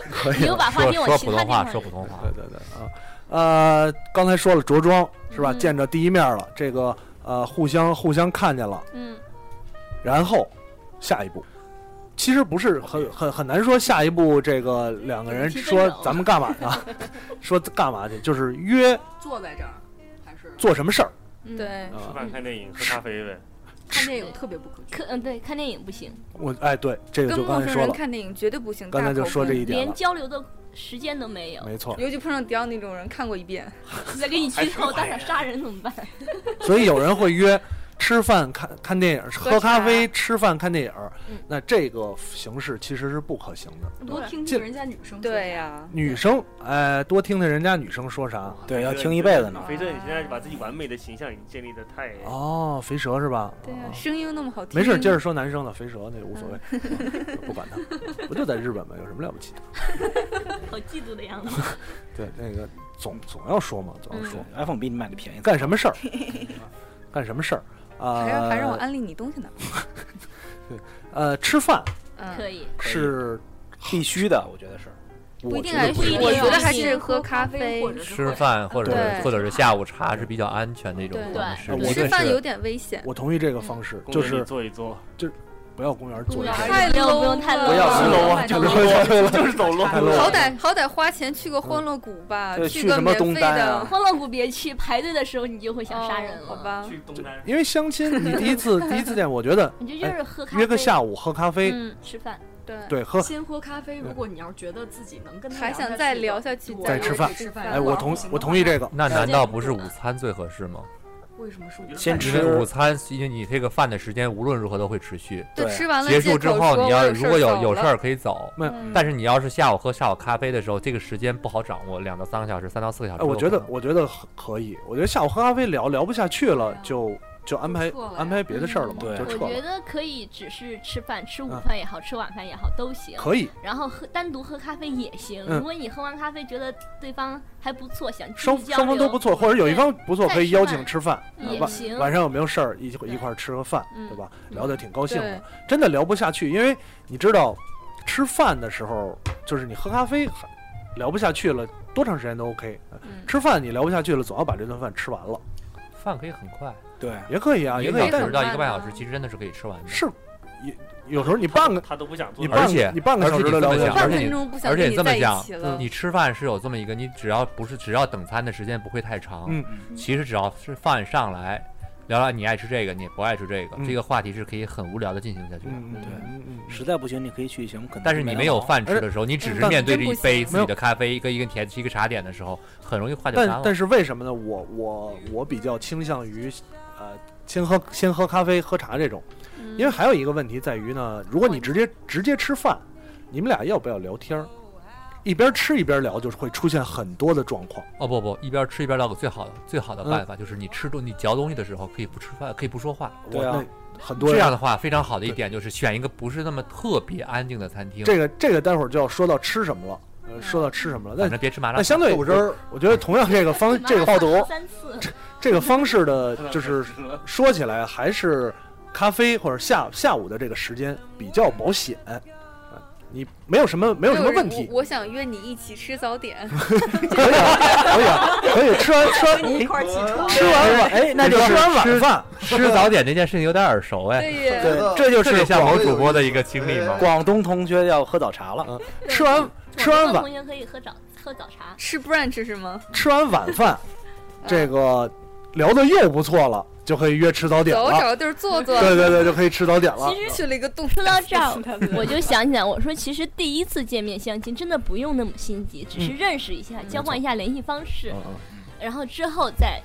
S2: 可 以
S6: 你又
S2: 了。
S6: 把话
S8: 说
S6: 题往
S8: 说
S6: 其
S8: 普
S6: 他地
S8: 通
S6: 方
S8: 话，说普通话
S2: 对，对对啊，呃，刚才说了着装是吧？
S6: 嗯
S2: 见着第一面了，这个呃，互相互相看见了。
S6: 嗯，
S2: 然后下一步，其实不是很很很难说下一步这个两个人
S6: 提分
S2: 说
S6: 手
S2: 咱们干嘛呢？说干嘛去？就是约
S5: 坐在这儿还是
S2: 做什么事儿
S6: 嗯，
S4: 对，
S3: 吃
S2: 啊？
S3: 饭、看电影、喝咖啡呗。
S5: 看电影特别不可取。
S6: 看嗯对，看电影不行，
S2: 我哎对，这个
S4: 跟
S2: 就
S4: 陌
S2: 刚才
S4: 生
S2: 说
S4: 人
S2: 了，
S4: 看电影绝对不行。
S2: 刚才
S4: 大
S2: 就
S4: 口
S2: 说这
S4: 喷
S2: 一点
S6: 连
S2: 了，
S6: 交流的时间都没有，
S2: 没错。
S4: 尤其碰上迪奥那种人，看过一 遍，
S6: 再给你去头当场杀人怎么办？
S2: 所以有人会约吃饭、看看电影、喝咖啡、吃饭、看电影儿
S6: 嗯，
S2: 那这个形式其实是不可行的。
S5: 多听
S2: 这
S5: 听人家女生说
S4: 对呀，
S2: 女生哎，多听听人家女生说啥。
S1: 对，要
S3: 肥
S1: 听
S3: 正
S1: 一辈子呢。
S3: 肥正，你现在把自己完美的形象已经建立的太……
S2: 哦，肥蛇是吧？
S4: 对啊
S2: 哦
S4: 呀，声音又那么好听。
S2: 没事儿，接 着说男生的肥蛇那无所谓，
S6: 嗯
S2: 啊 不管他，不就在日本吗？有什么了不起的？
S6: 好嫉妒的样 子。
S2: 对，那个总总要说嘛，总要说、
S1: 嗯 iPhone 比你买的便宜，
S2: 干什么事儿，干什么事儿啊？
S4: 还让还让我安利你东 西呢。
S2: 呃，吃饭
S6: 可
S4: 嗯，
S6: 以，
S2: 是
S1: 必须的，我觉得是。
S4: 不一
S2: 我
S4: 定
S2: 觉得
S4: 还
S2: 不
S4: 是
S2: 一
S6: 定
S4: 我
S6: 要
S4: 觉得
S6: 一
S4: 还
S6: 定
S4: 是
S6: 要
S4: 喝咖啡。
S5: 或者是
S8: 吃饭或者
S4: 对
S8: 是或者是下午茶是比较安全的一种
S4: 对
S8: 方式。
S2: 对
S4: 吃
S2: 我这
S4: 饭
S2: 是
S4: 有点危险，
S2: 我同意这个方式，
S3: 嗯公
S2: 就
S3: 园里
S2: 是
S3: 坐一坐，
S2: 不要公园坐
S6: 公
S2: 一坐
S6: 园。
S4: 太
S6: 不要
S4: low
S6: 不用太
S4: 了
S6: low
S1: 不要
S3: 走
S4: low
S3: 楼
S4: 啊
S3: 啊，
S4: 太
S3: 就
S4: low
S3: 是
S4: 了
S3: 走就是走楼。
S2: 太 low 了
S4: 好歹好歹花钱去个欢乐谷吧，
S1: 对去
S4: 个
S1: 什么
S4: 免
S1: 东
S4: 费
S1: 单
S4: 的，
S1: 啊
S6: 欢乐谷别去，排队的时候你就会想杀人
S4: 哦好
S6: 了。
S4: 吧？
S3: 去东南
S2: 因为相亲，你第一次第一次哎见，我觉得
S6: 你就就是喝咖啡，
S2: 约个下午喝咖啡，
S6: 嗯，吃饭，
S4: 对，
S2: 对，喝。
S5: 先喝咖啡，如果你要是觉得自己能跟他
S4: 还
S5: 聊下
S4: 想再
S5: 去
S4: 聊
S5: 的
S4: 下去，
S5: 对
S2: 再吃饭
S5: 吃饭
S2: 哎，我同我同意这个，
S8: 那难道不是午餐最合适吗？
S5: 为什么是我
S1: 先
S8: 因
S1: 吃
S8: 为午餐，因为你这个饭的时间无论如何都会持续。
S4: 对，
S1: 对
S4: 吃完了
S8: 结束之后，你要如果有有
S4: 事
S8: 事
S4: 儿
S8: 儿可以走，
S2: 没有
S4: 走了，
S8: 但是你要是下午喝下午咖啡的时候，这个时间不好掌握，两到三个小时，三到四个小时
S2: 哎，
S8: 都
S2: 我
S8: 有可
S2: 觉
S8: 能。
S3: 啊
S2: 得我觉得可以，我觉得下午喝咖啡聊聊不下去
S6: 啊
S2: 了，就就安排
S5: 撤了呀
S2: 安排别的事儿了嘛，
S1: 嗯
S3: 啊
S2: 就
S6: 我
S2: 撤
S6: 觉
S2: 了，嗯
S6: 得可以，只是吃饭，吃午饭也好，吃晚饭也好都行。
S2: 可以。
S6: 然后喝单独喝咖啡也行，
S2: 嗯
S6: 如果你喝完咖啡觉得对方还不错，想继续
S2: 双
S6: 交流
S2: 双方都不错，或者有一方不错，
S6: 再
S2: 可以
S6: 吃
S2: 邀
S6: 饭
S2: 请吃饭。
S6: 对也
S2: 晚
S6: 行，
S2: 晚上有没有事儿一一块儿吃个饭，
S4: 嗯
S2: 对吧？
S4: 嗯
S2: 聊得挺高兴
S4: 对
S2: 的，，真的聊不下去，因为你知道，吃饭的时候就是你喝咖啡还聊不下去了，多长时间都 OK。
S4: 嗯
S2: 吃饭你聊不下去了，总要把这顿饭吃完了，
S8: 饭可以很快，
S1: 对，
S2: 也可以啊，
S8: 一
S2: 也
S8: 个
S2: 可以，
S8: 小
S2: 但
S8: 时
S2: 是
S8: 到一个半小
S4: 慢
S8: 时，
S4: 啊
S8: 其实真的是可以吃完的。
S2: 是有有时候你半个
S3: 他都不想做
S2: 你
S3: 那
S2: 半
S3: 个。
S8: 而且
S2: 你半个
S8: 而
S2: 小
S8: 且
S2: 时
S8: 你
S2: 都
S8: 这
S2: 聊
S8: 么
S2: 不
S8: 想，
S2: 下去，
S4: 半
S8: 而且
S4: 分
S8: 你
S4: 钟不想
S8: 而且
S4: 跟
S8: 你这么
S4: 在一
S8: 想
S4: 起了，
S8: 你吃饭是有这么一个，你只要不是只要等餐的时间不会太长，
S2: 嗯
S8: 其实只要是饭上来，聊聊你爱吃这个，你不爱吃这个，
S2: 嗯
S8: 这个话题是可以很无聊的进行下去的。
S2: 嗯嗯
S1: 对
S2: 嗯嗯嗯，
S1: 实在不行你可以去行，可能
S8: 但是你没有饭吃的时候，你只是
S4: 嗯
S1: 嗯
S8: 面
S6: 嗯
S8: 对着一杯自
S2: 没有
S8: 己的咖啡，一个一个甜一个茶点的时候，很容易话就干
S2: 但
S8: 了。
S2: 但是为什么呢？我我我比较倾向于，呃，先喝先喝咖啡喝茶这种，
S6: 嗯
S8: 嗯
S2: 因为还有一个问题在于呢，如果你直
S6: 哦
S2: 接直接吃饭，你们俩要不要聊天儿？一边吃一边聊，就是会出现很多的状况。
S8: 哦不不，一边吃一边唠嗑，最好的最好的办法就是你吃东你嚼东西的时候可以不吃饭，可以不说话。
S2: 我
S1: 对啊
S2: 那很多
S8: 这样
S2: 人
S8: 的话，非常好的一点就是选一个不是那么特别安静的餐厅。
S2: 这个这个待会儿就要说到吃什么了。
S6: 嗯
S2: 呃，说到吃什么了，
S8: 反
S2: 但
S8: 正别吃麻辣
S2: 那
S8: 烫。
S2: 相对
S7: 豆汁儿，
S2: 我觉得同样这 个方这个
S6: 报
S2: 方毒
S6: 三次，
S2: 这个方式的，就是说起来还是咖啡或者下下午的这个时间比较保险，啊你没有什么没有什么问题，
S4: 我我想约你一起吃早点，
S2: 可以啊可以啊可以 吃完吃完
S6: 跟你一块儿起床。
S2: 吃完晚哎，那就吃完晚饭，
S8: 吃早点这件事情有点耳熟哎，
S4: 对呀，
S7: 对
S2: 这就
S8: 特别
S2: 是
S8: 像
S2: 广
S8: 某主播的一个经历
S2: 嗯
S8: 嘛。
S1: 广东
S2: 同学要喝早茶了，啊！吃
S6: 我
S2: 完吃完
S6: 跟
S2: 晚
S6: 同学可以喝早喝早茶，
S4: 吃 brunch 是吗？
S2: 吃完晚 饭，这个聊的又不错了，就可以约吃早点
S4: 走
S2: 了。
S4: 找个地儿坐坐。
S2: 对对对，就可以吃早点了。
S4: 去了一个洞。
S6: 说到这儿， 我就想起来，我说其实第一次见面相亲真的不用那么心急，只是认识一下，交换一下联系方式，
S2: 嗯嗯
S6: 然后之后再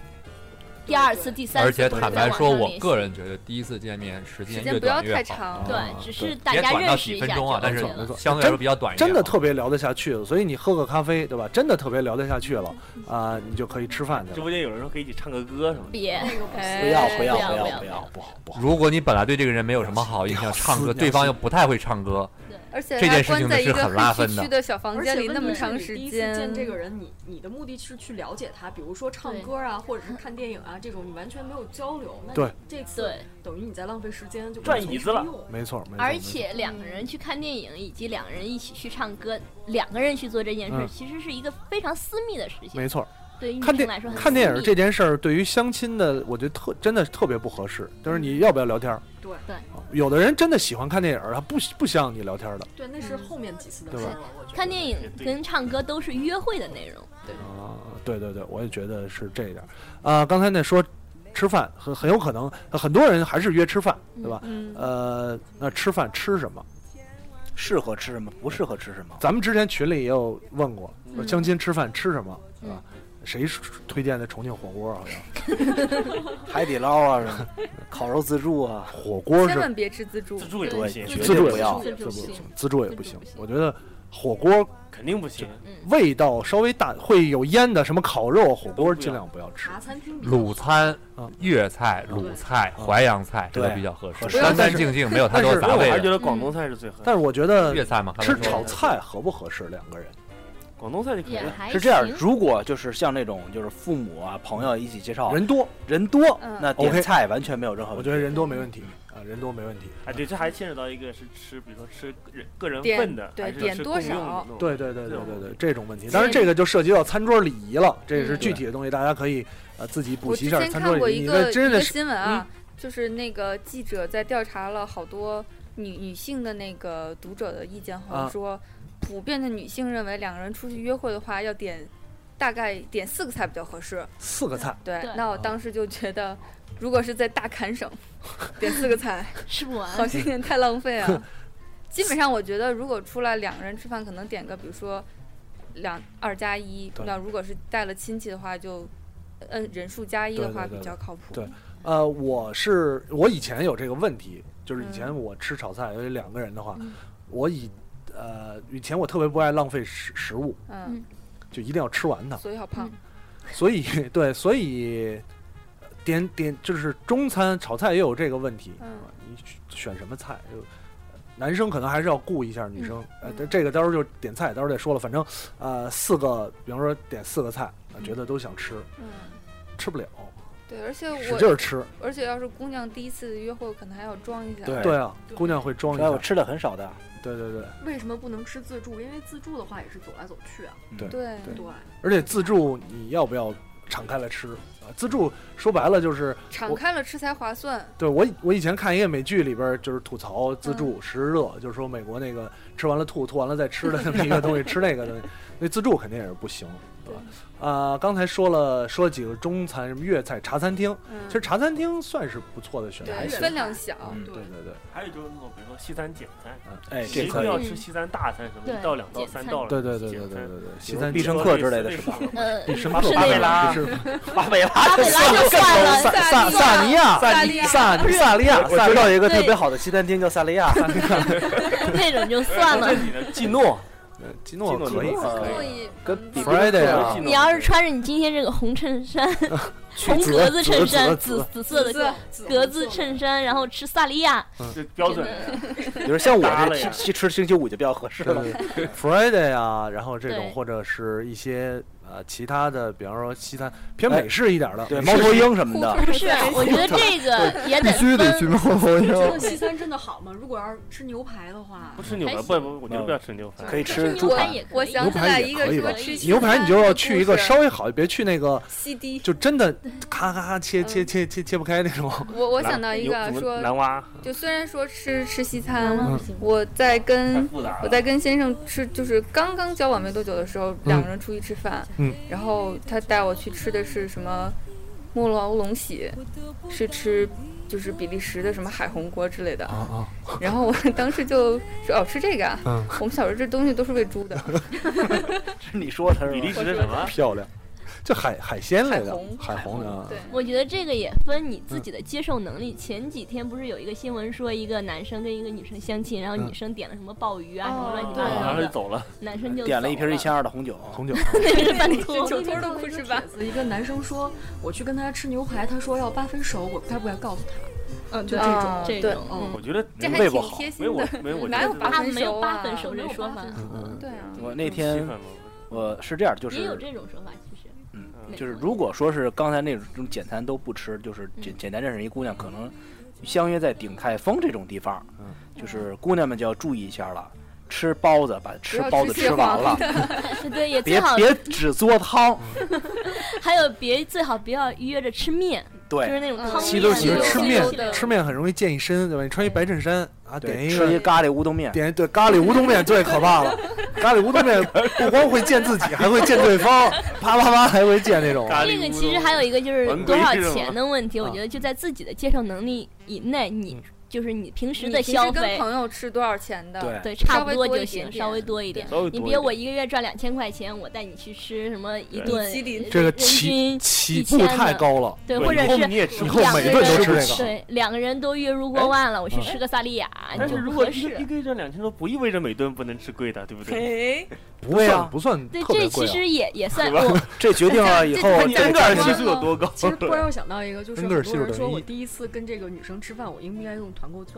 S6: 第二次、第三次，
S8: 而且坦白说，
S6: 或者再往上
S8: 我
S6: 联系
S8: 个人觉得第一次见面时
S4: 时
S8: 间
S4: 间
S8: 越
S4: 不要
S8: 短越
S4: 太
S8: 好，嗯
S4: 长，
S2: 啊
S6: 对，只是大
S8: 别
S6: 家
S8: 短到
S6: 认识
S8: 几
S6: 一
S8: 分
S6: 下就
S8: 钟啊，但是
S6: OK
S2: 没
S6: 了。
S2: 错
S8: 相对来说比较短一点。
S2: 真的特别聊得下去，所以你喝个咖啡，对吧？真的特别聊得下去了
S4: 嗯
S2: 啊、你就可以吃饭去
S3: 直
S2: 了。
S3: 播间有人说可以一起唱个歌什么的，
S6: 别，
S5: 那个不行
S4: 哎
S1: 不要不要
S6: 不要
S1: 要
S6: 不
S1: 不
S6: 要
S1: 不好不好。
S8: 如果你本来对这个人没有什么好印象，唱歌对方又不太会唱歌，
S4: 而且
S8: 这件
S4: 还
S8: 事情
S4: 关在
S8: 是
S4: 一个
S8: 很拉
S4: 黑
S8: 分
S4: 黢
S8: 的
S4: 黢的小房
S5: 而
S4: 间
S5: 且
S4: 里
S5: 问
S4: 那
S5: 题
S4: 么
S5: 是
S4: 长
S5: 你
S4: 时
S5: 第一次
S4: 间，
S5: 见这个人，你你的目的是去了解他，比如说唱
S6: 对
S5: 歌啊，或者是看电影啊这种，你完全没有交流。那
S2: 对
S5: 你这次
S6: 对，
S5: 等于你在浪费时间，就
S3: 转
S5: 无从
S3: 椅子了
S5: 利用
S2: 没错，没错。
S6: 而
S2: 没错
S6: 且两个
S5: 嗯
S6: 人去看电影，以及两个人一起去唱歌，两个人去做这件事，
S2: 嗯
S6: 其实是一个非常私密的事情。
S2: 没错，
S6: 对于女
S2: 看
S6: 生
S2: 电
S6: 来说很私
S2: 看
S6: 密，
S2: 电影这件事儿，对于相亲的，我觉得特真的特别不合适。就是你要不要聊天儿？
S5: 对
S6: 对
S2: 啊有的人真的喜欢看电影儿，他不喜不希望你聊天儿的。
S5: 对，那是后面几次的
S2: 对
S5: 事
S2: 吧
S5: 了。我觉得
S6: 嗯看电影
S3: 对
S6: 跟唱歌都是约会的内容。
S2: 啊，对对对，我也觉得是这一点儿。啊、刚才那说吃饭，很很有可能很多人还是约吃饭，对吧？
S4: 嗯，
S2: 呃，那吃饭吃什么？
S1: 适合吃什么，不适合吃什么。
S2: 咱们之前群里也有问过，说相亲吃饭吃什么，
S6: 嗯
S2: 对
S1: 啊
S2: 吧？谁推荐的重庆火锅？好像
S1: 海底捞啊，烤肉自助啊，
S2: 火锅
S4: 千
S2: 是
S4: 万别吃自助
S3: 自。助也不
S6: 对，
S3: 行，
S1: 自
S2: 助
S6: 助
S2: 也
S1: 不要
S6: 自助
S2: 自
S6: 不行。
S2: 自助也不行
S6: 自助不行，
S2: 我觉得火锅
S3: 肯定不行。
S2: 味道稍微大，会有烟的，什么烤肉、火
S3: 都不
S2: 锅
S3: 要
S2: 尽量不要吃。
S5: 茶餐厅比较
S8: 鲁餐
S2: 啊、
S3: 嗯
S8: 粤菜、鲁菜、
S2: 啊
S8: 淮扬菜这
S1: 对
S8: 都比较合
S1: 合
S8: 适，
S1: 适
S8: 干干净净，没有太多
S3: 但
S8: 杂
S3: 我
S8: 味
S3: 还是觉
S8: 的。
S3: 得广东菜是最合适，
S2: 嗯但是我觉得
S8: 粤菜嘛，刚才
S2: 吃
S8: 说
S2: 炒
S8: 了
S2: 菜合不合适？两个人
S3: 广东菜就可以
S6: 也
S3: 了。
S6: 还
S1: 是这样
S6: 行，
S1: 如果就是像那种就是父母啊朋友一起介绍，
S2: 人多，
S1: 人多
S4: 嗯，
S1: 那
S2: OK
S1: 点菜完全没有任何
S2: 我
S1: 问
S2: 觉
S1: 题。
S2: 得人多没问题啊，人多没问题。
S3: 哎，对，这还牵扯到一个是吃，比如说吃个人个人
S4: 点
S3: 份的，
S4: 对
S3: 还是
S4: 点
S3: 吃
S4: 多
S3: 共用
S4: 少
S3: 的那种
S2: 对对对对对对，这种问题，当然这个就涉及到餐桌礼仪了，这
S3: 嗯
S2: 也是具体的东西，大家可以呃自己补
S4: 我
S2: 习
S4: 之
S2: 一下
S4: 前
S2: 餐
S4: 看
S2: 桌
S4: 过
S2: 礼仪。
S4: 一
S2: 你
S4: 个
S2: 这
S4: 一
S2: 真的
S4: 个
S2: 是嗯
S4: 新闻啊，就是那个记者在调查了好多女女性的那个读者的意见
S2: 啊
S4: 后说，普遍的女性认为两个人出去约会的话要点大概点四个菜比较合适。
S2: 四个菜，
S4: 嗯对，
S6: 对
S4: 那我当时就觉得，如果是在大坎省点四 个菜，
S6: 吃不完。
S4: 好像有点太浪费 了。基本上我觉得，如果出来两个人吃饭，可能点个比如说两二加一
S2: 对，
S4: 那如果是带了亲戚的话就。嗯，人数加一的
S2: 对
S4: 话
S2: 对对
S4: 比较靠谱。嗯
S2: 对呃，我是我以前有这个问题，就是以前
S4: 嗯
S2: 我吃炒菜，尤其两个人的话
S4: 嗯，
S2: 我以呃以前我特别不爱浪费食食物，
S4: 嗯，
S2: 就一定要吃完它，
S4: 所以好胖。
S2: 所以 对，所以呃点点就是中餐炒菜也有这个问题，
S4: 嗯
S2: 啊你选选什么菜就。呃男生可能还是要顾一下女
S4: 嗯
S2: 生，呃，
S4: 嗯
S2: 这这个到时候就点菜，到时候再说了。反正，呃，四个，比方说点四个菜，呃觉得都想吃，
S4: 嗯，
S2: 吃不了，
S4: 对，而且
S2: 使劲
S4: 我，
S2: 儿吃。
S4: 而且要是姑娘第一次约会，可能还要装一下。
S1: 对
S2: 对啊，姑娘会装一
S1: 哎，我
S2: 下。
S1: 吃的很少的，
S2: 对对对，
S5: 为什么不能吃自助？因为自助的话也是走来走去啊。
S1: 嗯
S4: 对
S2: 对
S5: 对，
S2: 而且自助你要不要敞开来吃啊？自助说白了就是，
S4: 敞开了吃才划算。
S2: 对我以我以前看一个美剧里边儿就是吐槽自助食热，就是说美国那个吃完了吐，吐完了再吃的那么一个东西，吃那个东西，那自助肯定也是不行，对吧？啊、刚才说了说几个中餐，什么粤菜、茶餐厅，
S4: 嗯
S2: 其，实茶餐厅算是不错的选择。
S4: 对，
S1: 行
S4: 分量小。
S2: 嗯，
S5: 对
S2: 对对对。
S3: 还有就是那种，比如说西餐简餐，
S1: 哎，
S3: 谁
S1: 这
S3: 说
S1: 可以
S3: 要
S6: 以
S3: 吃西餐大餐什么，
S6: 对
S3: 一到两道、三道了，
S2: 对对对对
S3: 简
S2: 对对
S3: 餐
S2: 对对，西
S1: 比如
S2: 餐
S1: 必
S2: 厅
S1: 胜客之类的
S3: 类似
S1: 是吧？
S6: 呃，
S2: 必胜
S6: 不
S2: 客、
S6: 是
S2: 巴
S6: 那
S2: 贝
S6: 个
S2: 拉，
S3: 拉
S2: 必胜
S1: 巴贝
S6: 巴
S1: 拉
S6: 贝拉就算了，
S2: 萨萨萨尼亚、
S4: 萨利亚
S2: 萨萨利亚、
S1: 我
S2: 萨
S1: 知
S2: 利亚
S1: 道有一个
S6: 对
S1: 特别好的西餐厅叫萨利亚，
S6: 那种就算了。
S3: 你的
S1: 季诺
S2: 呃基诺可以
S1: 基诺可 以
S4: 所以
S1: 跟比
S4: 嗯
S2: ，Friday
S3: 都
S2: 啊
S3: 是，
S6: 你要是穿着你今天这个红衬衫，红格子衬
S2: 紫
S6: 衫，
S2: 紫
S6: 紫紫色的
S5: 紫
S6: 格子衬衫，然后吃萨莉亚，
S2: 嗯
S3: 就标准
S6: 真
S3: 的
S1: 比如像我
S3: 搭
S1: 这
S3: 了呀
S1: 去去吃星期五就比较合适了。
S2: 对 Friday 啊，然后这种
S6: 对
S2: 或者是一些呃其他的，比方说西餐偏
S1: 哎
S2: 美式一点的，
S1: 对，猫头鹰什么的，
S6: 不是？啊我觉得这个也
S7: 必
S6: 得
S7: 须得去
S6: 分，
S7: 猫头鹰。
S5: 这个西餐真的好吗？如果要是吃牛排的话
S3: 不，吃牛排，
S6: 还
S3: 不不，我觉得不要吃牛排。
S1: 可以吃
S6: 吃
S1: 猪
S6: 牛排
S1: 排。
S6: 也可以。
S4: 我想起来一个
S2: 牛
S4: 说
S2: 排也可以吧
S4: 吃西
S2: 牛排你就要去一个
S4: 餐
S2: 稍微好，别去那个
S4: 西堤。
S2: 就真的
S6: 嗯
S2: 咔咔咔切切切切切不开那种。
S4: 我我想到一
S3: 蓝
S4: 个
S3: 牛
S4: 说，
S3: 蓝蛙
S4: 就虽然说吃吃西餐，
S6: 嗯不行
S4: 我在
S3: 太
S4: 跟
S3: 复杂了，嗯
S4: 我在跟先生吃，就是刚刚交往没多久的时候，两个人出去吃饭，
S2: 嗯
S4: 然后他带我去吃的是什么莫劳龙喜，是吃就是比利时的什么海红锅之类的，
S2: 啊
S3: 哦
S2: 啊！
S4: 然后我当时就说哦吃这个啊，
S2: 嗯
S4: 我们小时候这东西都是喂猪的，
S1: 是你说的是
S3: 比利
S1: 吧？
S3: 时的什么？
S2: 漂亮，就海海鲜类
S4: 海
S2: 的
S4: 虹，
S2: 海虹的啊。
S4: 对，
S6: 我觉得这个也分你自己的接受能力。前几天不是有一个新闻说，一个男生跟一个女生相亲，然后
S2: 嗯
S6: 女生点了什么鲍鱼啊，什么
S4: 哦
S6: 乱七
S4: 对
S6: 八
S3: 然
S6: 糟
S3: 后就
S6: 的，
S3: 走了，
S6: 男生就
S1: 点了一
S6: 走
S1: 瓶一千二的红酒，啊
S2: 红酒，
S6: 那个是饭
S4: 这
S6: 托。
S4: 酒托都不吃吧？
S5: 一个男生说我去跟他吃牛排，他说要八分熟，我该不该告诉他？
S6: 嗯，对
S5: 这种
S4: 啊
S6: 这
S4: 对
S6: 种，
S3: 我
S6: 嗯，
S3: 觉得
S4: 这还
S1: 胃不
S4: 挺
S1: 好
S4: 贴
S3: 没
S4: 心
S3: 有我
S4: 的，
S3: 没有我觉
S4: 哪有八分
S3: 得
S6: 他没有
S4: 熟啊
S6: 八分熟这说法，
S2: 嗯嗯，
S4: 对啊，
S1: 我
S3: 这
S1: 那
S3: 么
S1: 天
S3: 稀罕吗
S1: 我是这样，就
S6: 也有
S1: 是
S6: 这种说法，其实。
S3: 嗯
S1: 就是如果说是刚才那种简餐都不吃，就是简
S6: 嗯
S1: 简单认识一姑娘，可能相约在鼎泰丰这种地方
S2: 嗯，
S1: 就是姑娘们就要注意一下了。吃包子，把吃
S4: 不要
S1: 包子
S4: 吃蟹
S1: 吃完
S4: 黄
S1: 了，
S6: 对对，也最
S1: 别
S6: 好，
S1: 别只嘬汤。
S6: 还有别最好不要约着吃面，就
S1: 对
S6: 是那种
S4: 嗯
S6: 汤面。
S2: 稀溜稀溜
S4: 稀
S2: 吃
S4: 溜
S2: 面，
S4: 的
S2: 吃面很容易健一身，对吧？你穿一白衬衫啊，点
S1: 对，
S2: 一
S1: 吃一
S2: 个
S1: 咖喱乌冬面，
S2: 点一对咖喱乌冬面最可 怕了，咖喱乌冬面不光会见自己，还会见对方，啪啪啪还会见那种。
S3: 咖
S6: 这
S3: 喱
S6: 个
S3: 乌
S6: 其实
S3: 冬
S6: 还有一个就是
S3: 文
S6: 多
S3: 贵
S6: 少
S3: 是吗
S6: 钱的问题，我
S2: 啊
S6: 觉得就在自己的接受能力以内，你
S1: 嗯
S6: 就是你平时
S4: 你
S6: 的
S4: 平时
S6: 消
S4: 跟
S6: 费，
S4: 朋友吃多少钱的？
S1: 对
S6: 对，
S4: 稍
S6: 差不
S4: 微
S6: 多
S4: 多
S6: 就
S4: 一
S6: 行，
S4: 点
S6: 稍微
S4: 点
S6: 多一点。
S3: 稍微
S6: 你
S3: 多
S6: 别
S3: 一
S6: 我
S3: 点
S6: 一个月赚两千块钱，我带你去吃什么一
S3: 对
S6: 顿
S4: 米其林
S2: 这个
S6: 人
S2: 起
S6: 均
S2: 起
S6: 一
S2: 步
S6: 千
S2: 太
S6: 的
S2: 高了，
S6: 对，
S3: 对
S6: 或者
S3: 以后
S6: 是
S3: 你也吃
S2: 以
S3: 不
S2: 后
S3: 起
S6: 两
S2: 每
S6: 个
S2: 顿都
S6: 人
S2: 吃这个。
S6: 对两个人都月入过
S3: 哎
S6: 万了，我去
S2: 嗯
S6: 吃个萨莉亚
S3: 但
S6: 就是不
S3: 如果
S6: 合
S3: 一个一
S6: 适。
S3: 个月赚两千多，不意味着每顿不能吃贵的，对不对？
S4: 哎，
S2: 不算、
S1: 啊
S2: 不算
S6: 对，
S2: 特
S6: 这
S2: 别
S6: 其
S2: 贵、啊。
S6: 实也也算
S3: 吧
S6: 我
S1: 这决定了以后
S4: 这
S1: 这
S4: 这
S1: 个
S3: 恩格
S1: 家
S3: 尔
S1: 庭
S3: 系数有多高？
S5: 其实突然又想到一个，就是很
S2: 恩格尔系
S5: 多
S2: 数
S5: 人
S2: 等于
S5: 说我
S2: 一
S5: 第一次跟这个女生吃饭，我应不应该用团购券？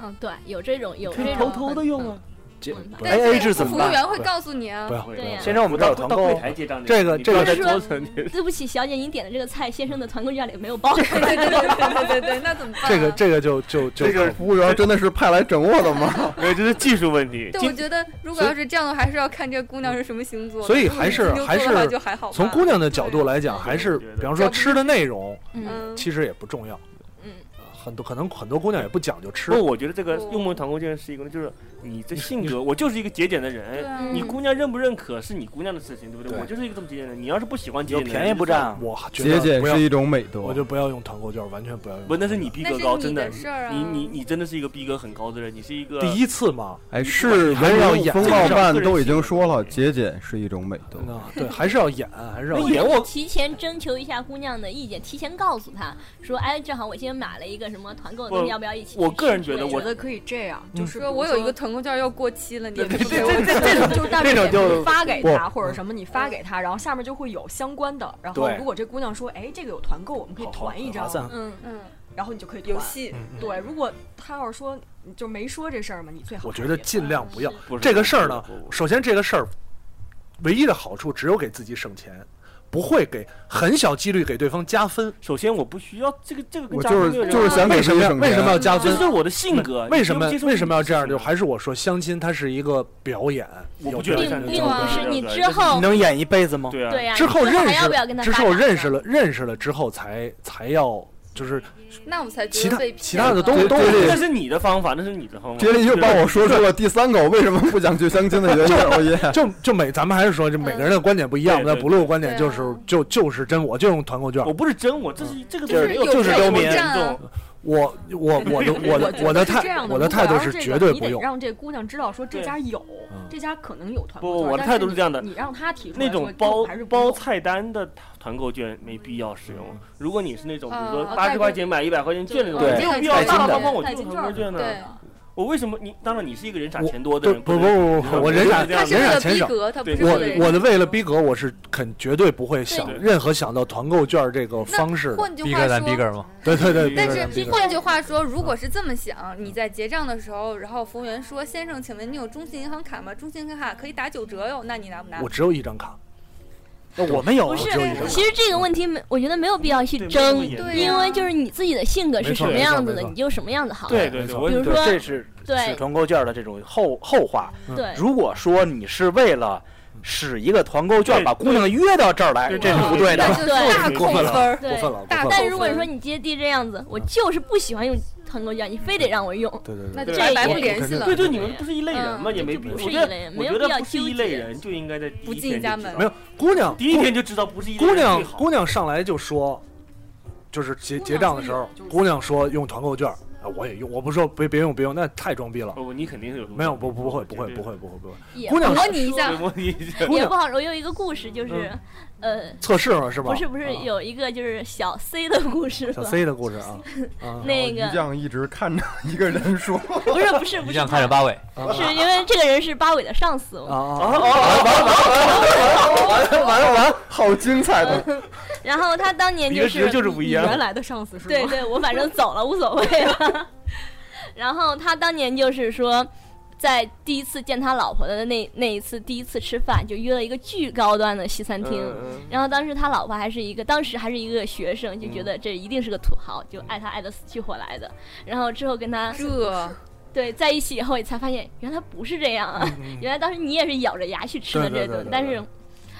S6: 嗯，对，有这种有
S3: 可
S6: 这
S3: 以
S6: 种
S3: 偷偷的用
S6: 很
S3: 啊，
S1: 这
S6: 嗯
S1: 哎
S4: 但
S1: 哎，
S4: 是
S1: 这怎
S4: 服
S1: 么
S4: 务员
S1: 办？
S4: 会告诉你啊
S2: 不。要，
S6: 对呀
S1: 先让我们到
S3: 到
S1: 团
S3: 到柜
S1: 购，
S3: 台结账去，
S2: 这个
S3: 你
S2: 这
S3: 不要
S2: 个
S3: 再
S6: 是
S3: 折腾这个
S6: 对不起，小姐，您点的这个菜，先生的团购价里没有包。
S4: 对对对对对对对，那怎么办啊？
S2: 这个这个就就就
S3: 这个
S7: 服务员真的是派来整我的吗？
S3: 没有，这是技术问题。
S4: 对，
S3: 今
S4: 我觉得如果要是这样的，话，还是要看这姑娘是什么星座的。
S2: 所以还是
S4: 金牛座
S2: 还
S4: 的话
S2: 是
S4: 就还好吧。
S2: 从姑娘的角度来讲，
S6: 对
S2: 还是
S3: 对对
S2: 比方说吃的内容，
S6: 嗯
S4: 嗯，
S2: 其实也不重要。
S6: 嗯，
S2: 很多可能很多姑娘也不讲究吃
S3: 不，。我觉得这个
S4: 不
S3: 用不用团购这件事情呢，就是你的性格，我就是一个节俭的
S4: 对
S3: 人。
S4: 啊，
S6: 嗯
S3: 你姑娘认不认可是你姑娘的事情，对不对？
S1: 对
S3: 我就是一个这么节俭的人。你要是不喜欢节
S1: 有
S3: 俭的人，
S1: 便宜不占，
S2: 我觉
S7: 节
S2: 得
S7: 俭
S2: 不要
S7: 是，一种美
S2: 我
S7: 德。
S2: 就不要用团购券，完全不要用。
S3: 不，那是你逼
S4: 那
S3: 格
S4: 是
S3: 高，
S4: 你
S3: 真
S4: 的事儿啊
S3: 你你你真的是一个逼格很高的人，你是一个
S2: 第一次嘛，
S7: 哎，
S3: 是
S7: 是
S2: 还是要演
S7: 风暴
S3: 技
S7: 办
S3: 个人
S7: 都已
S3: 性
S7: 经
S3: 格
S7: 说了，
S3: 对
S7: 节俭是一种美德。
S2: 那啊对还是要演，啊还是要
S3: 那
S2: 演。
S3: 演我
S6: 提前征求一下姑娘的意见，提前告诉她说，哎，正好我今天买了一个什么团购的东
S3: 我
S6: 西，要不要一起去吃之类的？
S3: 我个人觉得
S5: 我
S3: 我
S5: 觉得可以这样，
S2: 嗯
S5: 就是
S4: 说我有一个团购券要过期了，你也不给我。
S5: 这种就但是
S1: 这种就
S5: 你发给他或者什么，你发给他，然后下面就会有相关的。然后
S1: 对
S5: 如果这姑娘说，哎，这个有团购，我们可以团一张
S1: 好，好
S6: 嗯，
S4: 嗯，
S5: 然后你就可以团
S4: 有。戏。
S5: 对，如果他要是说就没说这事儿嘛，你最好
S2: 我觉
S5: 还
S2: 得
S5: 别
S2: 尽量不要。
S3: 不是
S2: 这个事儿呢
S3: 不不不
S2: 首先，这个事儿唯一的好处只有给自己省钱，不会给很小几率给对方加分。
S3: 首先我不需要这个这个跟
S7: 我
S3: 家
S7: 就
S3: 庭
S7: 是
S3: 没有任
S7: 就
S3: 何
S7: 是想给
S2: 啊为
S7: 自
S2: 什
S7: 己
S2: 么
S7: 省
S2: 要为什么要
S7: 钱。
S2: 加
S3: 这
S2: 分
S3: 就？是我的性格。
S2: 为什么
S3: 你接受
S2: 为什么要这样？
S3: 你
S2: 就
S3: 的性格
S2: 还是我说，相亲它是一个表演，
S3: 我不
S2: 有
S3: 觉得
S2: 表
S6: 并
S3: 像
S2: 演
S3: 这
S6: 并
S3: 种
S6: 不
S3: 人
S6: 是你
S3: 对
S6: 之
S3: 就是
S6: 后
S1: 你，能演一辈子吗？
S3: 对啊，
S6: 对呀，
S2: 之后
S6: 你之
S2: 认
S6: 还要不要
S2: 识
S6: 跟她
S2: 之
S6: 发
S2: 后
S6: 展
S2: 认识
S6: 呢
S2: 了，认识了之后才才要就是
S4: 那我才觉得
S2: 其他
S4: 被骗
S2: 其他的都
S4: 了
S2: 都
S7: 对
S3: 那是你的方法，那是你的方法。
S7: 杰里又
S3: 对
S7: 帮我说出了第三个我为什么不想去相亲的原因。我也
S2: 就就每咱们还是说，就每个人的观点不一样，
S3: 对
S2: 但
S3: 对
S2: 不论观点
S4: 对
S2: 就
S4: 啊
S2: 是就就是真，我就用团购券
S3: 嗯我。不是真，我这是这个
S4: 就是
S3: 没
S4: 有
S3: 有
S4: 这
S1: 就是
S4: 个
S1: 刁
S4: 网
S1: 民
S4: 站啊
S2: 我我我的我
S5: 觉得
S2: 的我的
S5: 是这
S2: 态
S5: 样
S2: 我的
S5: 如果
S2: 态度
S5: 要
S2: 是
S5: 这
S2: 绝
S5: 个
S2: 对
S5: 你
S2: 不
S5: 得
S2: 用。
S5: 让这姑娘知道说这
S3: 对
S5: 家有
S2: 嗯，
S5: 这家可能有团
S3: 不
S5: 购
S3: 不
S5: 券
S3: 我的
S5: 但
S3: 态度是
S5: 你
S3: 这样的
S5: 你让他提出来
S3: 那种
S5: 说
S3: 包
S5: 这还是不
S3: 包
S5: 用
S3: 菜单的团购券没必要使用。如果你是那种比如
S4: 啊
S3: 说
S4: 啊
S3: 八
S5: 代
S3: 十块
S5: 购
S3: 钱买一百块钱券那种，
S1: 对
S3: 没有必要
S1: 代金
S3: 大
S1: 的
S3: 大方方我
S5: 代
S3: 用
S5: 金
S3: 团
S5: 券
S3: 购券呢
S4: 对。
S3: 我为什么你？当然你是一个人傻
S2: 我
S3: 钱多的
S2: 不
S3: 人，
S2: 不
S3: 不能
S2: 不不，我人傻
S3: 这样
S4: 他是为
S2: 人傻
S4: 了
S2: 钱
S4: 逼
S2: 少。
S4: 格，他不
S3: 对
S4: 是
S2: 我
S4: 为
S2: 我的为了
S4: 逼
S2: 逼格，我是肯绝对不会想
S3: 对
S2: 任何想到团购券这个方式
S4: 格。
S2: 的。
S4: 换句
S8: 逼
S4: 话
S8: 格咱逼
S4: 说，
S8: 格嘛，
S2: 对对对，
S3: 但
S2: 逼格
S4: 是
S2: 咱逼格
S4: 换句话说，如果是这么想，你在结账的时候，然后服务员说：“先生，请问你有中信银行卡吗？中信银行卡可以打九折哟。”那你拿不拿
S2: 我？只有一张卡，
S1: 那我没有，
S6: 不是
S1: 只有一个，
S6: 其实这个问题没，我觉得没有必要去
S3: 对
S6: 争，
S3: 对
S4: 对
S6: 因
S4: 呀
S6: 为就是你自己的性格
S2: 没
S6: 是什
S2: 错
S6: 么
S2: 没错
S6: 样子
S2: 没
S6: 的，
S2: 错
S6: 你就什么样子好了。
S3: 对
S2: 没
S3: 对对，
S2: 错
S3: 我
S6: 比如
S3: 对
S6: 说
S1: 这是
S6: 对
S1: 是团购券的这种后后话。
S6: 对
S1: 如果说你是为了使一个团购券
S3: 对
S1: 把姑娘约到这儿来，
S3: 对
S1: 这是
S3: 对
S1: 不对的。
S4: 那就是
S6: 对
S4: 大
S2: 过
S4: 扣
S2: 分
S4: 分
S2: 了
S4: 儿。
S2: 过
S6: 对
S2: 分。了，过
S4: 大
S2: 分
S4: 概。
S2: 了
S6: 但如果你说你接地这样子，我就是不喜欢用团购券，你非得让我用，
S2: 对对对，
S4: 那就
S3: 对
S4: 白白
S6: 我
S4: 不联系了
S3: 对。对，你们不是一类人吗？
S6: 嗯
S3: 也没
S6: 这
S3: 必
S6: 不
S3: 我
S6: 是
S3: 觉
S6: 一类
S3: 得
S6: 人
S3: 我
S6: 没有
S3: 觉
S6: 必
S3: 得
S6: 要
S3: 不是一
S6: 纠
S3: 类
S6: 结
S3: 人，就应该在第
S4: 不
S3: 一
S4: 进
S3: 天
S4: 家
S3: 就知
S4: 门
S3: 道
S2: 没有姑娘，
S3: 第一天就知道不是一类
S2: 姑
S3: 人
S2: 娘
S3: 最好
S2: 姑娘上来就说，就是结
S5: 姑娘
S2: 结账的时候
S5: 说有就是，
S2: 姑娘说用团购券，啊，我也用，我不说别别用别用，那太装逼了。
S3: 哦，你肯定是有
S2: 没有，不不会不
S3: 绝
S2: 会
S3: 对
S2: 不会不会不会，
S6: 也
S2: 姑娘
S6: 不好
S4: 模拟一
S6: 说
S4: 下
S3: 对我理解
S2: 姑
S6: 也
S2: 娘
S6: 不好说。我有一个故事，就是，呃，
S2: 测试了是吧？
S6: 不是不是，
S2: 啊
S6: 有一个就是小 C 的故事
S2: 小
S6: 吗？
S2: C 的故事 啊啊，
S6: 那
S7: 然后
S6: 个
S7: 哦于酱一直看着一个人 说，
S6: 不是不是不
S8: 一
S6: 是
S8: 向看着八尾，
S2: 啊
S6: 是因为这个人是八尾的上司，
S2: 啊啊啊
S7: 完了完了，好精彩的！
S6: 然后他当年
S3: 你
S6: 就
S3: 的
S6: 是
S3: 值就是不一样。
S5: 原来的上司是吗？
S6: 对对，我反正走了，无所 谓了。然后他当年就是说，在第一次见他老婆的那那一次，第一次吃饭就约了一个巨高端的西餐厅。然后当时他老婆还是一个，当时还是一个学生，就觉得这一定是个土豪，就爱他爱得死去活来的。然后之后跟他
S4: 这
S6: 对在一起以后，你才发现原来不是这样啊！原来当时你也是咬着牙去吃的
S2: 对
S6: 这
S2: 对对
S6: 顿
S2: 对，
S6: 但是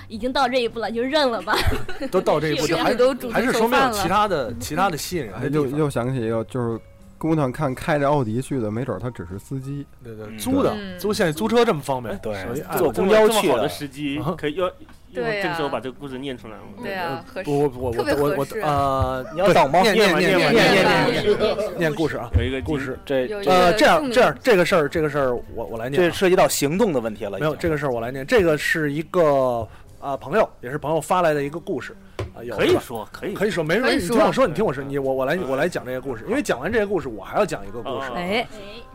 S6: 已经到这一步了，就认了吧。
S2: 都到 这一步，
S6: 是
S2: 就
S6: 有
S2: 还
S4: 你都主
S2: 还是
S4: 动
S2: 说
S4: 收
S2: 明有
S4: 饭
S2: 其
S4: 了。
S2: 他的其他的吸引人
S7: 哎，
S2: 的
S7: 又
S2: 地方
S7: 又想起一个，就是姑娘看开着奥迪去的，没准他只是司机。
S2: 对对
S9: 嗯
S2: 租的
S4: 嗯
S2: 租现在租车这么方
S6: 哎
S2: 便，哎
S1: 对
S2: 手机按
S1: 坐
S2: 着
S3: 这
S1: 公
S3: 么
S1: 交
S3: 这么
S1: 去
S3: 好的
S1: 了
S3: 时机
S2: 啊，
S3: 可以要要
S4: 对
S3: 这个时候
S4: 呀
S3: 把这个故事念出来吗？
S4: 对啊，合适。
S2: 呃我我我
S4: 特别
S2: 我我
S4: 合适
S2: 我呃，
S1: 你要当猫
S2: 念
S3: 念吧
S2: 念
S3: 念
S2: 念
S3: 吧
S2: 念
S4: 念吧
S2: 念念念故事啊，
S3: 有一个
S2: 故事。
S1: 这
S4: 有一个
S2: 呃，这
S4: 著
S2: 样
S4: 名
S2: 这样，这个事儿这个事儿我我来念
S1: 这
S2: 啊，
S1: 涉及到行动的问题了，已
S2: 没有
S1: 经
S2: 这个事儿我来念，这个是一个啊朋友也是朋友发来的一个故事啊，有
S3: 可
S2: 是
S3: 以
S2: 吧
S3: 说， 可以
S2: 可以说没
S4: 可
S2: 人，
S4: 以
S2: 你听
S4: 说
S2: 我说，你听我说，你我我来我来讲这个故事，因为讲完这个故事，我还要讲一个故事啊
S3: 哦。
S4: 哎，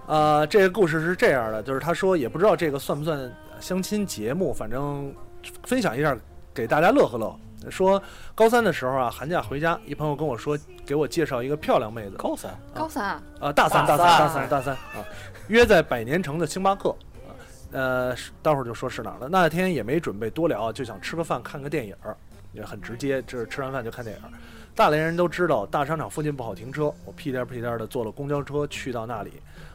S2: 呃，这个故事是这样的，就是他说也不知道这个算不算相亲节目，反正分享一下给大家乐呵乐呵。说高三的时候啊，寒假回家，一朋友跟我说，给我介绍一个漂亮妹子，
S1: 高三
S4: 高三
S2: 啊，大三
S1: 大三
S2: 大三大三大三啊，约在百年城的星巴克。啊呃，是待会儿就说是哪儿了。那天也没准备多聊，就想吃个饭，看个电影儿，也很直接，就是吃完饭就看电影儿。大连人都知道大商场附近不好停车，我屁颠儿屁颠的坐了公交车去到那里，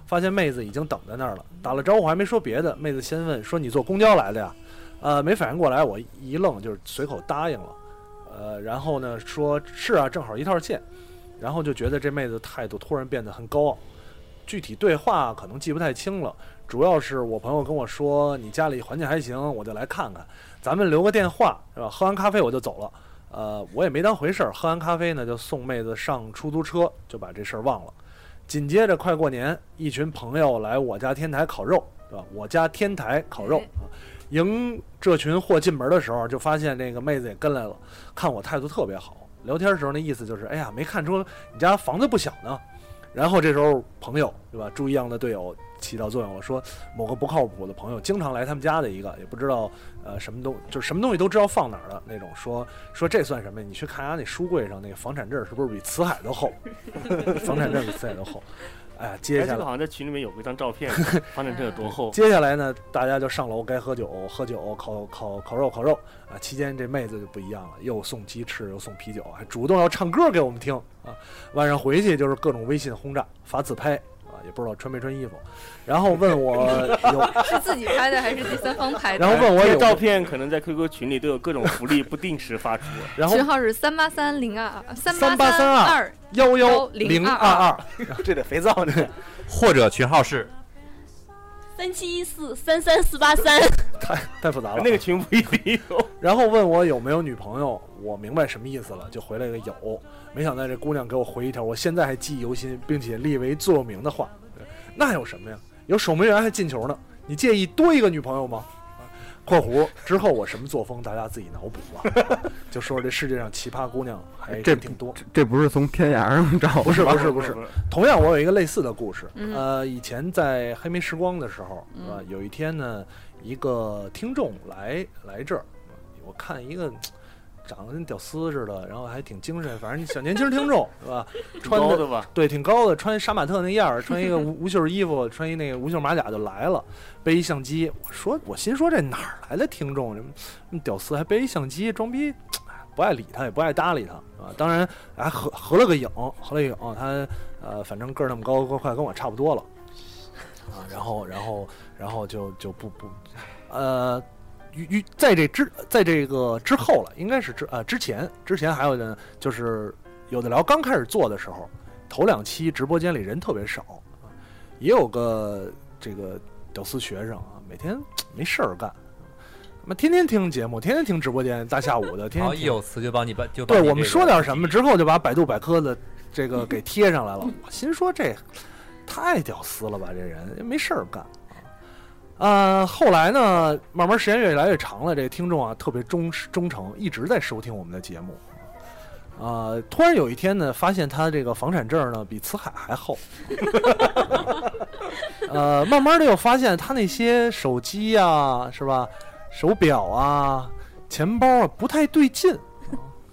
S2: 发现妹子已经等在那儿了。打了招呼还没说别的，妹子先问说：“你坐公交来的呀？”呃，没反应过来，我一愣，就是随口答应了。呃，然后呢说：“是啊，正好一套线。”然后就觉得这妹子态度突然变得很高傲。具体对话可能记不太清了，主要是我朋友跟我说你家里环境还行，我就来看看，咱们留个电话是吧？喝完咖啡我就走了，呃，我也没当回事儿，喝完咖啡呢就送妹子上出租车，就把这事儿忘了。紧接着快过年，一群朋友来我家天台烤肉，是吧？我家天台烤肉
S4: 哎，
S2: 啊迎这群货进门的时候，就发现那个妹子也跟来了，看我态度特别好。聊天的时候那意思就是，哎呀，没看出你家房子不小呢。然后这时候朋友对吧，朱一样的队友起到作用了，说某个不靠谱的朋友经常来他们家的一个，也不知道呃什么东，就是什么东西都知道放哪儿的那种，说说这算什么？你去看人家那书柜上那个房产证是不是比辞海都厚？房产证比辞海都厚。哎呀，
S3: 哎，
S2: 接
S3: 这
S2: 下来
S3: 个好像在群里面有过一张照片，发展这有多厚？
S2: 接下来呢，大家就上楼该喝酒，喝酒烤烤烤肉烤肉啊。期间这妹子就不一样了，又送鸡翅，又送啤酒，还主动要唱歌给我们听啊。晚上回去就是各种微信轰炸，发自拍啊，也不知道穿没穿衣服，然后问我有，
S4: 是自己拍的还是第三方拍
S2: 然后
S4: 的？
S2: 问我
S3: 这
S2: 有
S3: 个，照片可能在 QQ 群里都有各种福利，不定时发出。
S2: 然后
S4: 群号是三八三零二三
S2: 八三
S4: 三
S2: 二
S4: 二，
S2: 幺幺零
S4: 零
S2: 二
S4: 二
S2: 二
S4: 二，
S1: 这得肥皂呢，
S8: 或者群号是
S6: 三七一四三三四八三，
S2: 太太复杂了。啊
S3: 那个群不一定有。
S2: 然后问我有没有女朋友，我明白什么意思了，就回了一个有。没想到这姑娘给我回一条我现在还记忆犹新，并且列为座右铭的话，那有什么呀？有守门员还进球呢，你介意多一个女朋友吗？啊 括弧之后我什么作风，大家自己脑补吧。就说这世界上奇葩姑娘还
S7: 这
S2: 真哎挺多。
S7: 这不是从天涯上找的吧，
S2: 不是不哦是不是，同样，我有一个类似的故事。
S4: 嗯
S2: 呃，以前在黑莓时光的时候，
S4: 嗯
S2: 呃，有一天呢，一个听众来来这儿，我看一个长得跟屌丝似的，然后还挺精神，反正小年轻听众是吧？穿
S3: 高
S2: 的
S3: 的吧？
S2: 对挺高的，穿杀马特那样儿，穿一个无无袖衣服，穿一那个无袖马甲就来了，背一相机。我说，我心说这哪儿来的听众？这么屌丝还背一相机，装逼，哎不爱理他，也不爱搭理他，啊。当然，还合合了个影，合了个影，他呃，反正个儿那么高，快跟我差不多了，啊，然后，然后，然后就就不不，呃。于于，在这之，在这个之后了，应该是之呃之前，之前还有呢，就是有的聊刚开始做的时候，头两期直播间里人特别少，啊也有个这个屌丝学生啊，每天没事儿干，他妈天天听节目，天天听直播间，大下午的，天
S8: 好，
S2: 天
S8: 一
S2: 听。
S8: 有词就帮你把就
S2: 对
S8: 帮你
S2: 我们
S8: 这个
S2: 说点什么之后，就把百度百科的这个给贴上来 了。我心说这太屌丝了吧，这人没事儿干。啊，呃后来呢，慢慢时间越来越长了，这个听众啊特别忠实忠诚，一直在收听我们的节目。啊，突然有一天呢，发现他这个房产证呢比辞海还厚。 呃，慢慢的又发现他那些手机啊，是吧，手表啊、钱包啊不太对劲，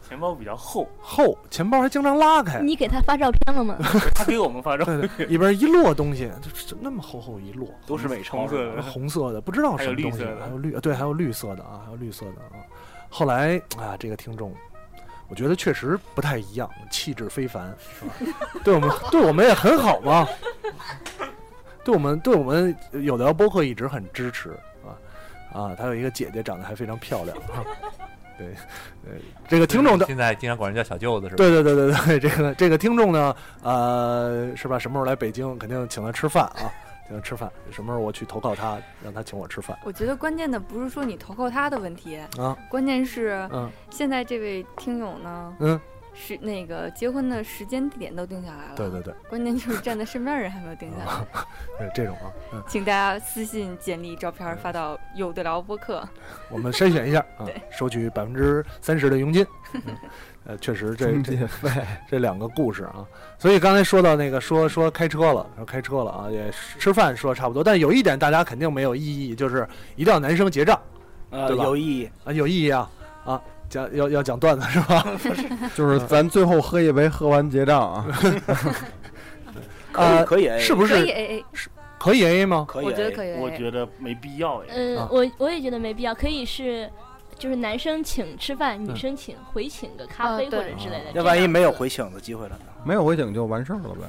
S3: 钱包比较厚，
S2: 厚，钱包还经常拉开，
S6: 你给他发照片了吗？
S3: 他给我们发照，
S2: 对对，里边一摞东西，就是那么厚厚一摞，
S1: 都是美
S3: 红
S1: 超
S3: 色的，
S2: 红色的，不知道什么
S3: 还
S2: 东
S3: 有绿
S2: 西
S3: 色，的
S2: 还有绿，对，还有绿色的啊，还有绿色的啊。后来啊，这个听众，我觉得确实不太一样，气质非凡，是吧？对我们，对我们也很好嘛。对我们，对我们有聊播客一直很支持啊啊！他有一个姐姐长得还非常漂亮啊，对，呃，这个听众的
S8: 现在经常管人叫小舅子是吧？
S2: 对对对对对，这个这个听众呢，呃，是吧？什么时候来北京，肯定请他吃饭啊，请他吃饭。什么时候我去投靠他，让他请我吃饭
S4: 我觉得关键的不是说你投靠他的问题，
S2: 啊？
S4: 关键是
S2: 嗯
S4: 现在这位听友呢，
S2: 嗯，
S4: 是那个结婚的时间地点都定下来了，
S2: 对对对，
S4: 关键就是站在身边的人还没有定下来，
S2: 是这种啊，嗯，
S4: 请大家私信简历、照片发到有的聊播客。
S2: 我们筛选一下啊
S4: 对，
S2: 收取百分之三十的佣金。嗯呃，确实这
S7: 中
S2: 这
S7: 介费，
S2: 这两个故事啊，所以刚才说到那个说说开车了，说开车了啊，也吃饭说的差不多，但有一点大家肯定没有异议，就是一定要男生结账
S1: 呃，
S2: 对吧
S1: 有意义。
S2: 啊，有异议啊啊，讲要要讲段子是吧？
S7: 就是咱最后喝一杯，喝完 结账啊。
S2: 啊，
S1: 可以，可以
S2: 是不
S4: 可以
S2: 是
S6: 哎
S4: AA，
S2: 可以 AA 吗？
S1: 可以，
S4: 我觉得可以 AA。
S3: 我觉得没必要哎。
S6: 嗯
S2: 啊，
S6: 我我也觉得没必要，可以是就是男生请吃饭，女
S2: 嗯
S6: 生请回请个咖
S4: 啊
S6: 啡或
S4: 对
S6: 者之类
S2: 呃
S6: 的。
S1: 那
S6: 这
S1: 万一
S6: 样
S1: 没有
S6: 子
S1: 回请的机会了呢？
S7: 没有回警就完事儿了呗。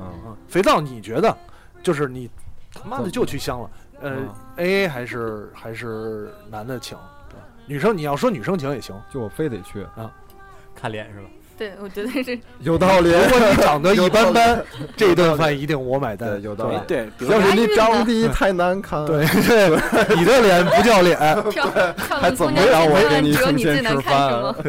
S7: 嗯，
S2: 啊，肥皂，你觉得就是你他妈的就去香了，呃
S7: 嗯
S2: ，A A 还是还是男的请，对吧女生你要说女生请也行，啊
S7: 就我非得去，
S8: 看脸是吧？
S4: 对，我觉得 是
S7: 有道理。
S2: 如果你长得一 般般，这顿饭一定我买单，
S7: 对有道
S2: 对
S7: 理
S2: 吧
S1: 对，比如
S7: 要是你长得 太难看，
S2: 对，对，你的脸不叫 脸，
S4: 漂 漂
S7: 还
S4: 亮
S7: 怎
S4: 姑
S7: 么
S4: 娘
S7: 让
S4: 请
S7: 我
S4: 吃
S7: 给
S4: 饭，
S7: 你
S4: 只有
S7: 请
S4: 你最
S7: 先
S4: 难
S7: 吃
S4: 看是
S7: 饭
S4: 吗？？
S1: 比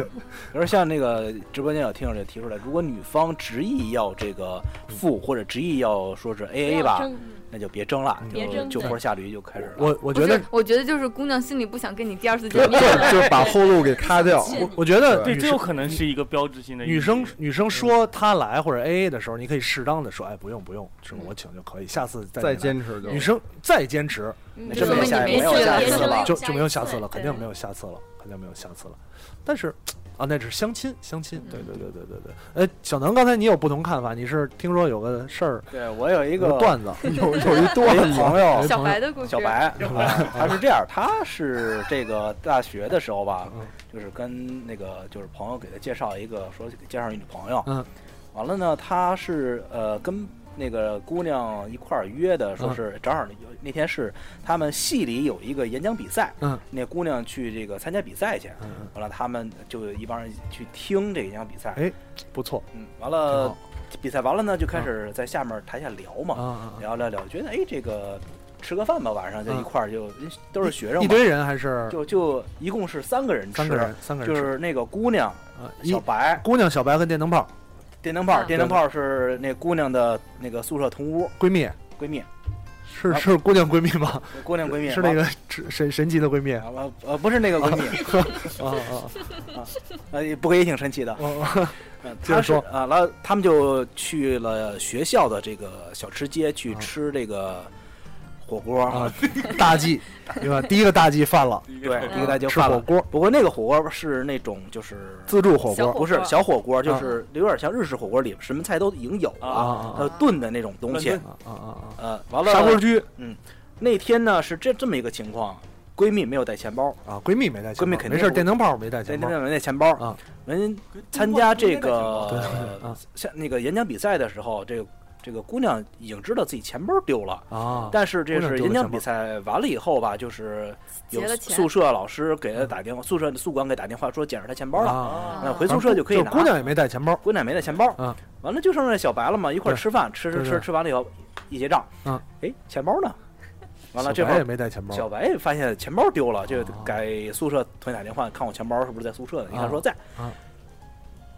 S1: 如啊像那个直播间有听友也提出来，如果女方执意要这个付或者执意要说是 A
S6: 不
S1: A
S6: 要
S1: 吧，
S6: 争
S1: 那就别争了，
S6: 别
S1: 就
S6: 争
S1: 就
S6: 对
S1: 坡下驴就开始了。
S2: 我我
S4: 我
S2: 觉得，
S4: 我觉得就是姑娘心里不想跟你第二次
S7: 对，
S4: 见面。
S7: 就是把后路给卡掉。
S2: 我我觉得
S3: 对，
S2: 女
S3: 这
S2: 生
S3: 有可能是一个标志性的
S2: 女
S3: 意
S2: 生
S3: 义
S2: 女生说她来或者 A A 的时候，你可以适当的说，哎，不用不用，这个我请就
S1: 嗯
S2: 可以，下次再
S7: 再
S2: 坚。
S7: 坚持就
S2: 女生再坚持，
S6: 嗯
S1: 那
S4: 就
S1: 真
S4: 说明
S1: 没
S4: 你
S1: 下
S4: 没
S1: 没有
S4: 戏
S1: 下
S4: 了
S1: 次
S6: 是
S1: 了
S6: 吧。
S2: 就
S6: 下
S2: 就没
S6: 一
S2: 有下
S6: 次
S2: 次了，肯定
S6: 对
S2: 没有下次了，肯定没有下次了。但是啊，那是相亲，相亲，对对对对对对。呃，小南，刚才你有不同看法，你是听说有个事儿，
S1: 对我 有一
S2: 一
S1: 个
S2: 段子，
S7: 有有一
S1: 我
S7: 段
S1: 有一
S7: 子，
S1: 朋友
S4: 小白的故事，
S1: 小白，啊他是这样，他是这个大学的时候吧，就是跟那个就是朋友给他介绍一个，说给介绍一女朋友，
S2: 嗯，
S1: 完了呢，他是呃跟那个姑娘一块儿约的，说
S2: 嗯
S1: 是正好有那天是呃他们系里有一个演讲比赛，
S2: 嗯，
S1: 那姑娘去这个参加比赛去，
S2: 嗯嗯，
S1: 完了他们就一帮人去听这个演讲比赛
S2: 哎，不错
S1: 嗯，完
S2: 挺
S1: 了
S2: 好
S1: 比赛完了呢，就开始在下面台下聊嘛，
S2: 啊啊啊，
S1: 聊聊聊，觉得哎这个吃个饭吧，晚上就
S2: 嗯
S1: 一块儿就、都是学生嘛，
S2: 一堆人还是
S1: 就就一共是三个人吃，
S2: 三个人，三个人
S1: 就
S2: 吃
S1: 是那个姑娘、
S2: 啊，一啊
S1: 小白、
S2: 姑娘、小白和电灯泡
S1: 电灯泡，
S4: 嗯
S1: 电灯泡是那姑娘的那个宿舍同屋
S2: 闺蜜，
S1: 闺蜜，
S2: 是是姑娘闺蜜吗？
S1: 姑啊娘闺蜜
S2: 是那个神神奇的闺蜜啊
S1: 啊啊呃不是那个闺蜜，
S2: 啊！
S1: 呃不过也挺神奇的。
S2: 哦
S1: 嗯
S2: 接
S1: 他
S2: 着
S1: 是
S2: 说
S1: 啊，然后他们就去了学校的这个小吃街去
S2: 啊
S1: 吃这个火锅
S2: 啊，大忌，对吧？第一个大忌犯了，
S1: 对，第一个大家
S2: 吃火锅，
S1: 不过那个火锅是那种就是
S2: 自助火
S4: 小
S2: 锅
S4: 火
S1: 不是
S4: 锅
S1: 小火锅，就是有点像日式火锅里什么菜都已经有
S2: 啊
S1: 了，
S2: 啊
S1: 呃炖的那种东西
S3: 乱。
S2: 啊啊啊
S1: 呃，完
S2: 啊！砂锅
S1: 了嗯
S2: 居
S1: 那天呢是这这么一个情况，闺蜜没有带钱包，
S2: 啊，闺蜜没带钱包，
S1: 闺蜜肯定
S2: 没事，
S1: 不
S2: 电灯泡没带
S1: 在
S2: 钱
S1: 那
S2: 包
S1: 天没带钱包
S2: 啊。
S1: 人参加这
S2: 对对
S1: 个呃
S2: 对啊
S1: 像那个演讲比赛的时候，这个这个姑娘已经知道自己钱包丢了。
S2: 啊，
S1: 但是这
S2: 姑娘
S1: 是
S2: 丢了
S1: 演
S2: 钱
S1: 讲
S2: 包
S1: 比赛完了以后吧，就是有
S4: 结了钱
S1: 宿舍老师给她打电话，宿舍的宿管给打电话说捡着她钱包了，
S2: 嗯啊，
S1: 那
S4: 啊
S1: 回宿舍就可以
S2: 就
S1: 拿。
S2: 姑娘也没带钱包
S1: 姑奶没带钱包，
S2: 啊
S1: 完了就剩下小白了嘛，一块儿
S2: 对
S1: 吃饭，吃吃
S2: 对
S1: 吃
S2: 对
S1: 吃完了以后一结账，
S2: 啊，
S1: 哎，钱包呢？完了
S2: 小
S1: 这会
S2: 白也
S1: 儿
S2: 没带钱包
S1: 小白也发现钱包丢了，就
S2: 啊
S1: 给宿舍同学打电话，看我钱包是不是在宿舍呢？一看
S2: 啊
S1: 说在
S2: 啊，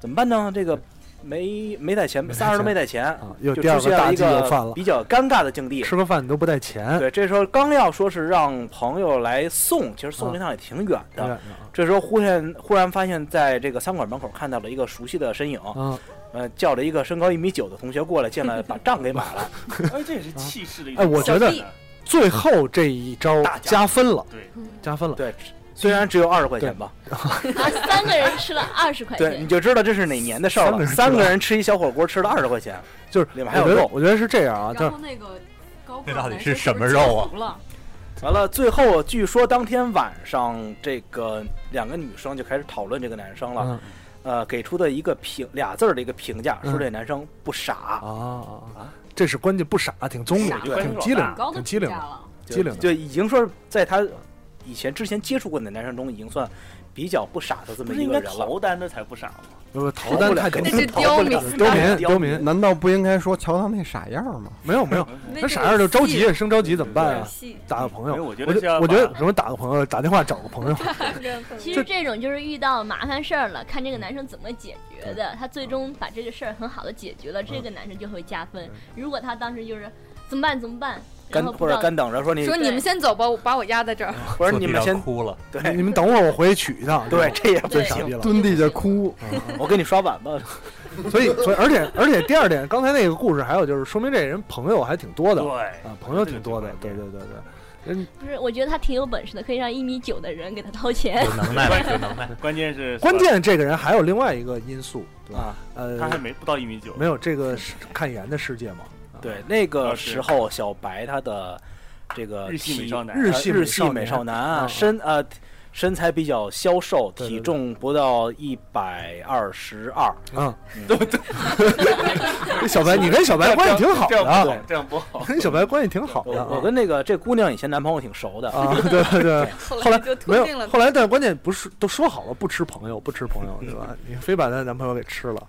S1: 怎么办呢？这个没没带钱
S2: 没，带
S1: 仨人都
S2: 钱
S1: 没带钱，
S2: 啊，又
S1: 就
S2: 第二
S1: 出
S2: 个
S1: 现了
S2: 大
S1: 一
S2: 忌又
S1: 个
S2: 犯了，
S1: 比较尴尬的境地。
S2: 吃个饭你都不带钱，
S1: 对，这时候刚要说是让朋友来送，其实送这趟也挺远
S2: 啊对
S1: 的。这时候忽然忽然发现，在这个餐馆门口看到了一个熟悉的身影，
S2: 啊，
S1: 呃，叫了一个身高一米九的同学过来，进来把账给买了。
S3: 哎，这也是气势的一
S2: 哎我
S4: 觉得
S3: 小弟
S2: 最后这一招
S1: 大
S2: 加
S1: 加
S2: 分了，
S3: 对
S2: 加分了，
S1: 对，虽然只有二十块钱吧，
S6: 啊，三个人吃了二十块
S1: 对，你
S6: 钱，
S1: 就知道这是哪年的事儿了。三
S2: 三个人吃
S1: 个人吃一小火锅，吃了二十块钱，
S2: 就是
S1: 里面
S2: 我
S1: 还有
S2: 觉得
S1: 肉
S2: 我觉得是这样啊，就
S5: 然
S2: 是
S5: 后那个高个
S8: 那
S5: 儿
S8: 到底
S5: 男
S8: 是
S5: 生
S8: 什
S5: 不
S8: 么
S5: 是
S8: 肉啊
S5: 制服了
S1: 完了，最后据说当天晚上，这个两个女生就开始讨论这个男生了，
S2: 嗯
S1: 呃，给出的一个评俩字儿的一个评价，
S2: 嗯
S1: 说这男生不傻，
S2: 啊
S3: 啊，
S2: 这是关键不傻，挺中立，
S5: 傻
S3: 关系
S2: 挺
S3: 老
S2: 机灵
S3: 大
S5: 很，高的
S2: 挺机灵
S5: 评
S2: 的
S5: 价了。
S1: 就
S2: 机灵的
S1: 就已经说是在他以前之前接触过的男生中，已经算比较不傻的这
S3: 不
S1: 么
S3: 是
S1: 一
S3: 应该
S1: 个人了。
S3: 投单的才不傻吗？
S2: 呃，逃单太
S1: 肯
S2: 丢
S4: 那
S1: 定
S4: 是
S1: 投
S4: 刁
S1: 不了
S4: 民
S2: 丢民
S1: 刁
S2: 丢
S1: 民
S2: 民，
S7: 难道不应该说瞧他那傻样吗？
S2: 没有没有，
S4: 那
S2: 那
S4: 个
S2: 傻样就着急，生着急怎么办
S4: 有
S2: 啊？
S4: 戏
S2: 打个朋
S3: 因为
S2: 友，
S3: 我觉
S2: 我
S3: 得是要
S2: 就我觉得
S3: 把
S2: 什么打个朋友，打电话找个朋友，
S6: 其实这种就是遇到麻烦事儿了，看这个男生怎么解决的。他最终把这个事儿很好的解决了，这个男生就会加分。如果他当时就是怎么办怎么办，然
S1: 干
S6: 后不
S1: 或
S6: 知
S1: 者
S6: 道
S1: 干等着说你，嗯
S4: 说你们先走吧，我把我压在这儿。
S1: 或者
S8: 坐
S1: 你
S8: 地
S1: 们
S8: 上
S1: 先
S8: 哭了，
S1: 对
S2: 你们等会儿我回去取一趟，
S1: 对，这也不
S2: 真
S6: 对
S2: 傻逼了。嗯
S7: 蹲地下哭，
S1: 我给你刷碗吧。
S2: 所以所以而且而且第二点，刚才那个故事还有就是说明这人朋友还挺多的
S3: 对
S2: 啊，朋友挺多的，对对对对。人
S6: 不是，我觉得他挺有本事的，可以让一米九的人给他掏钱。
S8: 有能耐吧，有能耐。
S3: 关键是
S2: 关键这个人还有另外一个因素，对吧？
S1: 啊，
S2: 呃，
S3: 他还没不到一米九，
S2: 没有这个是看颜的世界嘛？啊
S1: 对，那个
S3: 啊是
S1: 时候小白他的这个
S3: 日系
S1: 体
S3: 美少男，
S2: 日
S1: 呃
S2: 系
S1: 日
S2: 美
S1: 系
S2: 少
S1: 美
S2: 年
S1: 少男啊，
S2: 嗯嗯
S1: 身呃身材比较消瘦，
S2: 对对
S1: 体
S2: 对
S1: 重不到一百二十二，
S2: 啊
S1: 嗯，
S2: 这 小白，你跟小白关系挺好
S3: 这样不
S2: 的
S3: 好，，这样不好。
S2: 跟小白关系挺好的
S1: 我
S2: 啊。
S1: 我跟那个这姑娘以前男朋友挺熟的，
S2: 啊，对对对，后
S4: 后
S2: 来
S4: 就
S2: 没
S4: 退定
S2: 有，
S4: 了
S2: 后。来但关键不是都说好了不吃朋友，不吃朋友，对吧？你非把她男朋友给吃了，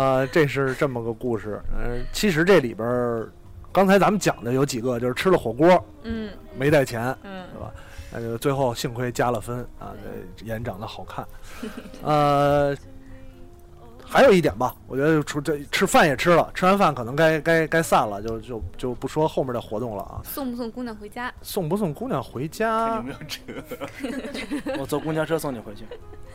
S2: 啊，这是这么个故事。嗯，其实这里边儿刚才咱们讲的有几个，就是吃了火锅
S4: 嗯
S2: 没带钱，
S4: 嗯，
S2: 那就最后幸亏加了分啊，这眼长得好看， 呃。还有一点吧，我觉得除这吃饭也吃了，吃完饭可能该该该散了，就就就不说后面的活动了啊。
S4: 送不送姑娘回家？
S2: 送不送姑娘回
S3: 看
S2: 家
S3: 有？没有辙？
S1: 我坐公交车送你回去。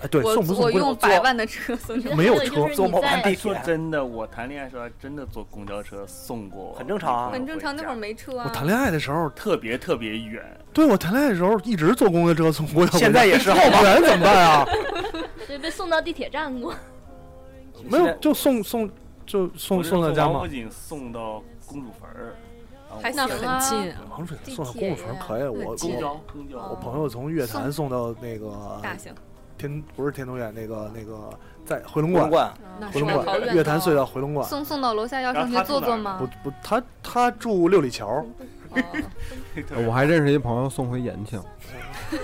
S2: 哎，对，
S4: 我
S2: 送不送
S4: 我
S2: 姑娘？
S4: 用百万的车送你。
S2: 没有
S6: 还
S2: 车
S6: 就是
S1: 坐
S6: 你
S1: 某班
S6: 在
S1: 地
S3: 哎，说真的，我谈恋爱时候还真的坐公交车送过，
S1: 很正常啊
S4: 很正常，那会儿没车
S2: 我
S4: 啊。
S2: 谈恋爱的时候，
S3: 特别特别远，
S2: 对我谈恋爱的时候一直坐公交车送姑娘回家，
S1: 现在也是
S2: 要不然怎么办 啊？
S6: 对，被送到地铁站过。
S2: 没有
S1: 现在
S2: 就送送就送
S3: 我是
S2: 送到家
S3: 从
S2: 吗
S3: 王府？井送到公主坟儿，然后
S4: 还
S5: 那
S4: 行
S5: 很
S4: 啊
S5: 近啊，
S2: 王府井
S4: 地
S2: 送到
S4: 铁
S2: 公主坟
S4: 呀
S2: 可以，
S4: 很
S2: 我
S4: 近
S3: 公
S2: 我
S3: 交公交，
S2: 我朋友从乐
S4: 哦
S2: 坛
S4: 送
S2: 送到那个
S4: 大型，
S2: 天不是天通苑那个那个在回龙
S1: 不能
S2: 观
S1: 惯，
S4: 那
S2: 回
S4: 是
S2: 龙
S4: 个好远
S2: 观
S4: 的
S2: 乐坛隧道回龙观
S4: 送送到楼下要
S3: 然
S4: 上
S3: 后
S4: 去
S3: 他
S4: 坐
S3: 住
S4: 坐
S3: 哪儿
S4: 吗
S2: 不？不他他住六里桥
S4: 哦
S7: 我还认识一朋友送回延庆，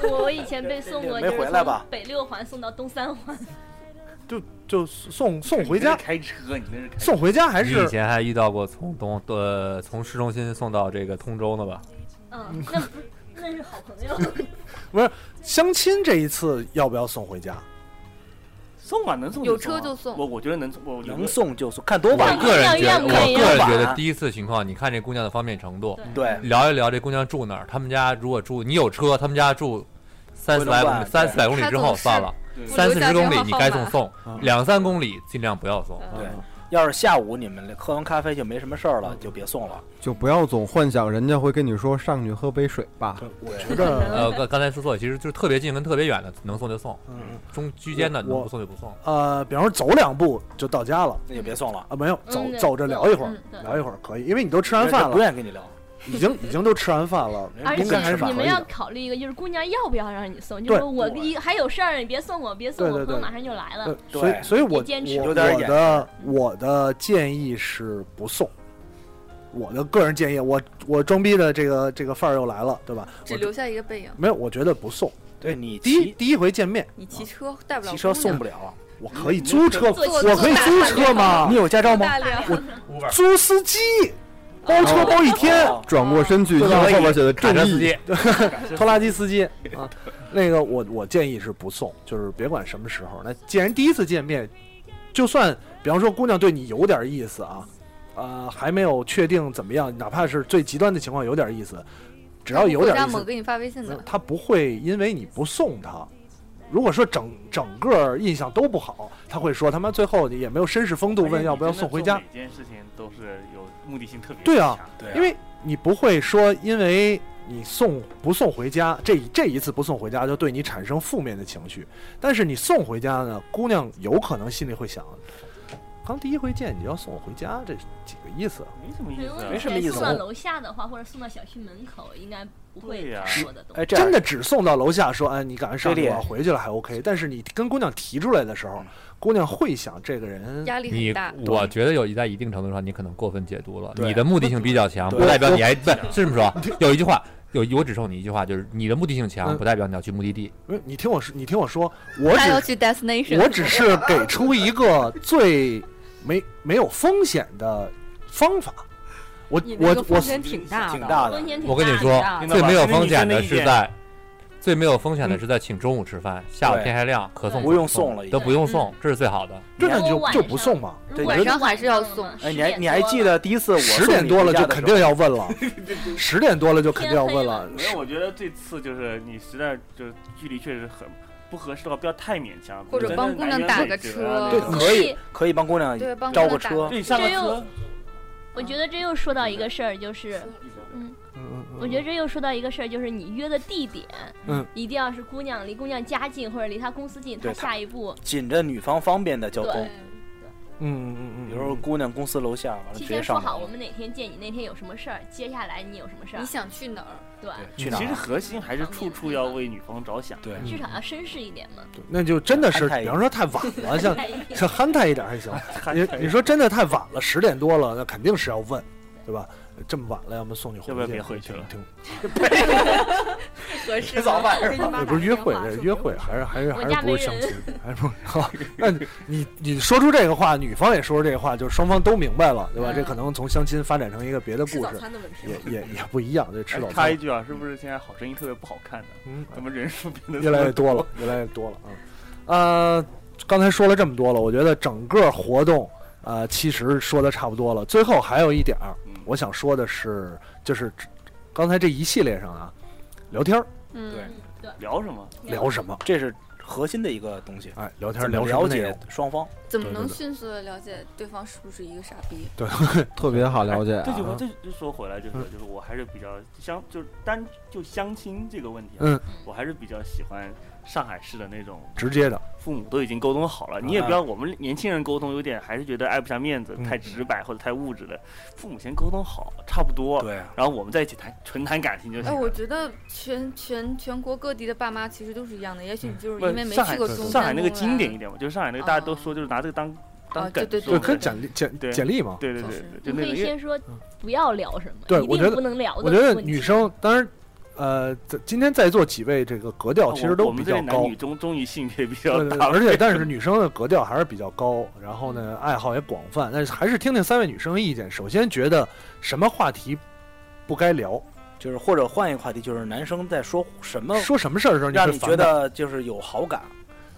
S6: 我我以前被送过，
S1: 没
S6: 就是
S1: 回来
S6: 从
S1: 吧
S6: 北六环送到东三环。
S2: 就送送回
S3: 你那
S2: 家
S3: 是开车，你那是开车
S2: 送回家还
S8: 你以
S2: 是
S8: 前还遇到过从东呃从市中心送到这个通州的吧？
S6: 嗯，那不是那是好朋友。
S2: 相亲这一次要不要送回家？
S3: 送吧，能送
S4: 有
S3: 送啊
S4: 车就送
S3: 我我觉得能送，我觉得
S1: 能送就送，看多
S8: 我
S6: 嗯
S1: 晚
S8: 个人觉
S6: 愿
S8: 得，
S6: 不
S8: 我
S6: 愿意
S8: 个人觉
S1: 晚
S8: 得第一次情况，你看这姑娘的方便程度，
S1: 对，
S8: 聊一聊这姑娘住哪儿，他们家如果住，你有车，他们家住三
S1: 回
S8: 十
S1: 龙观
S8: 来公里，
S1: 对
S8: 三四百公里
S4: 他
S8: 之
S4: 总
S8: 后
S4: 是
S8: 算了，
S2: 嗯
S3: 对
S4: 不
S8: 三
S4: 留
S8: 四
S4: 下
S8: 十公
S4: 电
S8: 里
S4: 话
S8: 你
S4: 号
S8: 该送
S4: 码嗯
S8: 送，
S7: 嗯
S8: 两三公里尽量不要送。
S1: 对，要是下午你们喝完咖啡就没什么事儿了，就别送了。
S7: 就不要总幻想人家会跟你说上去喝杯水吧。
S1: 我
S2: 觉得，
S6: 嗯
S8: 呃，刚刚才说错，其实就是特别近跟特别远的能送就送，
S2: 嗯，
S8: 中居间的
S2: 我
S8: 能不送就不送。
S2: 呃，比方说走两步就到家了
S1: 那就别送了，
S2: 啊，没有，走
S6: 嗯对
S2: 走着聊一会儿
S6: 嗯，对
S2: 聊一会儿可以，因为你都吃完
S1: 人家
S2: 饭
S1: 不
S2: 了，
S1: 愿意跟你聊。
S2: 已经已经都吃完饭了，
S6: 而
S2: 哎应该还是
S6: 且
S2: 可
S6: 你
S2: 以
S6: 们要
S2: 的。
S6: 考虑一个，就是姑娘要不要让你送，就
S2: 对
S6: 是说我
S1: 对
S6: 一还有事儿，你别送我，别送
S2: 对
S6: 我，
S2: 对
S6: 朋友
S2: 对
S6: 马上就来了
S2: 呃。所以
S1: 对
S2: 所以我
S6: 别坚持
S2: 我
S1: 有
S2: 我
S1: 点眼
S2: 的我的建议是不送。我的个人建议，我我装逼的这个这个范儿又来了，对吧？
S4: 只
S2: 我
S4: 留下一个背影。
S2: 没有，我觉得不送。
S1: 对你
S2: 第一
S1: 骑
S2: 第一回见面，
S4: 你骑车带不了姑娘，
S1: 骑车送不了，
S2: 我可以租车，
S4: 坐
S2: 我可以租车吗
S1: 你？有驾照吗？
S4: 大量
S2: 租司机，包车包一天，
S1: 哦
S7: 转过身去，
S2: 对
S7: 看
S2: 吧
S7: 后边写的正
S8: 卡车
S7: 义
S8: 司机，
S2: 拖拉机司机 啊。那个我我建议是不送，就是别管什么时候。那既然第一次见面，就算比方说姑娘对你有点意思啊，呃，还没有确定怎么样，哪怕是最极端的情况有点意思，只要有
S4: 我
S2: 点
S4: 家
S2: 意
S4: 某
S2: 思，
S4: 给你发微信
S2: 没有
S4: 的，
S2: 他不会因为你不送他。如果说整整个印象都不好，他会说他妈最后也没有绅士风度，
S3: 而且
S2: 问
S3: 你
S2: 要不要
S3: 真的
S2: 送回
S3: 做
S2: 家。
S3: 每件事情都是有目的性特别
S2: 对啊
S3: 强，
S1: 对啊，
S2: 因为你不会说因为你送不送回家，这这一次不送回家就对你产生负面的情绪，但是你送回家呢，姑娘有可能心里会想，刚第一回见你就要送我回家，这几个意思啊？
S3: 没什么意
S6: 如果
S3: 思啊，
S6: 你
S1: 没什么意思
S6: 嗯送到楼下的话，或者送到小区门口，应该不
S3: 对
S6: 会
S3: 呀
S6: 说的东西。
S1: 哎，这样
S2: 真的只送到楼下说，哎，你赶上上
S1: 这里
S2: 去我要回去了还 OK，但是你跟姑娘提出来的时候
S3: 嗯，
S2: 姑娘会想这个人。
S4: 压力
S8: 你
S4: 很大。
S8: 我觉得有一在一定程度上，你可能过分解读了。
S2: 对
S8: 你的目的性比较强，
S2: 对
S8: 不代表
S2: 我
S8: 你还不是这么说。有一句话，有我只冲你一句话，就是你的目的性强，
S2: 嗯
S8: 不代表你要去目的地。
S2: 不是你听我说，你听我说，我
S4: 他要
S2: 只
S4: 去 destination，
S2: 我只是给出一个最没没有风险的方法。我
S5: 你那
S2: 我
S5: 个
S2: 我
S5: 风险挺大的，
S1: 挺大的
S6: 风，险挺
S8: 我跟你
S6: 大的啊
S8: 说，
S5: 大的
S8: 最没有风险
S3: 那
S8: 的
S3: 你
S8: 是
S3: 先
S8: 在最没有风险的
S3: 嗯
S8: 是在请中午吃饭，下午
S1: 对
S8: 天还亮，可送
S6: 对
S1: 不用
S8: 送
S1: 送了已
S8: 都
S1: 经。
S8: 不用送，这是最好的。
S2: 这样
S6: 我
S2: 就
S6: 嗯晚
S2: 就不
S6: 上
S2: 送嘛。
S6: 如果
S1: 对你觉
S4: 得晚上要送
S1: 哎，你还你还记得第一次我
S2: 十点多了就肯定要问了， 十点多了就肯定要问了。
S3: 没有，我觉得这次就是你实在就是距离确实很不合适的话，不要太勉强，
S4: 或者
S3: 比如
S4: 帮
S3: 真的
S4: 姑娘
S3: 南
S4: 打
S3: 苑
S4: 个
S3: 北
S4: 车
S3: 辙啊
S2: 对
S3: 那种
S2: 你
S1: 可以可以帮姑娘
S4: 对帮
S1: 招
S4: 姑
S1: 个
S4: 娘打
S1: 车，
S3: 对，上个
S6: 这又
S4: 嗯
S3: 车，
S6: 我觉得这又说到一个事儿，就是嗯
S4: 嗯
S6: 我觉得这又说到一个事儿，就是你约的地点，
S2: 嗯，
S6: 一定要是姑娘离姑娘家近或者离她公司近，
S1: 对
S6: 她
S1: 她
S6: 下一步
S1: 紧着女方方便的交
S6: 对
S1: 通。
S2: 嗯嗯嗯，
S1: 比如说姑娘公司楼下，完了直
S6: 提
S1: 接
S6: 前说
S1: 上
S6: 好，
S1: 楼
S6: 我。们哪天见你，那天有什么事儿，接下来你有什么事儿
S4: 你，想去哪儿？
S6: 对，
S1: 去哪
S3: 其实
S1: 儿？
S3: 核心还是处处要为女方着想。哎
S1: 对，
S6: 至少要绅士一点嘛。
S2: 那就真的是，
S1: 憨态一
S2: 比方说太晚了，像
S6: 哎呀
S2: 像憨态一点还行。你你说真的太晚了，十点多了，那肯定是要问，对吧？这么晚了，要么送你回去，
S3: 要不然别回去了
S2: 挺
S4: 合适
S1: 早晚
S5: 给你妈打
S2: 也不
S5: 个
S2: 是约
S5: 电
S2: 会，
S5: 话
S2: 这
S5: 说
S2: 约
S5: 不
S2: 会
S5: 用
S2: 还是还是还
S6: 我
S2: 是
S6: 家
S2: 不
S6: 没
S2: 是相
S6: 人
S2: 亲， 还是不好。 那你你说出这个话，女方也说出这个话，就是双方都明白了，对吧？这可能从相亲发展成一个别的
S5: 嗯吃
S2: 故
S5: 早
S2: 事，
S5: 餐的问题
S2: 也也也不一样。这吃早
S3: 插一
S2: 餐，
S3: 句啊，是不是现在好声音特别不好看呢？
S2: 嗯，
S3: 怎么人数变得
S2: 越来越多了？，越来越多了啊。呃，刚才说了这么多了，我觉得整个活动呃其实说的差不多了。最后还有一点儿
S3: 嗯，
S2: 我想说的是，就是刚才这一系列上啊，聊天儿
S1: 对
S4: 嗯，
S6: 对，
S3: 聊什么？
S2: 聊什么？
S1: 这是核心的一个东西。
S2: 哎，聊天儿
S1: 怎么
S2: 聊什
S1: 了
S2: 么内
S1: 解
S2: 容？
S1: 双方？
S4: 怎么
S2: 对对
S4: 能
S2: 对
S4: 迅速的了解对方是不是一个傻逼？
S7: 特别好了解
S3: 哎这
S7: 啊。
S3: 就这就说回来，就是就是我还是比较相，就是单就相亲这个问题，
S2: 嗯，
S3: 我还是比较喜欢上海市的那种，
S2: 直接的。
S3: 父母都已经沟通好了，你也不要我们年轻人沟通有点还是觉得碍不下面子，
S2: 啊嗯
S3: 太直白或者太物质了，父母先沟通好，差不多，
S1: 对，
S2: 啊
S3: 然后我们在一起谈纯谈感情就
S4: 哎，
S3: 行
S4: 我
S3: 了。
S4: 觉得全全全国各地的爸妈其实都是一样的，也许
S2: 嗯
S4: 你就是
S3: 不是
S4: 因为没
S3: 上海
S4: 去过
S2: 对
S4: 中
S3: 上
S4: 山
S3: 海那个
S4: 公
S3: 经典
S4: 园
S3: 一点嘛，就是上海那个大家都说就是拿这个当当
S4: 啊
S3: 梗
S4: 对对
S3: 说
S2: 对，
S3: 的，
S2: 可以简历简
S3: 对
S2: 简历嘛。
S3: 对对对
S4: 是，
S3: 就
S6: 你
S3: 那
S6: 可
S3: 个
S6: 以
S3: 因为
S6: 先说不要聊什么，
S2: 对
S6: 一
S2: 我
S6: 定
S2: 觉得
S6: 不能聊的
S2: 我觉得
S6: 问题
S2: 女生，当然，呃，在今天在座几位这个格
S1: 啊
S2: 调其实
S3: 我
S2: 都
S3: 我
S2: 比
S3: 们这
S2: 较
S3: 里男
S2: 高，
S3: 女中中于性别比较
S2: 对对对，
S3: 大，
S2: 而且但是女生的格调还是比较高，然后
S6: 嗯
S2: 呢，爱好也广泛，但是还是听听三位女生的意见。首先觉得什么话题不该聊，
S1: 就是或者换一个话题，就是男生在说什么，
S2: 说什么事儿的时候你
S1: 让
S2: 会
S1: 你
S2: 烦
S1: 觉
S2: 的
S1: 得就是有好感，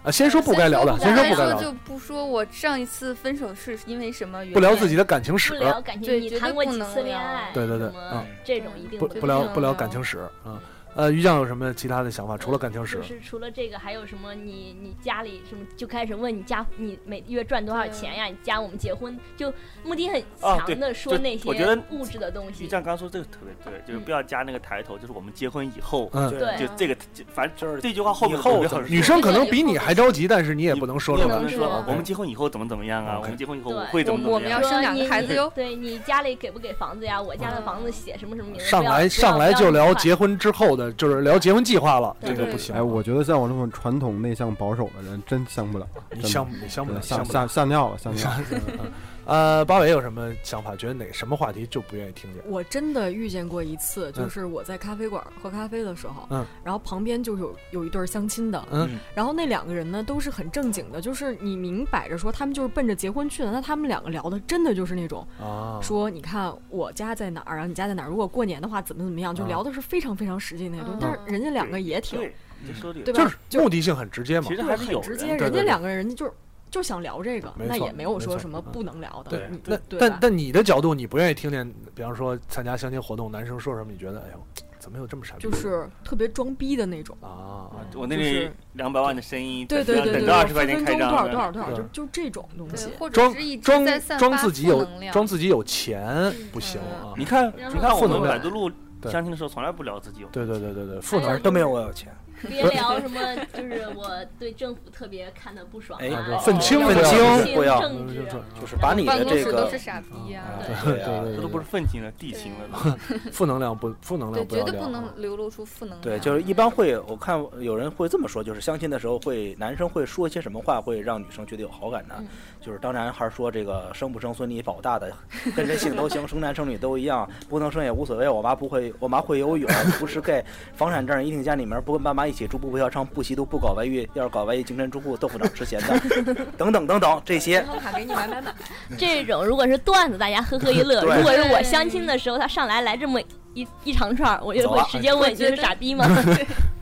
S2: 啊，先说不该聊的，先说
S4: 该
S2: 不该
S4: 说
S2: 聊的，
S4: 就不说我上一次分手是因为什么原因，
S2: 不聊自己的感情
S6: 不
S2: 史，
S6: 聊感情，
S4: 对
S6: 你
S4: 绝对
S6: 谈过
S4: 不
S6: 几
S4: 能
S6: 次恋
S4: 聊
S6: 爱？
S2: 对对对
S6: 什
S2: 嗯
S6: 么这种一定
S2: 不
S6: 会
S2: 不聊
S4: 不
S2: 不聊
S4: 能
S2: 感
S4: 聊
S2: 情史啊。呃，于酱有什么其他的想法？除了感情
S6: 嗯
S2: 史
S6: 就，是 除了这个，还有什么你？你家里什么就开始问你家你每月赚多少钱呀？你加我们结婚，就目的很
S3: 啊
S6: 强
S3: 对
S6: 的说
S3: 就
S6: 那些
S3: 我觉得
S6: 物质的东西
S3: 玉。酱刚说这个特别对，就是不要加那个抬头，就是我们结婚以后，
S2: 嗯，
S6: 对
S3: 就这个，就反正
S1: 就是
S3: 这句话后面
S1: 以后
S3: 我觉得
S1: 怎么
S3: 很
S2: 女生可能比你还着急，但是你也不能说
S3: 你
S2: 出
S3: 也
S2: 来
S3: 不。能说
S6: 嗯
S3: 我们结婚以后怎么怎么样啊，
S2: OK
S3: 我们结婚以后
S6: 对
S3: 我会怎么怎
S4: 我
S3: 么
S4: 们
S3: 样
S4: 要
S6: 说
S4: 生两
S6: 你
S4: 个孩子哟。
S6: 对你家里给不给房子呀？我家的房子写什么什么名字？
S2: 上
S6: 不要
S2: 来上来就聊，结
S6: 不
S2: 婚之后的，就是聊结婚计划了，这
S6: 对
S2: 个不行。
S7: 哎，我觉得像我这么传统、内向、保守的人，真相不了，真
S2: 你
S7: 的
S2: 相你相不
S7: 对
S2: 了，
S7: 吓
S2: 相不了。
S7: 吓吓尿了，吓尿了。
S2: 嗯呃，八尾有什么想法？觉得哪什么话题就不愿意听见？
S5: 我真的遇见过一次，就
S2: 嗯
S5: 是我在咖啡馆喝咖啡的时候，
S2: 嗯
S5: 然后旁边就有有一对儿相亲的，
S2: 嗯
S5: 然后那两个人呢都是很正经的，就是你明摆着说他们就是奔着结婚去的，那他们两个聊的真的就是那种
S2: 啊，
S5: 说你看我家在哪儿啊，你家在哪儿，如果过年的话怎么怎么样，就
S2: 啊
S5: 聊的是非常非常实际那种
S4: 嗯，
S5: 但是人家两个也挺
S3: 对，
S2: 哦
S3: 这说的有
S5: 对吧
S2: 就？是目的性很直接嘛
S3: 其。实
S5: 对
S3: 还是
S5: 很
S3: 有
S5: 直
S3: 人
S5: 接，
S2: 对
S5: 人
S2: 对
S5: 家
S2: 对
S5: 两个人就是就想聊这个，
S2: 没
S5: 那
S2: 错
S5: 也没有
S2: 没
S5: 说
S2: 错
S5: 什么
S2: 嗯
S5: 不能聊的
S2: 对，，
S5: 你
S2: 那
S5: 对
S2: 但
S5: 吧？
S2: 但你的角度，你不愿意听见，比方说参加相亲活动，男生说什么，你觉得，哎呦，怎么有这么傻逼
S5: 就
S2: 的？
S5: 是特别装逼的那种。
S2: 啊，
S3: 啊我那
S5: 就
S3: 里
S5: 是
S3: 两百万的生意，
S5: 对
S3: 等
S5: 对
S3: 着
S5: 对对
S3: 等着二
S5: 对，
S3: 十块
S5: 分
S3: 钱
S5: 分
S3: 开
S5: 钟
S3: 张
S5: 多少
S3: 呢，
S5: 多少多少，就
S2: 对
S5: 就这种东西
S4: 对，。或者
S2: 装
S4: 是一直
S2: 装
S4: 在散
S2: 装
S4: 发
S2: 自己
S4: 负
S2: 有
S4: 能量
S2: 装自己有钱不行啊
S4: 嗯！
S3: 你看，
S6: 然
S3: 你
S6: 后
S3: 看我
S2: 负
S3: 们
S2: 能量
S3: 百度路
S2: 对
S3: 相亲的时候，从来不聊自己有。
S2: 对对对对对，负
S6: 还
S3: 哎
S2: 能
S6: 有
S1: 都没有我有钱。
S6: 要别聊什么，就是我对政府特别看的不爽
S1: 哎
S6: 啊，
S2: 愤青
S6: 然后
S2: 不
S6: 聊
S2: 要
S6: 性
S1: 不要
S6: 政治
S2: 就是
S1: 就是把你
S4: 办
S1: 的
S4: 公
S1: 这
S4: 室都
S1: 个
S4: 是傻逼呀、啊，
S2: 啊 对对对对，
S3: 这都不是愤青了，地形了都。
S2: 负能量不负能量，不
S4: 绝
S2: 要
S4: 对
S2: 聊
S4: 不
S2: 啊。
S4: 能流露出负能量。
S1: 对，
S6: 嗯
S1: 就是一般会，我看有人会这么说，就是相亲的时候会，男生会说一些什么话，会让女生觉得有好感呢？
S4: 嗯
S1: 就是当然还是说这个生不生孙你保大的，跟谁姓都行，生男生女都一样，不能生也无所谓。我妈不会，我妈会游泳，不是 gay，房 产证一定家里面，不跟爸妈一起住，不嫖娼，不吸毒，不搞外遇，要是搞外遇，净身出户，豆腐脑吃咸的， 等等等等这些
S4: 银。行卡给你买买买，
S6: 这种如果是段子，大家呵呵一乐；
S1: 对
S6: 如果是我相亲的时候，他上来来这么一一长串儿，我就
S1: 走
S6: 会
S1: 了
S6: 直接问你就是傻逼 吗？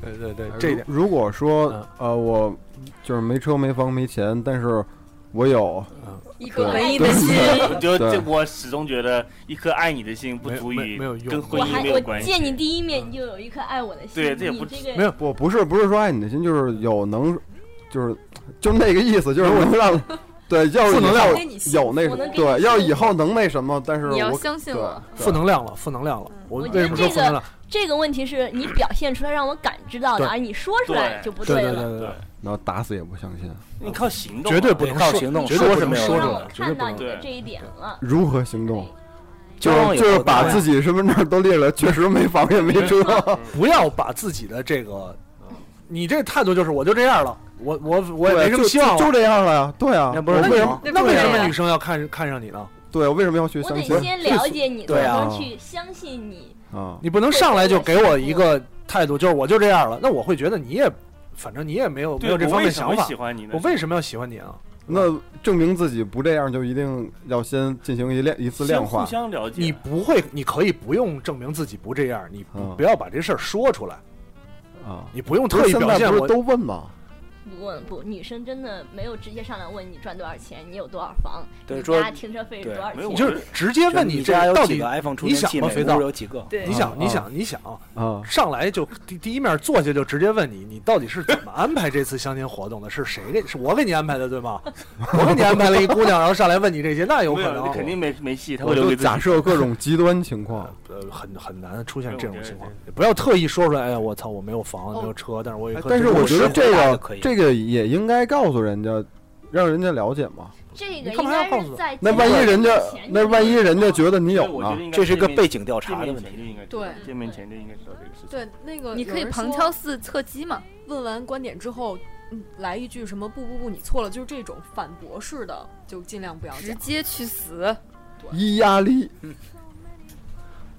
S2: 对对对，
S7: 呃
S2: 这一
S7: 如
S2: 点
S7: 如果说
S2: 嗯
S7: 呃，我就是没车没房没钱，但是我有
S2: 嗯
S4: 一颗
S7: 对
S4: 文艺的心。
S3: 我 就
S7: 对
S3: 这，我始终觉得一颗爱你的心不
S2: 没
S3: 足
S2: 没
S3: 以
S2: 没有用
S3: 跟
S6: 我
S3: 婚姻
S6: 还
S3: 没
S6: 我
S3: 有关系。
S6: 见你第一面，你就有一颗爱我的心。
S3: 对这也不
S6: 你这
S2: 没
S6: 个
S2: 有
S7: 我不是不是说爱你的心，就是有能，就是就那个意思，就是我能让，对，要是
S2: 负能
S7: 以
S2: 量
S7: 后
S5: 给你幸福
S7: 有那什
S6: 我
S7: 么
S6: 能，给你
S7: 对，要是以
S6: 幸福
S7: 后能那什么，但是
S4: 你要
S7: 我
S4: 相信
S7: 对
S4: 我，
S2: 负能量了，负能量了。我
S6: 嗯我觉
S2: 为
S6: 得
S2: 什么说
S6: 这
S2: 负能
S6: 个
S2: 量？
S6: 这个问题是你表现出来让我感知到
S2: 对
S6: 的，而你说出来就不
S2: 对对
S6: 了。
S2: 对对，
S7: 然后打死也不相信，
S3: 你靠行动啊，
S2: 绝对不能
S1: 靠
S2: 说
S1: 行动
S2: 绝
S1: 说
S2: 对
S1: 是
S2: 不能
S1: 没有
S2: 说
S1: 用
S6: 让
S2: 出
S6: 我
S2: 来，绝对
S6: 看
S2: 不
S6: 到
S2: 能
S6: 你。的
S3: 对
S6: 这一点了。
S7: 如何行动？就
S1: 交往
S7: 是
S1: 以
S7: 就是
S1: 后
S7: 把
S1: 对
S7: 自己身份证都列出来，确实没房也没车，
S2: 不要把自己的这个，
S3: 嗯
S2: 你这态度就是我就这样了，我我我也
S7: 对
S2: 没什么
S7: 就
S2: 希望
S7: 就
S2: 了。
S7: 这样了呀，对啊，
S1: 那不是
S7: 我为什么？啊
S1: 那
S2: 那为什
S4: 对
S2: 么
S4: 呀
S2: 女生要看看上你呢？
S7: 对我为什么要去
S6: 我
S7: 相
S6: 得
S7: 亲
S6: 先了解你，
S1: 对
S6: 才
S1: 啊
S6: 能去相信你。
S7: 啊？
S2: 你不能上来就给我一个态度，就是我就这样了，那我会觉得你也，反正你也没有没
S3: 对，
S2: 有这
S3: 我
S2: 方
S3: 为
S2: 面
S3: 什
S2: 想
S3: 么
S2: 法
S3: 喜，欢你呢？
S2: 我为什么要喜欢你啊？
S7: 那证明自己不这样，就一定要先进行一量一次量
S3: 先
S7: 化
S3: 互。相了解。
S2: 你不会，你可以不用证明自己不这样，你不
S7: 嗯
S2: 不要把这事儿说出来，
S7: 啊，
S2: 你不用
S7: 不
S2: 特
S7: 是
S2: 意
S7: 现
S2: 表
S7: 在
S2: 现
S7: 不是
S2: 我。
S7: 都问吗？
S6: 不问不，女生真的没有直接上来问你赚多少钱，你有多少房，
S1: 对
S6: 你
S1: 说
S6: 家停车费是
S1: 对
S6: 多少
S3: 没有
S6: 钱
S2: 你。就是直接问
S1: 你
S2: 这
S1: 家有
S2: 到
S1: 几
S2: 底
S1: 个 iPhone 充
S2: 你
S1: 电
S2: 想
S1: 器？
S2: 吗
S1: 每
S2: 肥
S1: 屋
S2: 皂
S1: 有几个？
S4: 对
S2: 你想你
S7: 啊
S2: 想你想
S7: 啊，
S2: 上来就第第一面坐下就直接问你，你到底是怎么安排这次相亲活动的？是谁给？是我给你安排的对吗？我给你安排了一姑娘，然后上来问你这些，那有
S3: 没
S2: 可
S3: 有
S2: 能
S3: 肯定没没戏，他
S7: 我
S3: 会留
S7: 就
S3: 给自
S7: 假
S3: 己。
S7: 设各种极端情 况。
S2: 呃很很难出现
S3: 对
S2: 这
S3: 我
S2: 种
S3: 觉得
S2: 情况
S3: 这。
S2: 不要特意说出来，哎呀，我操，我没有房，没有车，但是我有一
S7: 哎
S2: 颗
S7: 但
S2: 真
S7: 是
S2: 正的。
S7: 我觉得这
S1: 实惠大就
S7: 个
S1: 可以
S7: 这个也应该告诉人家，让人家了解嘛。
S6: 这个
S2: 你干
S6: 应
S2: 嘛要
S6: 该
S2: 告诉
S6: 是在
S7: 那
S6: 见
S7: 万一
S6: 面
S7: 人家
S6: 前就
S7: 那
S6: 应
S7: 万一
S6: 该
S7: 人家
S6: 知道
S7: 觉得你
S3: 对
S7: 有
S3: 我觉
S7: 呢
S3: 得？应该
S1: 这是一个
S3: 见面
S1: 背景调
S3: 见
S1: 查的
S3: 面
S1: 问
S3: 前
S1: 题。
S3: 就应该知道
S5: 对
S3: 见面前就应该知道这个事情。
S5: 对，那个
S4: 你可以
S5: 有人
S4: 旁
S5: 说
S4: 敲侧侧击嘛，
S5: 问完观点之后，嗯，来一句什么“不不不，你错了”，就是这种反驳式的，就尽量不要
S4: 直
S5: 讲。
S4: 接去死。
S7: 伊压力
S3: 嗯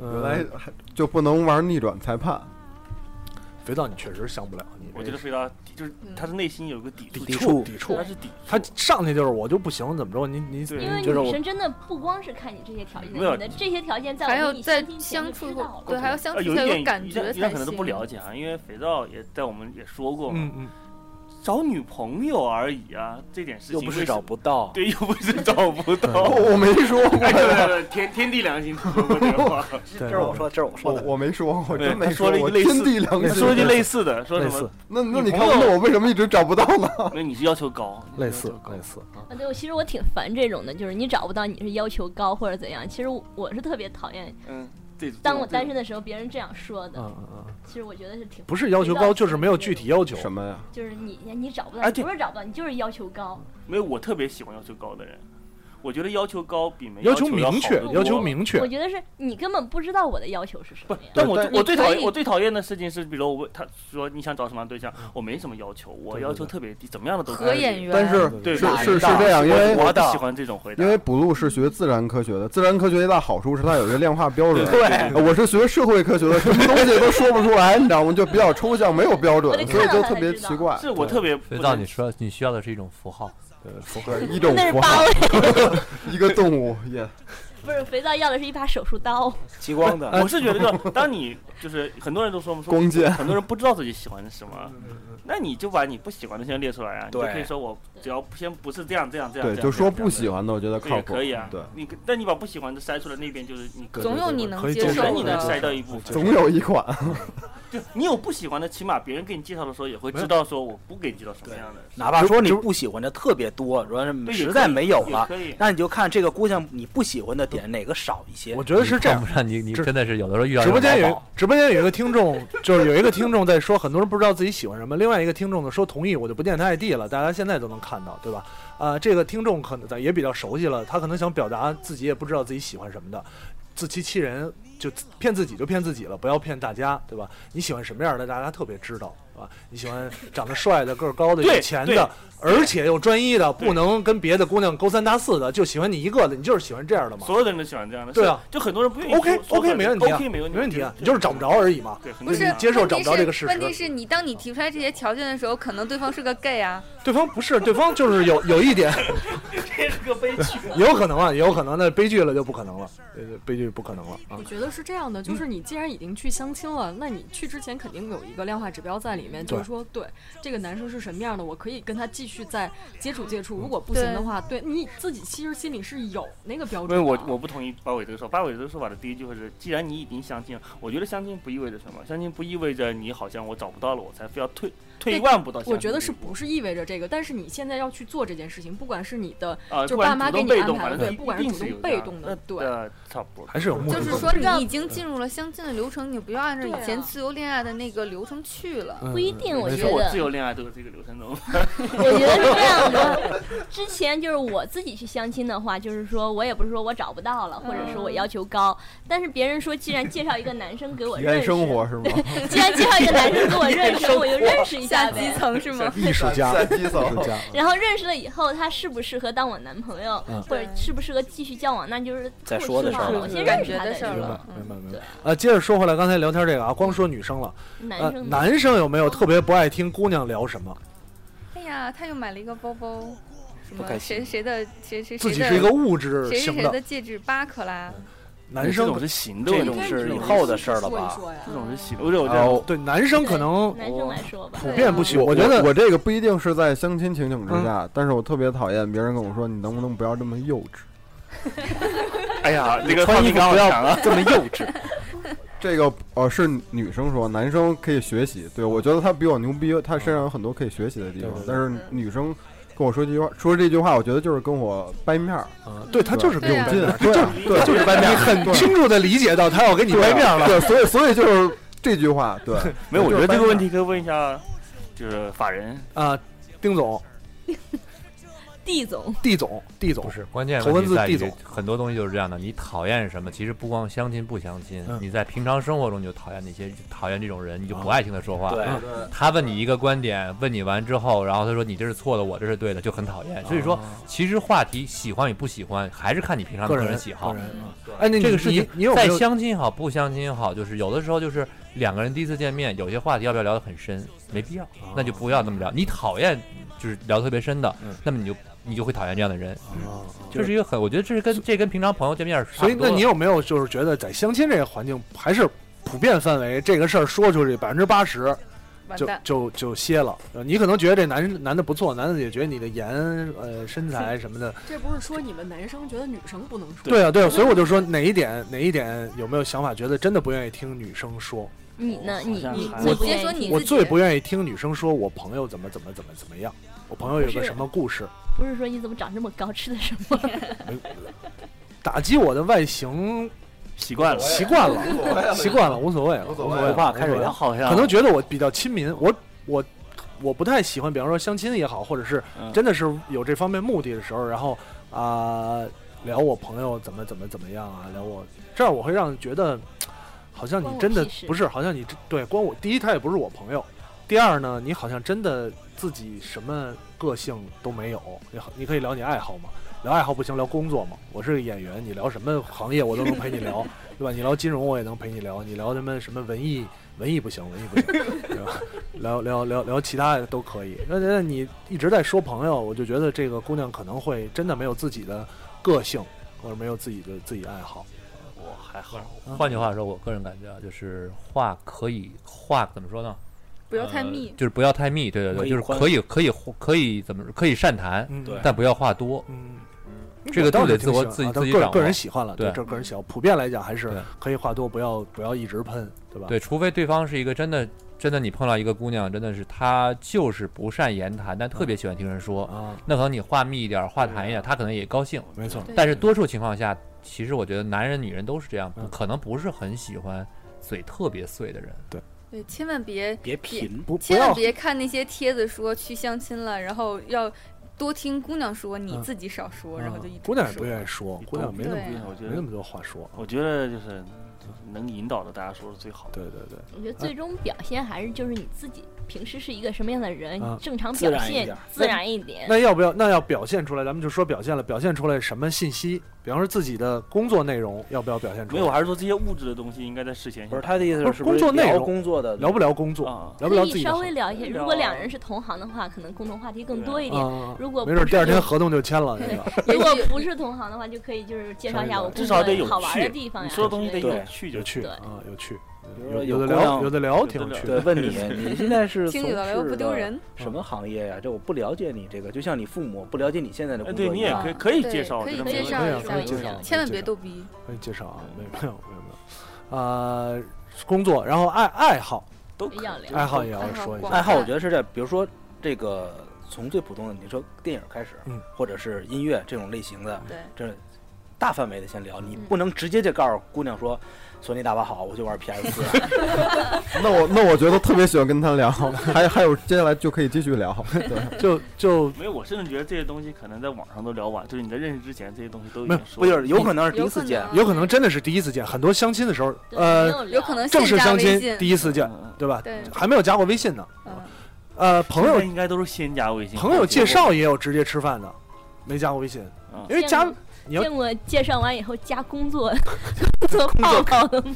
S7: 原
S2: 原
S7: 来还就不能玩逆转裁判，
S2: 肥皂你确实相不了，你
S3: 我觉得肥皂就是
S4: 嗯
S3: 他的内心有一个抵
S2: 抵
S3: 触，
S2: 触抵触
S3: 他，是抵触。
S2: 他上去就是我就不行，怎么着？你你
S3: 对
S6: 因为
S2: 就是
S6: 女
S2: 我
S6: 生真的不光是看你这些条件，你
S3: 没有
S6: 的这些条件在
S4: 还
S6: 我
S4: 要
S6: 跟你
S4: 在
S6: 亲
S4: 相
S6: 前
S4: 处
S6: 就知
S4: 过
S6: 道
S4: 对，
S6: 了。
S4: 还要相
S3: 呃
S4: 处
S3: 有
S4: 才
S3: 一
S4: 有
S3: 点
S4: 感
S3: 一
S4: 觉
S3: 点一
S4: 才
S3: 点可能都不
S4: 行。
S3: 了解啊，因为肥皂也在我们也说过嘛，
S2: 嗯嗯
S3: 找女朋友而已啊，这点事情
S1: 又不是
S3: 为什
S1: 找
S3: 么
S1: 不到，
S3: 对，又不是找 不到。
S7: 我没说过，
S3: 哎，对对对，天天地良心，你说过这个话。
S1: 这是我说，这是我说
S7: 我
S1: 的。
S7: 我没说， 我
S3: 对
S7: 真没
S3: 他说了一
S7: 我
S3: 个类似
S7: 天地良心。
S3: 说了句类似的，说什
S2: 类似
S3: 么？
S7: 那那你
S3: 女
S7: 看，
S3: 朋友
S7: 那我为什么一直找不到呢？
S3: 那你是要求高，你
S2: 类
S3: 是要
S2: 似
S3: 求高
S2: 类似
S7: 嗯
S2: 啊，
S6: 啊，对，我其实我挺烦这种的，就是你找不到你是要求高或者怎样。其实我我是特别讨厌，
S3: 嗯，对。这
S6: 当
S3: 种
S6: 我单身，的时候别人这样说
S2: 嗯
S6: 的，
S2: 嗯嗯，
S6: 其实我觉得是挺，
S2: 不是要求高，就是没有具体要求。
S7: 什么呀？
S6: 就是你你找不到，
S3: 哎
S6: 你
S3: 对
S6: 不是找不到，你就是要求高。
S3: 这种没有，我特别喜欢要求高的人。我觉得要求高比没
S2: 要
S3: 求
S2: 求
S3: 要
S2: 明
S3: 好
S2: 确
S3: 得，多
S2: 要求明确
S6: 我。觉得是你根本不知道我的要求是什么呀。
S3: 但我
S7: 对
S3: 最
S7: 但
S3: 我最讨
S4: 你可
S3: 厌
S4: 以
S3: 我最讨厌的事情是，比如我问他说你想找什么样的对象，我没什么要求，我
S2: 对对
S3: 要求特别低，怎么样的都
S4: 合
S3: 可以。
S4: 眼缘，
S7: 但是
S3: 对
S7: 是
S3: 对
S7: 是是这样，因为
S3: 我
S1: 我
S3: 不
S1: 的
S3: 喜欢这种回答，
S7: 因为补录是学自然科学的，自然科学一大好处是它有一个量化标准。呃
S1: 对，
S7: 我是学社会科学的，什么东西都说不出来，你知道吗？就比较抽象，没有标准
S6: 我，得
S7: 所以
S6: 看
S7: 就
S6: 到
S7: 特
S6: 才
S7: 别
S6: 知道
S7: 奇怪。
S3: 是我
S2: 对
S3: 特别
S8: 肥
S3: 不
S8: 皂，
S3: 能
S8: 你说你需要的是一种符号，
S7: 对，一种
S6: 那是
S7: 符
S6: 八
S7: 号，
S6: 位，
S7: 一个动物也
S6: 不是肥皂要的是一把手术刀。
S1: 极光的，
S3: 我是觉得，就是当你就是很多人都说嘛，说
S7: 光剑。
S3: 很多人不知道自己喜欢什么，那你就把你不喜欢的先列出来啊，你就
S1: 对
S3: 可以说我只要先不是这样这样这样，
S7: 对，
S3: 这
S7: 就
S3: 样
S7: 说不。
S3: 这
S7: 喜
S3: 样
S7: 欢的，我觉得
S3: 这样
S7: 靠
S3: 也
S7: 谱。
S3: 可以啊，
S7: 对，
S3: 你但你把不喜欢的筛出来，那边就是你
S4: 总有你能
S2: 可以
S4: 接
S2: 接
S4: 受
S2: 受
S3: 总你
S2: 对
S3: 能
S4: 的。
S2: 对
S3: 筛掉一部分，
S7: 总有一款。
S3: 就你有不喜欢的，起码别人给你介绍的时候也会
S2: 没有
S3: 知道说我不给你介绍什么样的，
S1: 哪怕说你不喜欢的特别多，主要是
S3: 对
S1: 实在没有
S3: 也
S1: 了，
S3: 可以。
S1: 那你就看这个姑娘你不喜欢的点哪个少一些
S2: 我。觉得是这样
S8: 你。碰不上你你
S2: 直
S8: 真的是有的时候遇到
S2: 直播间
S8: 这
S2: 有
S8: 种
S2: 一
S8: 老鸨
S2: 直播间有一个听众， 就是有一个听众在说，很多人不知道自己喜欢什么。另外一个听众呢说同意，我就不念他 ID 了，大家现在都能看到，对吧？啊、这个听众可能也比较熟悉了，他可能想表达自己也不知道自己喜欢什么的，自欺欺人，就骗自己就骗自己了，不要骗大家，对吧？你喜欢什么样的，大家特别知道，啊，你喜欢长得帅的、个儿高的、
S3: 对
S2: 有钱
S3: 对
S2: 的，而且又专一的，
S3: 对
S2: 不能跟别的姑娘勾三搭四的，就喜欢你一个的，你就是喜欢这样的嘛。
S3: 所有的人都喜欢这样的，
S2: 对啊
S3: 是，就很多人不愿意
S2: OK
S3: 说
S2: OK 没问题啊
S3: OK 没问题，
S2: 没问题啊，你就是找不着而已嘛。
S3: 对，很
S4: 不
S3: 多
S4: 是
S3: 人
S2: 接受
S4: 问题
S2: 找不着
S4: 是
S2: 这个事实
S4: 问题是你当你提出来这些条件的时候，可能对方是个 gay 啊，
S2: 对方不是，对方就是有有一点，
S3: 这是个悲剧。
S2: 也有可能啊，也有可能，那悲剧了就不可能了，呃，悲剧不可能了啊
S5: 我。觉得是这样的，就是你既然已经去相亲了，那你去之前肯定有一个量化指标在里面，就是
S2: 对
S5: 说，对这个男生是什么样的，我可以跟他继续再接触接触。如果不行的
S4: 对
S5: 话，对你自己其实心里是有那个标
S3: 啊因
S5: 准
S2: 啊
S3: 为
S5: 的。
S3: 我我不同意八尾这个说法，八尾这个说法的第一句话是，既然你已经相亲了，我觉得相亲不意味着什么，相亲不意味着你好像我找不到了，我才非要退退一万步到相亲
S5: 我觉得
S3: 这
S5: 是
S3: 一步
S5: 不是意味着这个？但是你现在要去做这件事情，不管是你的
S3: 啊，
S5: 就是
S3: 不然
S5: 爸妈
S3: 主动
S5: 给你
S3: 被动
S5: 安排
S3: 反
S5: 的
S3: 正
S5: 对不管是
S3: 一定
S5: 主动
S3: 有
S5: 被
S3: 的啊
S5: 动的
S3: 那
S5: 对
S3: 那差不多
S2: 还是有目的
S4: 就
S2: 的
S4: 是说
S5: 你
S4: 你已经进入了相亲的流程，你不要按照以
S5: 对
S4: 前
S5: 啊
S4: 自由恋爱的那个流程去了。
S2: 嗯
S6: 不一定
S2: 嗯
S6: 我
S2: 没
S6: 觉
S3: 其
S2: 错
S3: 实我
S6: 得
S3: 自由恋爱都有这个流程中，
S6: 我觉得是这样 的，之前就是我自己去相亲的话，就是说我也不是说我找不到了，或者说我要求高，但是别人说既然介绍一个男生给我
S7: 体
S6: 认
S7: 验
S6: 识，
S7: 生活是吗？
S6: 既然介绍一个男生给我认识，我就认识一
S4: 下
S6: 下
S4: 基
S6: 呗。
S4: 层是吗？
S2: 艺术家，
S7: 在基
S2: 艺
S7: 层
S2: 术。家，
S6: 然后认识了以后，他适不适合当我男朋友，
S2: 嗯
S6: 或者适不适合继续交往，那就是
S1: 再说的事儿
S6: 后续
S1: 了
S6: 嘛我先
S4: 感
S6: 认识
S4: 觉
S6: 他
S4: 的
S6: 再
S4: 事儿
S6: 说
S2: 明白
S4: 了
S2: 明白明白
S6: 对。
S2: 呃，接着说回来，刚才聊天这个啊，光说女生了，呃
S6: 男，生
S2: 男生有没有特别不爱听姑娘聊什么？
S4: 哎呀，他又买了一个包包，什
S1: 开
S4: 么
S1: 心
S4: 谁谁的谁谁谁的
S2: 自己是一个物质
S4: 谁谁
S2: 型
S4: 谁
S2: 的
S4: 的戒指八克拉，
S2: 男
S3: 这
S2: 生
S3: 种
S2: 可，
S3: 是行的
S1: 这
S3: 问
S1: 种
S3: 题，
S1: 是
S3: 这
S1: 以
S3: 种
S1: 后的事儿了
S5: 说一
S1: 吧？
S5: 说呀
S3: 这种是行的，我觉得我觉得
S7: 哦，
S2: 对男生可能
S6: 男生来说吧，
S2: 普遍不喜欢，嗯我
S7: 我
S2: 觉得
S7: 我这个不一定是在相亲情景之下，但是我特别讨厌别人跟我说你能不能不要这么幼稚。
S3: 哎 呀，这个
S1: 穿
S3: 话
S1: 衣
S3: 题
S1: 服
S3: 刚好
S1: 不
S3: 讲
S1: 要
S3: 了，
S1: 这么幼 稚。
S7: 这个呃是女生说，男生可以学习。对我觉得他比我牛逼，他身上有很多可以学习的地方
S2: 对对对。
S7: 但是女生跟我说这句话，说这句话，我觉得就是跟我掰面儿，
S2: 嗯对他就是跟
S4: 对
S2: 我
S4: 啊
S2: 掰面儿，
S7: 对啊对啊，
S2: 就是掰面儿，你很清楚的理解到他要给你
S7: 对啊
S2: 掰面儿了。
S7: 对，所以所以就是这句话， 对，
S3: 没有，我
S7: 就
S3: 觉
S7: 是
S3: 得这
S7: 掰
S3: 个
S7: 面儿
S3: 问题可以问一下，就是法人，
S2: 啊，丁总、
S6: D 总，
S2: D 总、D 总
S8: 不是，关键
S2: 头
S8: 问
S2: 文
S8: 题
S2: 字
S8: 在
S2: D
S8: 于
S2: 总
S8: 很多东西就是这样的，你讨厌什么？其实不光相亲不相亲，
S2: 嗯啊
S8: 你在平常生活中你就讨厌那些讨厌这种人，你就不爱听他说话。
S1: 对，
S8: 他问你一个观点，问你完之后，然后他说你这是错的，我这是对的，就很讨厌。所以说，其实话题喜欢与不喜欢，还是看你平常的
S2: 哦个
S8: 个
S2: 人
S8: 人喜好
S2: 个。人啊哎，那你
S8: 这个事情
S2: 你你有没
S8: 在
S2: 有
S8: 相亲也好，不相亲也好，就是有的时候就是两个人第一次见面，有些话题要不要聊得很深，没必要，那就不要那么聊。你讨厌就是聊得特别深的
S2: 哦嗯，
S8: 那么你就你就会讨厌这样的人。嗯
S2: 啊
S8: 这是一个很，我觉得这是跟这跟平常朋友见面是差
S2: 所以，
S8: 不多
S2: 那
S8: 的
S2: 你有没有就是觉得在相亲这个环境，还是普遍范围这个事儿说出去百分之八十，
S4: 完
S2: 就
S4: 蛋。
S2: 就就歇了。呃你可能觉得这男男的不错，男的也觉得你的颜呃身材什么的，
S5: 这不是说你们男生觉得女生不能说，
S2: 对啊对啊，所以我就说哪一点哪一点有没有想法，觉得真的不愿意听女生说。
S6: 你呢？呃你
S3: 好像
S6: 你
S3: 还
S6: 你
S2: 我
S6: 先说你
S2: 我
S6: 自己
S2: 最，不愿意听女生说我朋友怎么怎么怎么怎么样，我朋友有个什么故事，
S6: 不是说你怎么长这么高，吃的什么？
S2: 打击我的外形
S3: 习惯了。
S2: 习惯了，习惯了，无所谓了，
S7: 无
S2: 无
S7: 所谓
S2: 谓了，
S7: 不
S1: 怕开水
S2: 无所谓
S1: 烫
S3: 好像
S2: 可能觉得我比较亲民，我我我不太喜欢，比方说相亲也好，或者是
S3: 嗯
S2: 真的是有这方面目的的时候，然后啊、聊我朋友怎么怎么怎么样啊，聊我这样我会让人觉得好像你
S6: 关我
S2: 真的
S6: 屁事
S2: 不是，好像你这对光我第一他也不是我朋友，第二呢你好像真的自己什么个性都没有，你好你可以聊你爱好嘛。聊爱好不行，聊工作嘛。我是个演员，你聊什么行业我都能陪你聊， 对吧？你聊金融我也能陪你聊，你聊什么什么文艺文艺不行，文艺不行，对吧？ 聊聊聊聊其他的都可以。那那你一直在说朋友，我就觉得这个姑娘可能会真的没有自己的个性，或者没有自己的自己爱好。
S3: 我还好，
S2: 啊
S8: 换句话说，我个人感觉啊，就是话可以话怎么说呢？
S4: 不要太
S8: 呃
S4: 密，
S8: 就是不要太密，对对
S3: 可
S8: 对，
S3: 以
S8: 就是
S3: 宽
S8: 可以可以可以怎么可以善谈，
S2: 嗯，
S3: 对
S8: 但不要话多。
S2: 嗯，
S8: 这个
S2: 倒
S8: 都
S2: 是
S8: 得
S2: 挺
S8: 自我
S2: 喜欢
S8: 自己
S2: 啊都
S8: 自己
S2: 个
S8: 掌
S2: 人
S8: 握
S2: 个人喜欢了，
S8: 对
S2: 这个人喜好。普遍来讲还是
S8: 对
S2: 可以话多，不要不要一直喷，对吧？啊
S6: 哎
S8: 对，除非对方是一个真的真的，你碰到一个姑娘，真的是她就是不善言谈，但特别喜欢听人说，
S2: 嗯啊，
S8: 那可能你话密一点，话谈一点，她可能也高兴。
S2: 没错，
S4: 对
S8: 但是多数情况下，其实我觉得男人女人都是这样，不
S2: 嗯
S8: 可能不是很喜欢嘴特别碎的人。
S4: 对，千万别
S1: 别贫，
S2: 不不
S4: 千万
S2: 要
S4: 别看那些帖子说去相亲了，然后要多听姑娘说，你自己少说，然后就一
S2: 嗯姑娘也不愿
S4: 意。
S2: 意说，姑娘没那么
S4: 对
S3: 我觉
S2: 没那
S3: 得
S2: 么多话说。
S3: 我觉得就是能引导的大家说是最好的。
S2: 对对对，哎
S6: 我觉得最终表现还是就是你自己平时是一个什么样的人，
S2: 啊
S6: 你正常
S1: 自
S6: 表
S1: 然一
S6: 现
S1: 点
S6: 自然一点。
S2: 那要不要？那要表现出来，咱们就说表现了。表现出来什么信息？比方说自己的工作内容，要不要表现出
S3: 没
S2: 来？
S3: 有，我还是说这些物质的东西应该在事前
S1: 不是他的意思
S2: 不
S1: 是
S2: 是
S1: 是
S2: 工作内
S1: 聊
S2: 容
S1: 工作的
S2: 聊不聊工作？
S3: 啊，
S2: 聊不
S6: 可
S2: 聊自
S6: 以
S2: 己的
S6: 稍
S2: 行
S6: 微
S2: 业？
S6: 聊一些，
S3: 聊
S6: 如果两人是同行的话，可能共同话题更多一点；
S2: 啊，
S6: 如果
S2: 没准
S6: 不
S2: 第二
S6: 是
S2: 天合同就签了，那个
S6: 如 果不是同行的话，就可以就是介绍一下我
S3: 至
S6: 工
S3: 少
S6: 作
S3: 得有
S6: 好玩的
S3: 趣
S6: 地方呀
S3: 你
S6: 之类的。
S3: 说的东西得
S1: 对
S3: 有趣就
S2: 有
S3: 行。
S2: 趣
S6: 对
S2: 啊，有趣。
S1: 比如
S2: 有
S1: 说有
S2: 有的
S1: 姑
S2: 聊，
S1: 娘
S2: 有的聊
S3: 有
S2: 挺
S3: 的
S2: 有趣
S1: 对
S2: 的。
S1: 问你，你现在是
S4: 听女的又
S1: 从
S4: 不
S1: 事
S4: 丢
S1: 的
S4: 人，
S1: 什么行业呀、这我不了解你这个，就像你父母不了解你现在的
S3: 哎，
S1: 工
S3: 对
S1: 作
S3: 你
S1: 一
S3: 也
S1: 样。
S3: 可以可以
S4: 啊对
S3: 介绍，我
S4: 可
S3: 觉
S4: 以
S3: 得
S6: 可
S3: 没
S6: 以
S3: 有
S6: 介
S3: 问
S6: 绍
S3: 题
S2: 可以啊，可以
S6: 介
S2: 介
S6: 绍
S2: 绍，
S4: 千万别逗逼。
S2: 可以介绍啊，没没有没有没有。啊，工作，然后爱爱好，
S3: 都可以
S6: 要聊
S2: 爱好也要
S4: 爱好
S2: 说一
S4: 广
S2: 下。
S1: 爱好，我觉得是这样，比如说这个从最普通的，你说电影开始，
S2: 嗯
S1: 或者是音乐这种类型的，
S4: 对，
S1: 这大范围的先聊，你
S6: 嗯
S1: 不能直接就告诉姑娘说。索尼大把好，我就玩 PS 四、
S7: 那我那我觉得特别喜欢跟他聊，还还有接下来就可以继续聊。对，
S2: 就就
S3: 没有，我甚至觉得这些东西可能在网上都聊完，就是你在认识之前，这些东西都已
S2: 没
S3: 经
S2: 有
S3: 说
S1: 不
S3: 了。
S1: 就是有可能是第一次见，
S2: 有可能真的是第一次见。很多相亲的时候，
S6: 对
S2: 呃，，
S6: 没
S4: 有
S6: 有聊
S4: 可能
S2: 正
S4: 线
S2: 式
S4: 加
S2: 相
S4: 微
S2: 亲
S4: 信
S2: 第一次见，
S3: 嗯
S2: 对吧？
S4: 对，
S2: 还没有加过微信呢。
S4: 嗯，
S2: 呃，朋友
S3: 现在应该都是先加微信，
S2: 朋友介绍也有直接吃饭的，没加过微信，
S3: 嗯
S2: 因为加
S6: 见过
S2: 你要
S6: 见过介绍完以后加工作 工作报告的吗？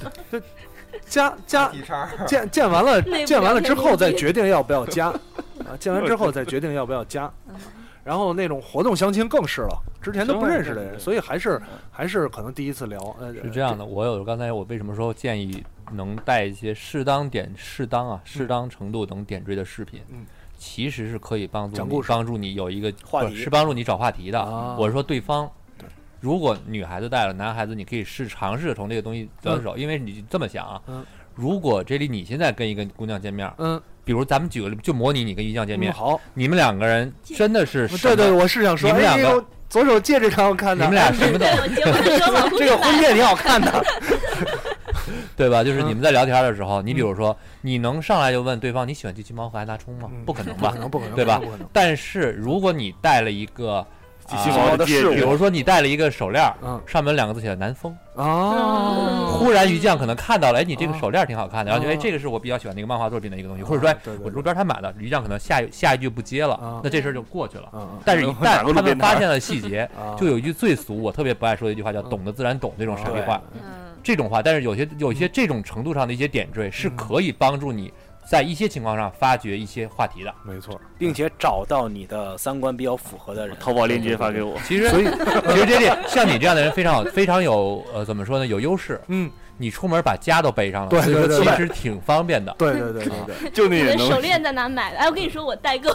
S2: 加加
S7: 叉，
S2: 见见完 了
S6: 那不
S2: 见完
S6: 聊
S2: 了
S6: 天
S2: 之后
S6: 工具
S2: 再决定要不要加，啊，见完之后再决定要不要加
S4: 嗯。
S2: 然后那种活动相亲更是了，之前都不认识的
S3: 对
S2: 人，
S3: 对
S2: 所以还是
S3: 嗯
S2: 还是可能第一次聊，呃，
S8: 是这样的，我有刚才我为什么说建议能带一些适当点、适当啊、适当程度能点缀的视频，
S2: 嗯，
S8: 其实是可以帮助
S2: 讲
S8: 你
S2: 故事
S8: 帮助你有一个
S1: 话
S8: 不是
S1: 题
S8: 是帮助你找话题的。
S2: 啊
S8: 我是说对方，
S2: 对，
S8: 如果女孩子带了男孩子，你可以试尝试着从这个东西得手，因为你这么想啊，
S2: 嗯
S8: 如果这里你现在跟一个姑娘见面，
S2: 嗯，
S8: 比如咱们举个例就模拟你跟一娘见
S2: 嗯
S8: 面，
S2: 好，
S8: 你们两个人真的是什
S2: 对对，
S8: 么，
S2: 我是想说，
S8: 你们
S2: 哎
S8: 两个
S2: 呦，左手戒指挺好看
S8: 你
S2: 的，
S8: 们俩什么都
S6: 对，我 结婚 的时候老公
S1: 这个婚戒挺 好看的，
S8: 对吧？就是
S2: 嗯
S8: 你们在聊天的时候，你比如说，你能上来就问对方你喜欢机器猫和爱拉充吗？
S2: 嗯
S8: 不可能
S2: 不
S8: 吧
S2: 可？能，不可能，
S8: 对吧
S2: 不可能，
S8: 但是如果你带了一个，
S3: 机
S8: 啊
S3: 器猫的
S1: 事
S3: 介
S1: 物
S8: 比如说你带了一个手链儿，
S2: 嗯
S8: 上面有两个字写的南风，
S2: 啊，
S8: 忽然鱼酱可能看到了，哎，你这
S2: 哦
S8: 个手链儿挺好看的，然后觉得
S2: 啊
S8: 哎，这个是我比较喜欢的一个漫画作品的一个东西，或者说哎
S2: 哦对对对
S8: 我路边摊买的，鱼酱可能下一下一句不接
S2: 啊
S8: 了， 那这事儿就过去了。
S2: 嗯
S8: 但是，一旦
S3: 哪个路
S8: 他们
S3: 边摊儿
S8: 发现了细节，
S2: 嗯 啊，
S8: 就有一句最俗，我特别不爱说的一句话，叫
S2: 嗯
S8: “
S2: 嗯
S8: 懂得自然懂”这种傻逼
S1: 对
S8: 话。
S4: 嗯，
S8: 这种话，但是有些有些这种程度上的一些点缀是可以帮助你在一些情况上发掘一些话题的。
S2: 没错，
S1: 并且找到你的三观比较符合的人。
S3: 淘宝链接发给我，
S8: 其实，
S2: 所以
S8: 其实这点像你这样的人非常有非常有呃怎么说呢有优势，
S2: 嗯，
S8: 你出门把家都背上了，
S2: 对
S8: 所以说
S2: 对对对
S8: 其实挺方便的。
S2: 对对对对对，
S3: 就那
S6: 你
S3: 也
S6: 的
S3: 能
S6: 手链在哪买的？哎，我跟你说，我代购。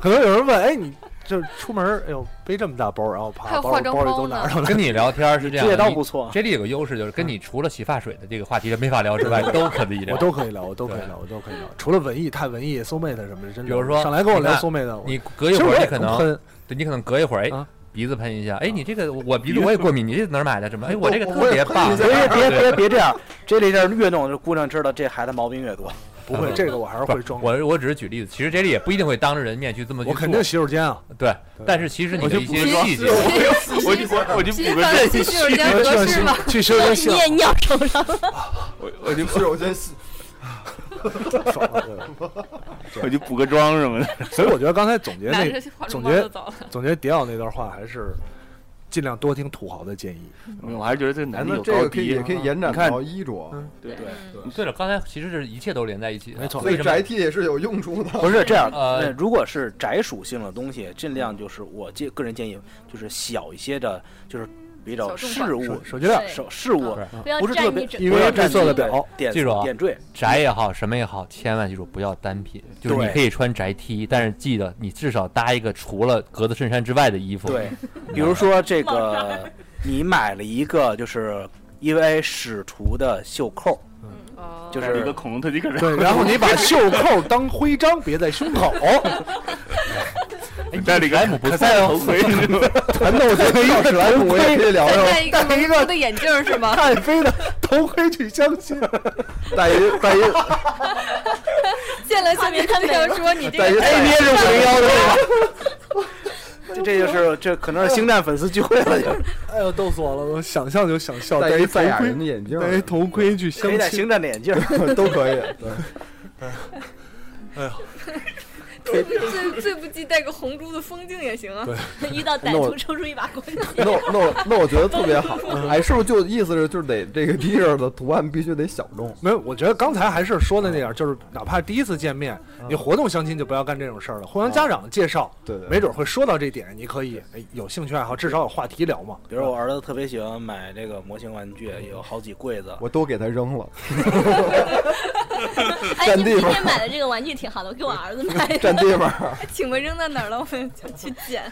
S2: 可能有人问，哎，你就是出门儿，哎呦，背这么大包，然后
S4: 还
S2: 啪，
S4: 有
S2: 包
S4: 化
S2: 包
S4: 妆
S2: 里
S4: 包
S2: 都拿
S4: 呢
S2: 上了，
S8: 跟你聊天是这样的，
S1: 这也倒
S8: 你
S1: 不错。
S8: J D 有个优势就是跟你除了洗发水的这个话题没法聊之 外， 都可以聊
S2: 嗯我。都可以聊，我都可以
S8: 对
S2: 聊，我都可以聊。除了文艺，太文艺，soul mate 什么的，真的。
S8: 比如说
S2: 上来跟我
S8: 你
S2: 聊
S8: 看
S2: soul mate，我
S8: 你隔
S2: 其
S8: 一
S2: 实
S8: 会
S2: 我
S8: 儿
S2: 也
S8: 你可
S2: 能
S8: 能
S2: 喷，
S8: 对你可能隔一会儿，哎
S2: 啊，
S8: 鼻子喷一下，哎，你这个我鼻子我也过敏，你这哪儿买的？什么？ 哎，我这个
S7: 我
S8: 特
S7: 也
S8: 别
S7: 喷
S8: 棒
S7: 一。下
S1: 别别
S8: 对
S1: 别别这样，这里这越弄，这姑娘知道这孩子毛病越多。
S2: 不会，这个我还是
S8: 不
S2: 会装。
S8: 我我只是举例子，其实 J D 也不一定会当着人面去这么去
S2: 我肯定
S8: 做。
S2: 洗手间啊，
S8: 对，但是其实你
S3: 我
S8: 的
S3: 就
S8: 一
S3: 不
S8: 些
S3: 说
S8: 细节，
S3: 我就我我就
S4: 洗
S3: 补个
S4: 发
S3: 任
S4: 去洗手间
S2: 去
S4: 合
S2: 洗
S4: 适吗？
S2: 去洗手间洗
S6: 你也尿手上，
S3: 我我就
S7: 洗手间洗
S2: 爽了。对
S3: 我就补个妆什么的。
S2: 所以我觉得刚才总结
S4: 拿
S2: 那
S4: 着化
S2: 总
S4: 妆包
S2: 结
S4: 就走了。
S2: 总结迪奥那段话，还是尽量多听土豪的建议。
S3: 没有我还是觉得这个
S7: 哎，
S3: 男的
S7: 那
S3: 有
S7: 这
S3: 高
S7: 个可以
S3: 低啊
S7: 也，可以延展
S3: 你看
S7: 到衣着，啊
S2: 嗯
S3: 对对。
S4: 嗯
S8: 对了，刚才其实是一切都连在一起的。
S2: 没错
S7: 所
S8: 为
S7: 以
S8: 什么
S7: 宅 T 也是有用处 的。
S1: 不是这样，
S8: 呃
S1: 呃，如果是宅属性的东西，尽量就是我建个人建议，就是小一些的，就是比较
S4: 小众
S1: 事物
S2: 手手机链，
S6: 对
S1: 手事物
S8: 对，
S6: 不要
S1: 不是特
S6: 占
S1: 别
S6: 你整
S2: 因
S1: 不
S2: 为
S1: 要
S2: 这
S1: 占
S2: 做
S1: 你
S2: 的
S1: 的
S2: 表，
S1: 点
S8: 记住啊
S1: 点缀。
S8: 宅也好，什么也好，千万记住不要单品，就是你
S1: 对
S8: 可以穿宅 T，但是记得你至少搭一个除了格子衬衫之外的衣服。
S1: 对
S8: 嗯，，
S1: 比如说这
S6: 冒衫
S1: 个，你买了一个就是因为使徒的袖扣，
S4: 哦
S1: 就是
S3: 一个恐龙特技可人，
S2: 对，然后你把袖 扣当徽章别在胸口，
S8: 哎
S3: 戴了一个
S8: M 不错
S3: 可赛
S8: 哟
S3: 头，盔，
S2: 全都是
S7: 钥匙来我也可以聊
S4: 再
S7: 聊，
S4: 戴一个
S2: 戴一
S4: 龙
S2: 个
S4: 珠的眼镜儿是吗？
S2: 太妃的头盔去相亲。
S7: 带一带一
S4: 见了下面他们要说你这
S7: 带一
S4: 个
S7: 带一
S1: 是五零幺的那个，这这就是这可能是星战粉丝聚会了，就
S2: 哎呦，逗死我了！我想象就想笑，
S7: 戴
S2: 戴
S7: 一
S2: 一
S7: 赛
S2: 头
S7: 亚人的
S2: 盔，
S7: 眼镜儿，
S2: 戴一头盔去
S1: 可以
S2: 相
S1: 戴
S2: 亲。
S1: 星战的眼镜儿。
S7: 都可以。对
S3: 哎
S4: 最最不济戴个红珠的风镜也行啊。
S6: 遇到歹徒抽出一把棍子。
S7: 那我那我那我觉得特别好。
S3: 嗯
S7: 哎，是不是就意思是就是得这个 T 恤的图案必须得小众？
S2: 没有，我觉得刚才还是说的那样，就是哪怕第一次见面，你活动相亲就不要干这种事儿了。互相家长介绍，
S7: 对对，
S2: 没准会说到这点，你可以哎有兴趣爱好，至少有话题聊嘛。
S1: 比如我儿子特别喜欢买这个模型玩具，
S2: 嗯
S1: 有好几柜子。
S7: 我都给他扔了，
S6: 哎，
S7: 占
S6: 你
S7: 地
S6: 今
S7: 方
S6: 天买的这个玩具挺好的，我给我儿子买的。
S7: 占地方。
S4: 请问扔在哪儿了？我们就去捡。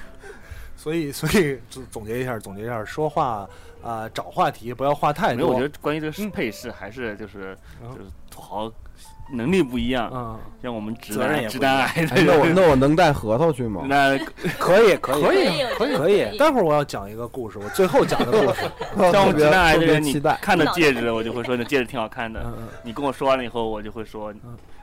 S2: 所以， 所以总总结一下，总结一下，说话啊、找话题，不要话太
S3: 没有，我觉
S2: 多。
S3: 得关于这个配饰还是就是就是土豪能力不一样，
S2: 嗯，
S3: 像我们直
S1: 责任也
S3: 男
S1: 不
S3: 直男癌
S7: 哎，
S3: 的
S7: 那我
S3: 人，
S7: 那我能带核桃去吗？
S3: 那
S1: 可以，可以，
S2: 可以
S6: 以，
S2: 可以
S6: 以，
S1: 可以
S6: 以。
S2: 待会儿我要讲一个故事，我最后讲的故事。
S3: 像
S7: 特
S3: 我们直
S7: 别
S3: 男癌
S7: 特
S3: 的
S7: 别
S3: 人，你
S7: 期待。
S3: 看到戒指了，我就会说那戒指挺好看的。
S2: 嗯嗯，
S3: 你跟我说完了以后，我就会说，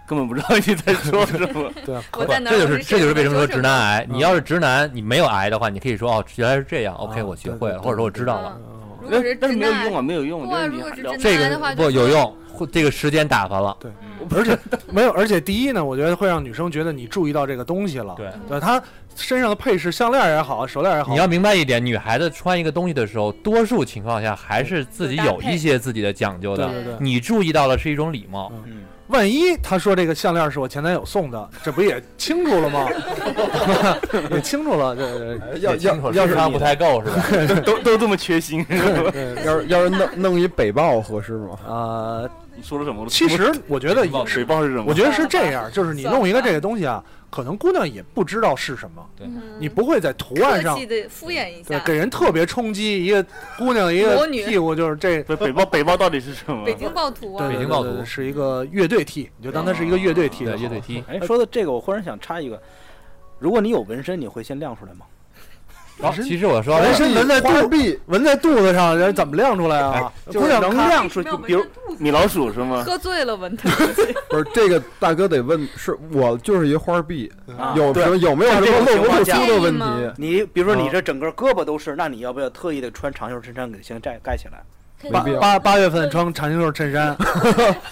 S3: 根本不知道你在说什么。
S2: 对啊，
S4: 我
S8: 不
S4: 在哪儿？
S8: 这就是这就是为什么说直男
S4: 癌。
S8: 癌。
S2: 嗯
S8: 你要是直男，你没有癌的话，你可以说哦，原来是这样，OK，
S2: 啊
S8: 我学
S2: 对
S8: 会
S2: 对
S8: 了，
S2: 对
S8: 或者说我知道了。
S4: 嗯
S2: 嗯
S4: 如果是
S3: 但
S4: 直
S3: 是没有
S4: 男
S3: 用
S4: 癌
S3: 啊，，没有用。我觉
S4: 哇
S3: 得
S4: 如
S3: 你
S4: 果
S3: 还
S4: 是
S3: 聊
S4: 直
S8: 这
S4: 男的话
S8: 个
S4: 就
S8: 不有
S4: 是
S8: 用，或这个时间打发了。
S1: 嗯
S2: 而且没有，而且第一呢，我觉得会让女生觉得你注意到这个东西了。
S8: 对，
S2: 对，她身上的配饰，项链也好，手链也好
S8: 你，要明白一点，女孩子穿一个东西的时候，多数情况下还是自己有一些自己的讲究
S2: 对
S8: 的。
S2: 对对。
S8: 你注意到了是一种礼貌，
S1: 嗯，
S2: 万一她说这个项链是我前男友送的，这不也清楚了 吗？也清楚了，对对对
S7: 哎要要要
S8: 要是
S7: 是
S8: 他不太够是吧？
S3: 都都这么缺心。
S2: 对对。对
S7: 要是要是弄弄一北豹合适吗？
S2: 呃，
S3: 你说了什么？
S2: 其实我觉得也是
S3: 水豹是什么？
S2: 我觉得是这样，就是你弄一个这个东西啊，可能姑娘也不知道是什么，你不会在图案
S4: 客
S2: 上
S4: 气的敷衍一
S2: 对
S4: 下。
S2: 给人特别冲击。一个姑娘一个
S4: 裸女
S2: 屁股就是这，
S3: 不是北豹，北豹到底是什么？
S4: 北京暴徒啊
S2: 对，
S8: 北京
S2: 对
S8: 暴
S2: 对
S8: 徒
S2: 对是一个乐队 T，你就当它是一个哦乐队 T
S8: 对，
S2: 的
S8: 乐队。踢。
S1: 哎，说到这个，我忽然想插一个，如果你有纹身，你会先亮出来吗？
S8: 然后其实我说
S2: 纹身纹在肚
S7: 花臂
S2: 纹在肚子上，人怎么亮出来啊？
S1: 就是
S2: 姑娘
S1: 能
S2: 看
S1: 亮出去，
S4: 没有
S1: 比如
S3: 米老鼠是吗？
S4: 喝醉了闻的。
S7: 不是这个大哥得问，是我就是一花臂，
S1: 啊
S7: 有什
S1: 对
S7: 么有没有什么
S1: 像这
S7: 露
S1: 种
S7: 不露
S1: 情
S7: 出
S4: 况
S7: 的
S4: 下
S7: 问
S4: 建议
S7: 题
S4: 吗？
S1: 你比如说你这整个胳膊都是，那你要不要特意的穿长袖衬衫给先盖盖起来？
S6: 可以
S7: 没
S2: 八
S7: 必要
S2: 八八月份穿长袖 衬衫，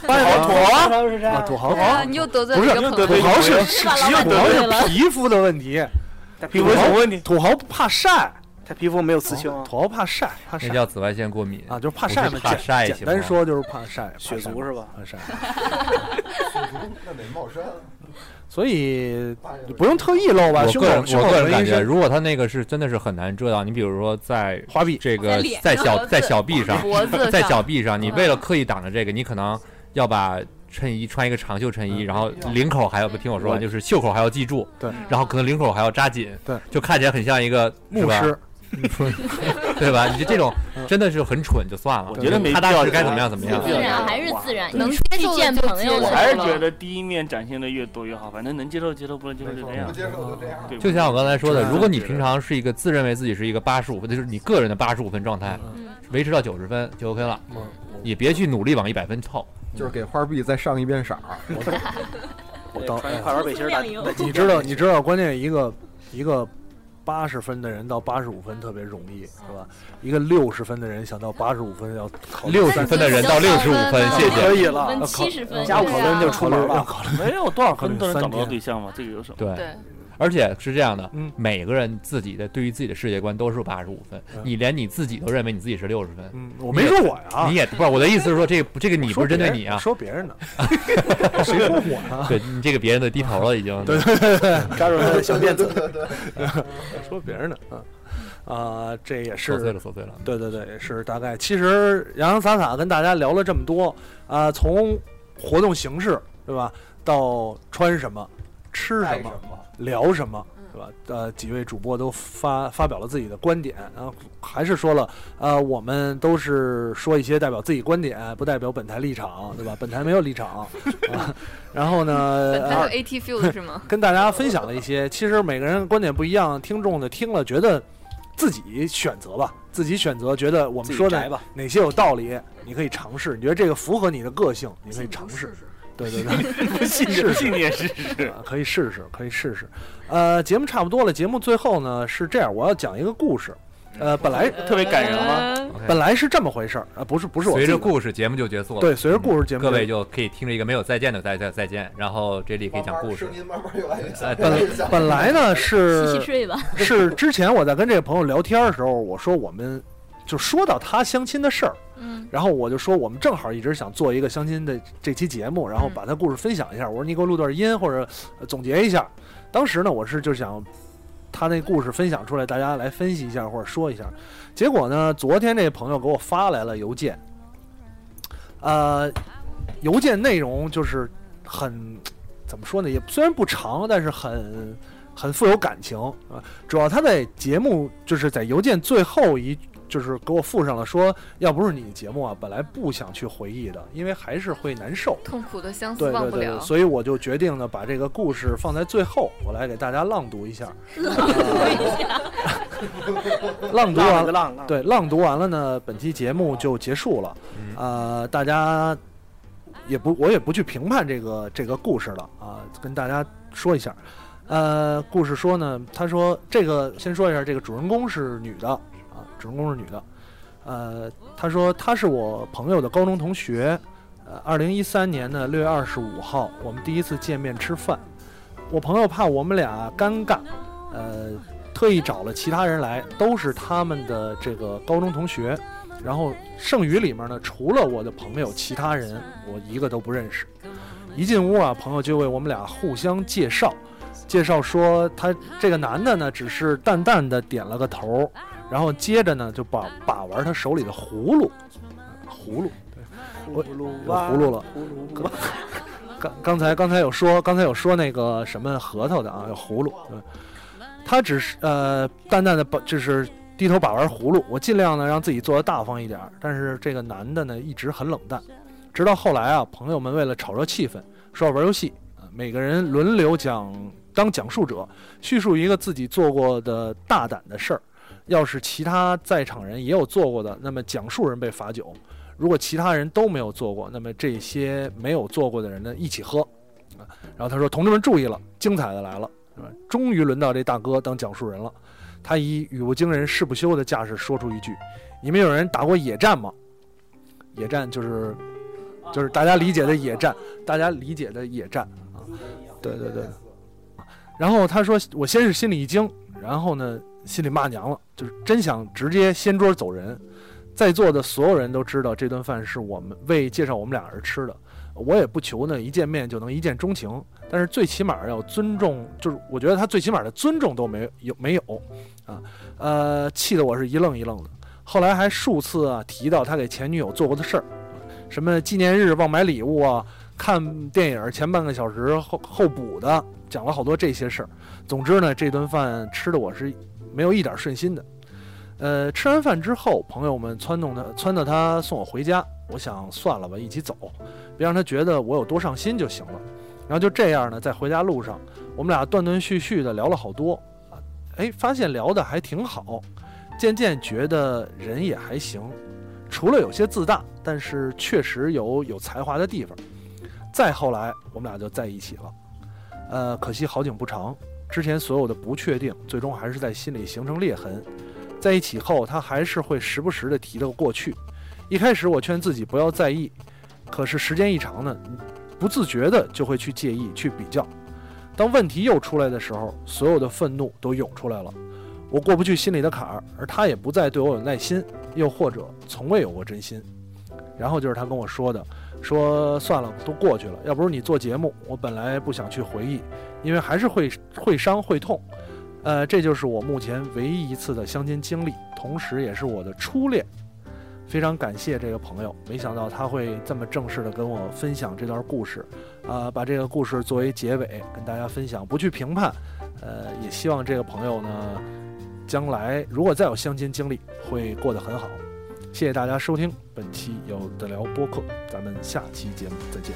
S2: 八月份
S1: 啊，长袖衬
S2: 啊
S1: 衫，
S2: 土豪
S4: 对啊，你又得罪了
S2: 不
S4: 一
S2: 是
S4: 个
S2: 土
S4: 朋友。
S2: 豪是
S6: 是
S2: 是
S6: 吧
S2: 只有
S6: 老板
S2: 土豪
S6: 得罪了
S2: 是皮肤的问题，
S1: 他皮
S2: 土
S1: 肤
S2: 豪
S1: 有问
S2: 题？土豪怕晒，哦
S1: 他皮肤没有刺青啊，
S2: 土豪怕晒，怕晒
S8: 那。叫紫外线过敏
S2: 啊，就是怕
S8: 不
S2: 晒
S8: 是
S2: 嘛，
S8: 怕
S2: 简
S8: 晒
S2: 简
S8: 行
S2: 单
S8: 吗
S2: 说就是怕晒，怕
S1: 血
S2: 晒
S1: 族是吧？
S2: 怕晒。
S7: 那得帽衫。
S2: 所以不用特意露吧，
S8: 我
S2: 胸
S8: 个人
S2: 口胸
S8: 我
S2: 口
S8: 个人
S2: 纹
S8: 感
S2: 一
S8: 觉，
S2: 身
S8: 如果他那个是真的是很难遮挡，你比如说在
S2: 花臂，
S8: 这
S4: 在
S8: 个
S4: 脸
S8: 在
S4: 上
S8: 小
S4: 脖
S8: 在
S4: 子
S8: 小臂上，
S4: 脖子
S8: 在
S4: 上
S8: 小臂上，你
S4: 嗯
S8: 为了刻意挡着这个，你可能要把衬衣穿一个长袖衬衣，然后领口还要不听我说完，就是袖口还要系住，
S2: 嗯
S4: 嗯
S2: 对
S8: 然后可能领口还要扎紧，
S2: 对，
S8: 就看起来很像一个
S2: 牧，
S8: 是
S2: 师
S8: 吧对吧？你 就这种
S2: 嗯
S8: 真的是很蠢，就算了。
S3: 我觉得没
S8: 他
S3: 必
S8: 当
S3: 要
S8: 时该
S3: 这
S8: 怎么样
S3: 样
S8: 怎么
S3: 没
S8: 样
S3: 必。
S6: 自
S3: 要
S6: 然
S3: 这
S6: 还
S3: 样
S6: 是
S3: 哇
S6: 自然，
S4: 对
S6: 能出去见朋友
S4: 我
S3: 我
S6: 是
S3: 还是
S6: 吧
S3: 觉得第一面展现的越多越好，反正能接受接受，不能接受就这样。
S7: 接受就这样。
S3: 对吧
S8: 就像我刚才说的，
S2: 嗯
S8: 如果你平常是一个自认为自己是一个八十五分，就是你个人的八十五分状态，维持到九十分就 OK 了，
S2: 嗯
S8: 也别去努力往一百分凑。
S7: 就是给花臂再上一遍色儿，
S2: 我哎等
S1: 穿一跨栏背心儿打
S6: 酱油
S1: 打
S2: 你知道，你知道，关键一个一个八十分的人到八十五分特别容易，是吧？一个六十分的人想到八十五分要考虑
S8: 六十分的人到六十五分，谢谢。
S2: 可以了，
S6: 分
S2: 要考
S6: 七十分，
S1: 加五
S6: 对
S1: 考
S6: 啊
S1: 分就出门
S2: 要
S1: 了。
S2: 考虑
S3: 没有多少个人都能
S2: 三
S3: 找不到
S2: 天
S3: 对象嘛，这个有什么？
S8: 对，
S4: 对，
S8: 而且是这样的，
S2: 嗯
S8: 每个人自己的对于自己的世界观都是八十五分，
S2: 嗯
S8: 你连你自己都认为你自己是六十分，
S2: 嗯，我没说我呀，
S8: 你也不是我的意思是说，这个这个你
S2: 说
S8: 不是针对
S2: 别人
S8: 你啊
S2: 我，说别 人呢，谁说我呢？
S8: 对你这个别人的低头了已经。对，
S1: 扎入他的小 辫子，
S2: 说别人呢，啊啊，这也
S8: 琐碎
S2: 是
S8: 了，琐碎了。
S2: 对对对，也是大概。其实洋洋洒洒跟大家聊了这么多啊、从活动形式对吧，到穿什么、吃什么、聊什么，对吧？呃，几位主播都发发表了自己的观点，然、后还是说了，呃，我们都是说一些代表自己观点，不代表本台立场，对吧？本台没有立场。啊、 然后呢，
S4: 本
S2: 呃
S4: 来是 AT Field 是吗？
S2: 跟大家分享了一些，其实每个人观点不一样，听众呢听了觉得自己选择吧，自己选择觉得我们
S1: 自己
S2: 说
S1: 摘
S2: 的
S1: 吧
S2: 哪些有道理，你可以尝试，你觉得这个符合你的个性，你可以
S5: 你
S2: 尝
S5: 就
S2: 试
S5: 试。试。
S2: 对对对，不信
S3: 是
S2: 试试
S3: 信念是是，
S2: 啊，可以试试，可以试试。呃，节目差不多了，节目最后呢是这样，我要讲一个故事。呃，本来
S3: 特别感人吗？
S2: 本来是这么回事儿啊、不是不是我
S8: 随着
S2: 自己的
S8: 故事节目就结束了。
S2: 对随着故事节目
S8: 各位
S2: 就
S8: 就可以听着一个没有再见的再再再见，然后这里可以讲故事。
S7: 音慢慢越来越
S8: 哎，
S2: 本本来 呢
S6: 洗
S2: 是
S6: 洗睡吧。
S2: 是之前我在跟这个朋友聊天的时候，我说我们就说到他相亲的事儿，
S6: 嗯，
S2: 然后我就说我们正好一直想做一个相亲的这期节目，然
S6: 嗯
S2: 后把他故事分享一下。我说你给我录段音或者呃总结一下。当时呢，我是就想他那故事分享出来，大家来分析一下或者说一下。结果呢，昨天这朋友给我发来了邮件，呃，邮件内容就是很怎么说呢，也虽然不长，但是很很富有感情啊。主要他在节目就是在邮件最后一就是给我附上了说，要不是你节目啊，本来不想去回忆的，因为还是会难受。
S4: 痛苦的相思
S2: 对
S4: 忘
S2: 对
S4: 不
S2: 对，
S4: 了，
S2: 所以我就决定呢，把这个故事放在最后，我来给大家朗读一 下。朗读完
S1: 浪个浪浪。
S2: 对，朗读完了呢，本期节目就结束了。呃，大家也不，我也不去评判这个这个故事了啊，跟大家说一下。呃，故事说呢，他说这个先说一下，这个主人公是女的啊，主人公是女的。呃，他说她是我朋友的高中同学。呃，二零一三年的六月二十五号，我们第一次见面吃饭。我朋友怕我们俩尴尬，呃，特意找了其他人来，都是他们的这个高中同学。然后剩余里面呢，除了我的朋友，其他人我一个都不认识。一进屋啊，朋友就为我们俩互相介绍，介绍说他这个男的呢，只是淡淡的点了个头，然后接着呢就把把玩他手里的葫芦，葫芦。我
S1: 葫芦
S2: 有
S1: 娃
S2: 葫芦了
S1: 葫芦娃
S2: 刚刚才刚才有说，刚才有说那个什么核桃的啊，有葫芦。对，他只是呃淡淡的把就是低头把玩葫芦。我尽量呢让自己做的大方一点儿，但是这个男的呢一直很冷淡。直到后来啊，朋友们为了炒热气氛，说要玩游戏，啊每个人轮流讲当讲述者，叙述一个自己做过的大胆的事儿。要是其他在场人也有做过的，那么讲述人被罚酒。如果其他人都没有做过，那么这些没有做过的人呢，一起喝。啊，然后他说：“同志们注意了，精彩的来了，是吧？终于轮到这大哥当讲述人了。”他以语不惊人誓不休的架势说出一句：“你们有人打过野战吗？”野战就是，就是大家理解的野战，大家理解的野战啊，对对对。然后他说：“我先是心里一惊，然后呢，心里骂娘了，就是真想直接掀桌走人。在座的所有人都知道这顿饭是我们为介绍我们俩而吃的，我也不求呢一见面就能一见钟情，但是最起码要尊重，就是我觉得他最起码的尊重都没有没有啊，呃，气得我是一愣一愣的。后来还数次啊提到他给前女友做过的事儿，什么纪念日忘买礼物啊，看电影前半个小时后后补的，讲了好多这些事儿。总之呢，这顿饭吃的我是没有一点顺心的。呃，吃完饭之后，朋友们撺弄他，撺掇他送我回家。我想算了吧，一起走，别让他觉得我有多上心就行了。然后就这样呢，在回家路上，我们俩断断续续的聊了好多，啊哎，发现聊的还挺好，渐渐觉得人也还行，除了有些自大，但是确实有有才华的地方。再后来，我们俩就在一起了。呃，可惜好景不长，之前所有的不确定，最终还是在心里形成裂痕。在一起后，他还是会时不时的提到过去。一开始我劝自己不要在意，可是时间一长呢，不自觉的就会去介意、去比较。当问题又出来的时候，所有的愤怒都涌出来了，我过不去心里的坎儿，而他也不再对我有耐心，又或者从未有过真心。然后就是他跟我说的，说算了，都过去了。要不是你做节目，我本来不想去回忆，因为还是会会伤会痛。呃，这就是我目前唯一一次的相亲经历，同时也是我的初恋。非常感谢这个朋友，没想到他会这么正式的跟我分享这段故事，啊、把这个故事作为结尾跟大家分享，不去评判，呃，也希望这个朋友呢，将来如果再有相亲经历，会过得很好。谢谢大家收听本期有的聊播客，咱们下期节目再见。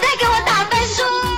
S10: 再给我打分数。